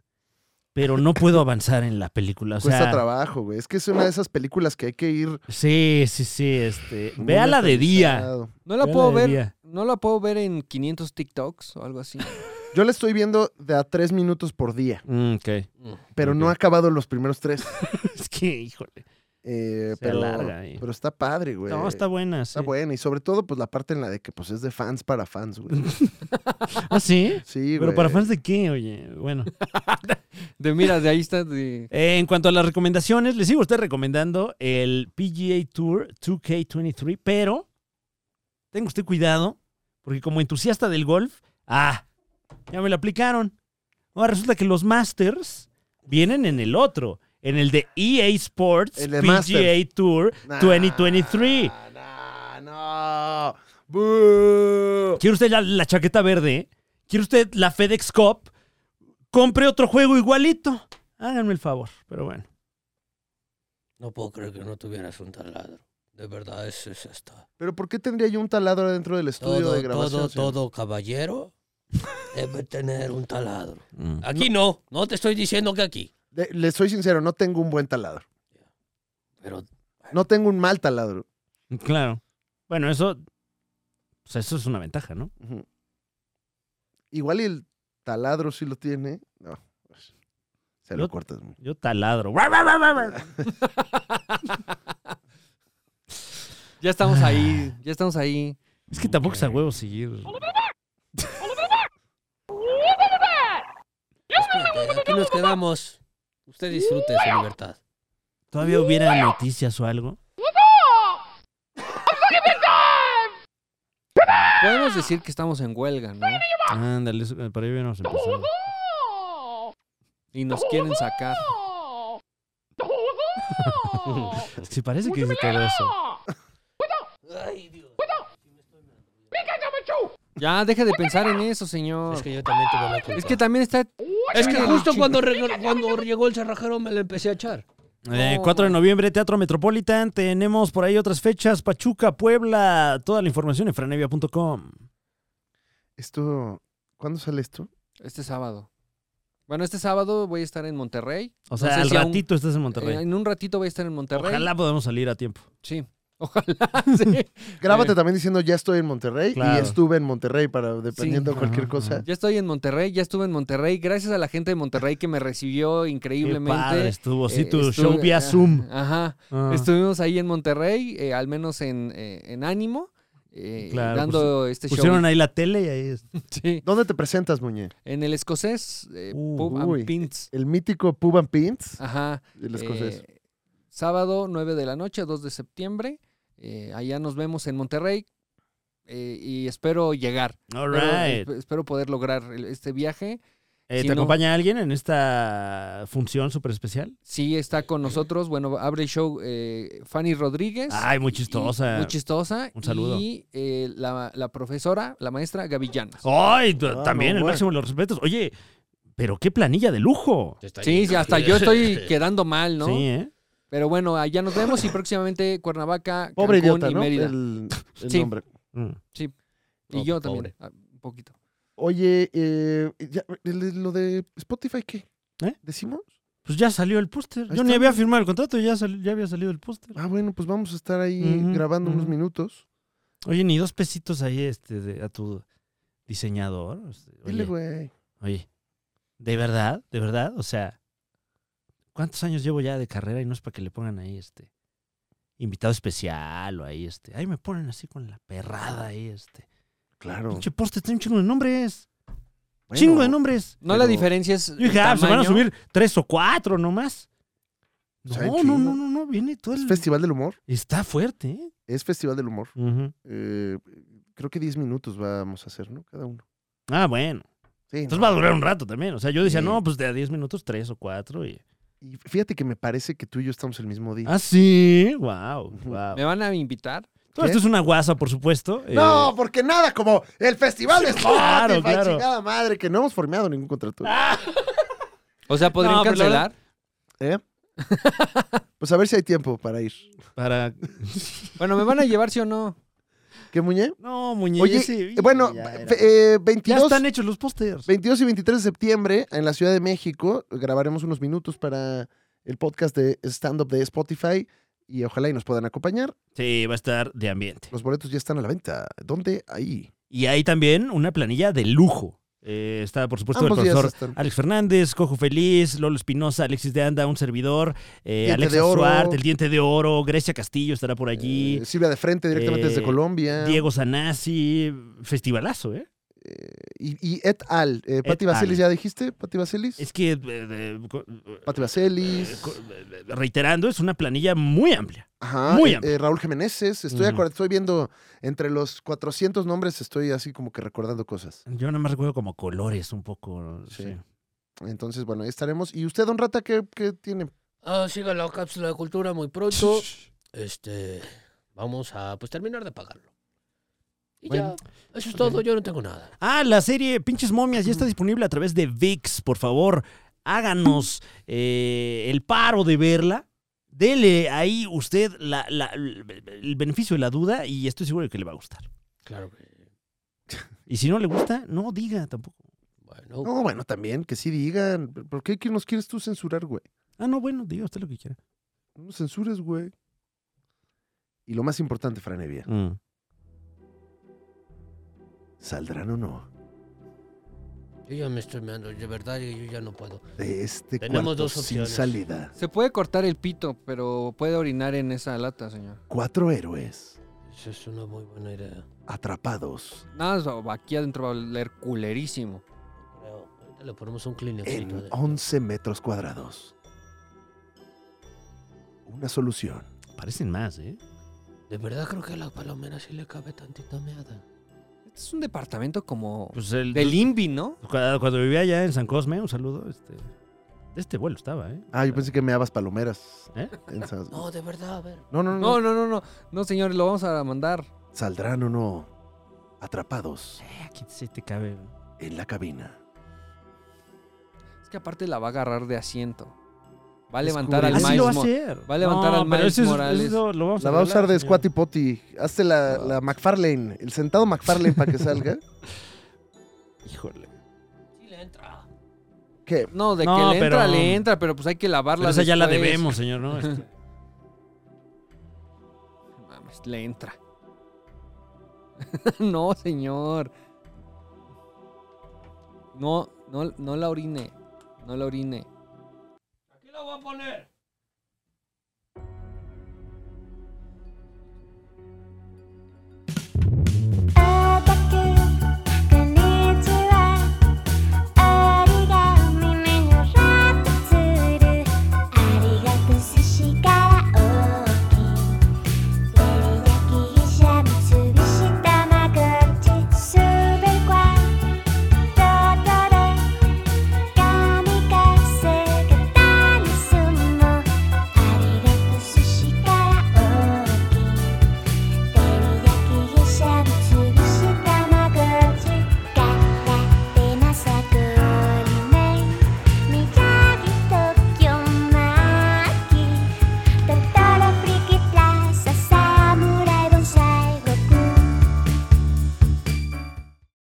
S2: pero no puedo avanzar en la película. O sea,
S1: Cuesta trabajo, güey. Es que es una de esas películas que hay que ir.
S2: Sí, sí, sí. Este,
S1: muy
S2: véala de día.
S1: aterrizado.
S3: no la
S2: ya
S3: puedo
S2: la
S3: ver.
S2: debía.
S3: No la puedo ver en 500 TikToks o algo así.
S1: Yo la estoy viendo de a tres minutos por día,
S2: Mm, ok.
S1: pero no ha acabado los primeros tres.
S2: Es que, híjole.
S1: Eh,
S2: Se
S1: pero,
S2: alarga ahí.
S1: pero está padre, güey.
S2: No, está buena.
S1: Pues, Está
S2: sí.
S1: buena. Y sobre todo, pues la parte en la de que pues es de fans para fans, güey.
S2: Ah, sí.
S1: Sí, güey.
S2: Pero para fans de qué, oye. Bueno.
S3: De mira, de ahí está. de-
S2: Eh, en cuanto a las recomendaciones, les sigo a usted recomendando el PGA Tour 2K23, pero tenga usted cuidado, porque como entusiasta del golf, ah, ya me lo aplicaron. Ahora resulta que los Masters vienen en el otro, en el de EA Sports
S1: El de
S2: PGA
S1: Masters.
S2: Tour
S1: Nah,
S2: 2023.
S1: nah, no. Boo.
S2: ¿Quiere usted la, la chaqueta verde? eh? ¿Quiere usted la FedEx Cup? Compre otro juego igualito. Háganme el favor, pero bueno.
S4: No puedo creer que no tuvieras un taladro. De verdad, eso es hasta.
S1: Pero ¿por qué tendría yo un taladro dentro del estudio
S4: Todo,
S1: de grabación?
S4: todo,
S1: señor?
S4: todo caballero debe tener un taladro. Aquí no, no te estoy diciendo que aquí.
S1: De- le soy sincero, no tengo un buen taladro.
S4: Pero
S1: No tengo un mal taladro.
S2: Claro. Bueno, eso. pues eso es una ventaja, ¿no?
S1: Ujú. Igual y el taladro sí lo tiene. No. pues, Se lo
S2: Yo-
S1: cortas. muy.
S2: Yo taladro.
S3: Ya estamos ahí. Ya estamos ahí.
S2: Es que tampoco es a huevo seguir.
S4: espérate, aquí nos quedamos. Usted disfrute su libertad.
S2: Todavía hubiera noticias o algo.
S3: Podemos decir que estamos en huelga, ¿no?
S2: Ándale, eso- para ahí hubiéramos empezado.
S3: Y nos quieren sacar.
S2: Sí, parece que es de todo eso.
S4: Ay, Dios.
S3: Ya, deja de pensar en eso, señor.
S4: Es que yo también tuve la culpa.
S3: Es que también está.
S4: Es que justo cuando, reg- cuando llegó el cerrajero me lo empecé a echar.
S2: Eh, 4 de noviembre, Teatro Metropolitan. Tenemos por ahí otras fechas. Pachuca, Puebla. Toda la información en franevia.com.
S1: Esto. ¿Cuándo sale esto?
S3: Este sábado. Bueno, este sábado voy a estar en Monterrey.
S2: O sea,
S3: No sé
S2: al
S3: si aún-
S2: ratito estás en Monterrey.
S3: Eh, en un ratito voy a estar en Monterrey.
S2: Ojalá podamos salir a tiempo.
S3: Sí. Ojalá. sí.
S1: Grábate también diciendo ya estoy en Monterrey y
S2: Eh. Claro.
S1: estuve en Monterrey para dependiendo de
S2: Sí.
S1: cualquier
S2: Ajá,
S1: cosa.
S2: ajá.
S3: Ya estoy en Monterrey, ya estuve en Monterrey. Gracias a la gente de Monterrey que me recibió
S2: Qué
S3: increíblemente.
S2: padre estuvo. Sí,
S3: Eh,
S2: tu
S3: estuve-
S2: show vía
S3: ah,
S2: Zoom.
S3: Ajá.
S2: Ah.
S3: Estuvimos ahí en Monterrey, eh, al menos en, eh, en ánimo, eh,
S2: Claro, pues,
S3: dando este
S2: Pusieron
S3: show.
S2: ahí la tele y ahí es.
S3: Sí.
S1: ¿Dónde te presentas, Muñe?
S3: En el escocés, eh,
S2: Uh,
S3: Pub and
S1: uy.
S3: Pins.
S1: El mítico Pub and Pins.
S4: Ah,
S3: Ajá.
S1: el
S3: Eh,
S1: escocés.
S3: sábado 9 de la noche, 2 de septiembre. Eh, allá nos vemos en Monterrey eh, y espero llegar.
S2: All
S3: Pero, eh,
S2: right.
S3: esp- espero poder lograr el- este viaje.
S2: Eh,
S3: si
S2: ¿Te
S3: no-
S2: acompaña alguien en esta función súper especial?
S3: Sí, está con nosotros. Bueno, abre el show eh, Fanny Rodríguez.
S2: Ay, muy
S3: Y-
S2: chistosa.
S3: Muy chistosa.
S2: Un saludo.
S3: Y eh, la, la profesora, la maestra Gavillana.
S2: Ay, t-
S1: Ah,
S2: también
S1: no,
S2: el
S1: bueno.
S2: máximo de los respetos. Oye, pero qué planilla de lujo.
S3: Sí, sí, hasta yo estoy quedando mal, ¿no?
S2: Sí, ¿eh?
S3: Pero bueno, allá nos vemos y próximamente Cuernavaca,
S1: Pobre
S3: Cancún
S1: idiota,
S3: y
S1: ¿no?
S3: Mérida.
S1: El, el
S3: Sí.
S1: nombre.
S2: Mm.
S3: Y
S4: Oh,
S3: yo
S4: pobre.
S3: también, ah, un poquito.
S1: Oye, eh, ya, el- lo de Spotify, ¿qué?
S2: ¿Eh?
S1: ¿Decimos?
S2: Pues ya salió el póster.
S1: Ahí
S2: Yo ni
S1: está.
S2: había firmado el contrato y ya, sal- ya había salido el póster.
S1: Ah, bueno, pues vamos a estar ahí
S2: Ujú,
S1: grabando unos
S2: ujú.
S1: minutos.
S2: Oye, ni dos pesitos ahí este, de- a tu diseñador. este, Oye,
S1: Dile, güey.
S2: oye, ¿de verdad? ¿De verdad? O sea, ¿Cuántos años llevo ya de carrera y no es para que le pongan ahí este invitado especial o ahí este? Ahí me ponen así con la perrada ahí este.
S1: Claro.
S2: Pinche poste, tiene un chingo de nombres.
S1: Bueno,
S2: chingo ¿eh? de nombres.
S3: No la
S1: Pero-
S3: diferencia es.
S2: Yo dije, ah, se van a
S3: tamaño.
S2: subir tres o cuatro nomás. No,
S1: O sea, hay
S2: no,
S1: chingo.
S2: no, no, no, viene todo
S1: Es
S2: el...
S1: Festival del Humor.
S2: Está fuerte, ¿eh?
S1: Es Festival del Humor.
S2: Ujú.
S1: Eh, creo que 10 minutos vamos a hacer, ¿no? Cada uno.
S2: Ah, bueno.
S1: Sí,
S2: Entonces
S1: no.
S2: va a durar un rato también. O sea, yo decía,
S1: Sí.
S2: no, pues de a 10 minutos, tres o cuatro. Y...
S1: Y fíjate que me parece que tú y yo estamos el mismo día.
S2: Ah, sí. Wow,
S1: Ujú.
S2: wow.
S3: ¿Me van a invitar?
S2: Todo esto es una guasa, por supuesto. eh,
S1: No, porque nada como el festival de Spotify,
S2: Claro, claro. Ah.
S1: chingada madre, que no hemos formado ningún contrato.
S3: O sea, ¿podrían
S2: No, pero la
S3: cancelar?
S2: verdad-
S1: ¿Eh? pues a ver si hay tiempo para ir.
S2: Para.
S3: Bueno, ¿me van a llevar sí o no?
S1: ¿Qué, Muñe?
S2: No, muñeca.
S1: Oye, eh, bueno, fe- eh,
S2: ya
S1: 22,
S2: están hechos los pósters.
S1: 22 y 23 de septiembre en la Ciudad de México grabaremos unos minutos para el podcast de stand-up de Spotify y ojalá y nos puedan acompañar.
S2: Sí, va a estar de ambiente.
S1: Los boletos ya están a la venta. ¿Dónde? Ahí.
S2: Y hay también una planilla de lujo. Eh, está, por supuesto,
S1: Ambos
S2: el
S1: días
S2: profesor
S1: están.
S2: Alex Fernández, Cojo Feliz, Lolo Espinosa, Alexis de Anda, un servidor, eh,
S1: Diente
S2: Alexa
S1: de Oro.
S2: Suárez, El Diente de Oro, Grecia Castillo estará por allí,
S1: Eh, Silvia de Frente directamente
S2: eh,
S1: desde Colombia.
S2: Diego Sanasi, festivalazo, ¿eh?
S1: Eh, y, y et al. Eh, Pati
S2: Et al.
S1: Vaselis, ¿ya dijiste? Pati Vaselis.
S2: Es que, eh, de- co-
S1: Pati
S2: eh,
S1: Vaselis.
S2: co- eh, reiterando, es una planilla muy amplia.
S1: Ajá,
S2: Muy
S1: eh,
S2: amplio.
S1: eh, Raúl Jiménez, estoy,
S2: Ujú.
S1: acor- estoy viendo entre los 400 nombres, estoy así como que recordando cosas.
S2: Yo nada más recuerdo como colores un poco.
S1: Sí.
S2: sí.
S1: Entonces, bueno, ahí estaremos. ¿Y usted, don Rata, qué, qué tiene?
S4: Ah, siga la cápsula de cultura muy pronto. Este, vamos a pues terminar de pagarlo. Y
S1: Bueno.
S4: ya, eso es todo, yo no tengo nada.
S2: Ah, la serie Pinches Momias ya está disponible a través de VIX. Por favor, háganos eh, el paro de verla. Dele ahí usted la- la- el beneficio de la duda y estoy seguro de que le va a gustar.
S4: Claro que.
S2: Y si no le gusta, no diga tampoco.
S4: Bueno,
S1: No, bueno, también, que sí digan. ¿Por qué que nos quieres tú censurar, güey?
S2: Ah, no, bueno, diga usted lo que quiera.
S1: No nos censures, güey. Y lo más importante, Franevia,
S3: Mm.
S1: ¿saldrán o no
S4: yo ya me estoy meando, de verdad, yo yo ya no puedo.
S1: de este
S4: Tenemos
S1: cuarto
S4: dos
S1: sin
S4: opciones.
S1: salida?
S3: Se puede cortar el pito, pero puede orinar en esa lata, señor.
S1: Cuatro héroes
S4: Eso es una muy buena idea.
S1: atrapados
S3: Nada, más, aquí adentro va a oler culerísimo.
S4: Creo. Ahorita le ponemos un clean
S1: en 11 metros cuadrados. Una solución.
S2: Parecen más, ¿eh?
S4: De verdad creo que a la palomera sí le cabe tantita meada.
S3: Este es un departamento como
S2: Pues el,
S3: del INVI, ¿no?
S2: cuando, cuando vivía allá en San Cosme, un saludo. Este, de este vuelo estaba, ¿eh?
S1: Ah, yo pensé que me dabas palomeras.
S2: ¿Eh?
S1: En esas-
S4: No, de verdad, a ver.
S1: No,
S2: Mm.
S1: no, no.
S3: No, no, no, no. No, señor, lo vamos a mandar.
S1: ¿Saldrán o no atrapados
S2: Eh, Aquí se te cabe.
S1: en la cabina?
S3: Es que aparte la va a agarrar de asiento. Va a levantar al
S1: Descubrirá.
S2: Así
S3: Miles
S2: lo va a
S3: Mo-
S2: hacer.
S3: va a levantar al
S2: pero
S3: Miles
S2: eso es-
S3: Morales.
S2: eso lo vamos
S1: La va a usar
S2: arreglar,
S1: de
S2: señor.
S1: Squatty Potty. Hazte la, la McFarlane, el sentado McFarlane para que salga.
S2: Híjole.
S4: Sí le entra.
S1: ¿Qué?
S3: No, de
S2: No,
S3: que le
S2: pero-
S3: entra, le entra, pero pues hay que lavarla.
S2: Pero esa ya la
S3: después.
S2: debemos, señor, ¿no? Este,
S3: Mames, le entra. no, señor. No, no, no la orine. No la orine.
S4: Aquí la voy a poner.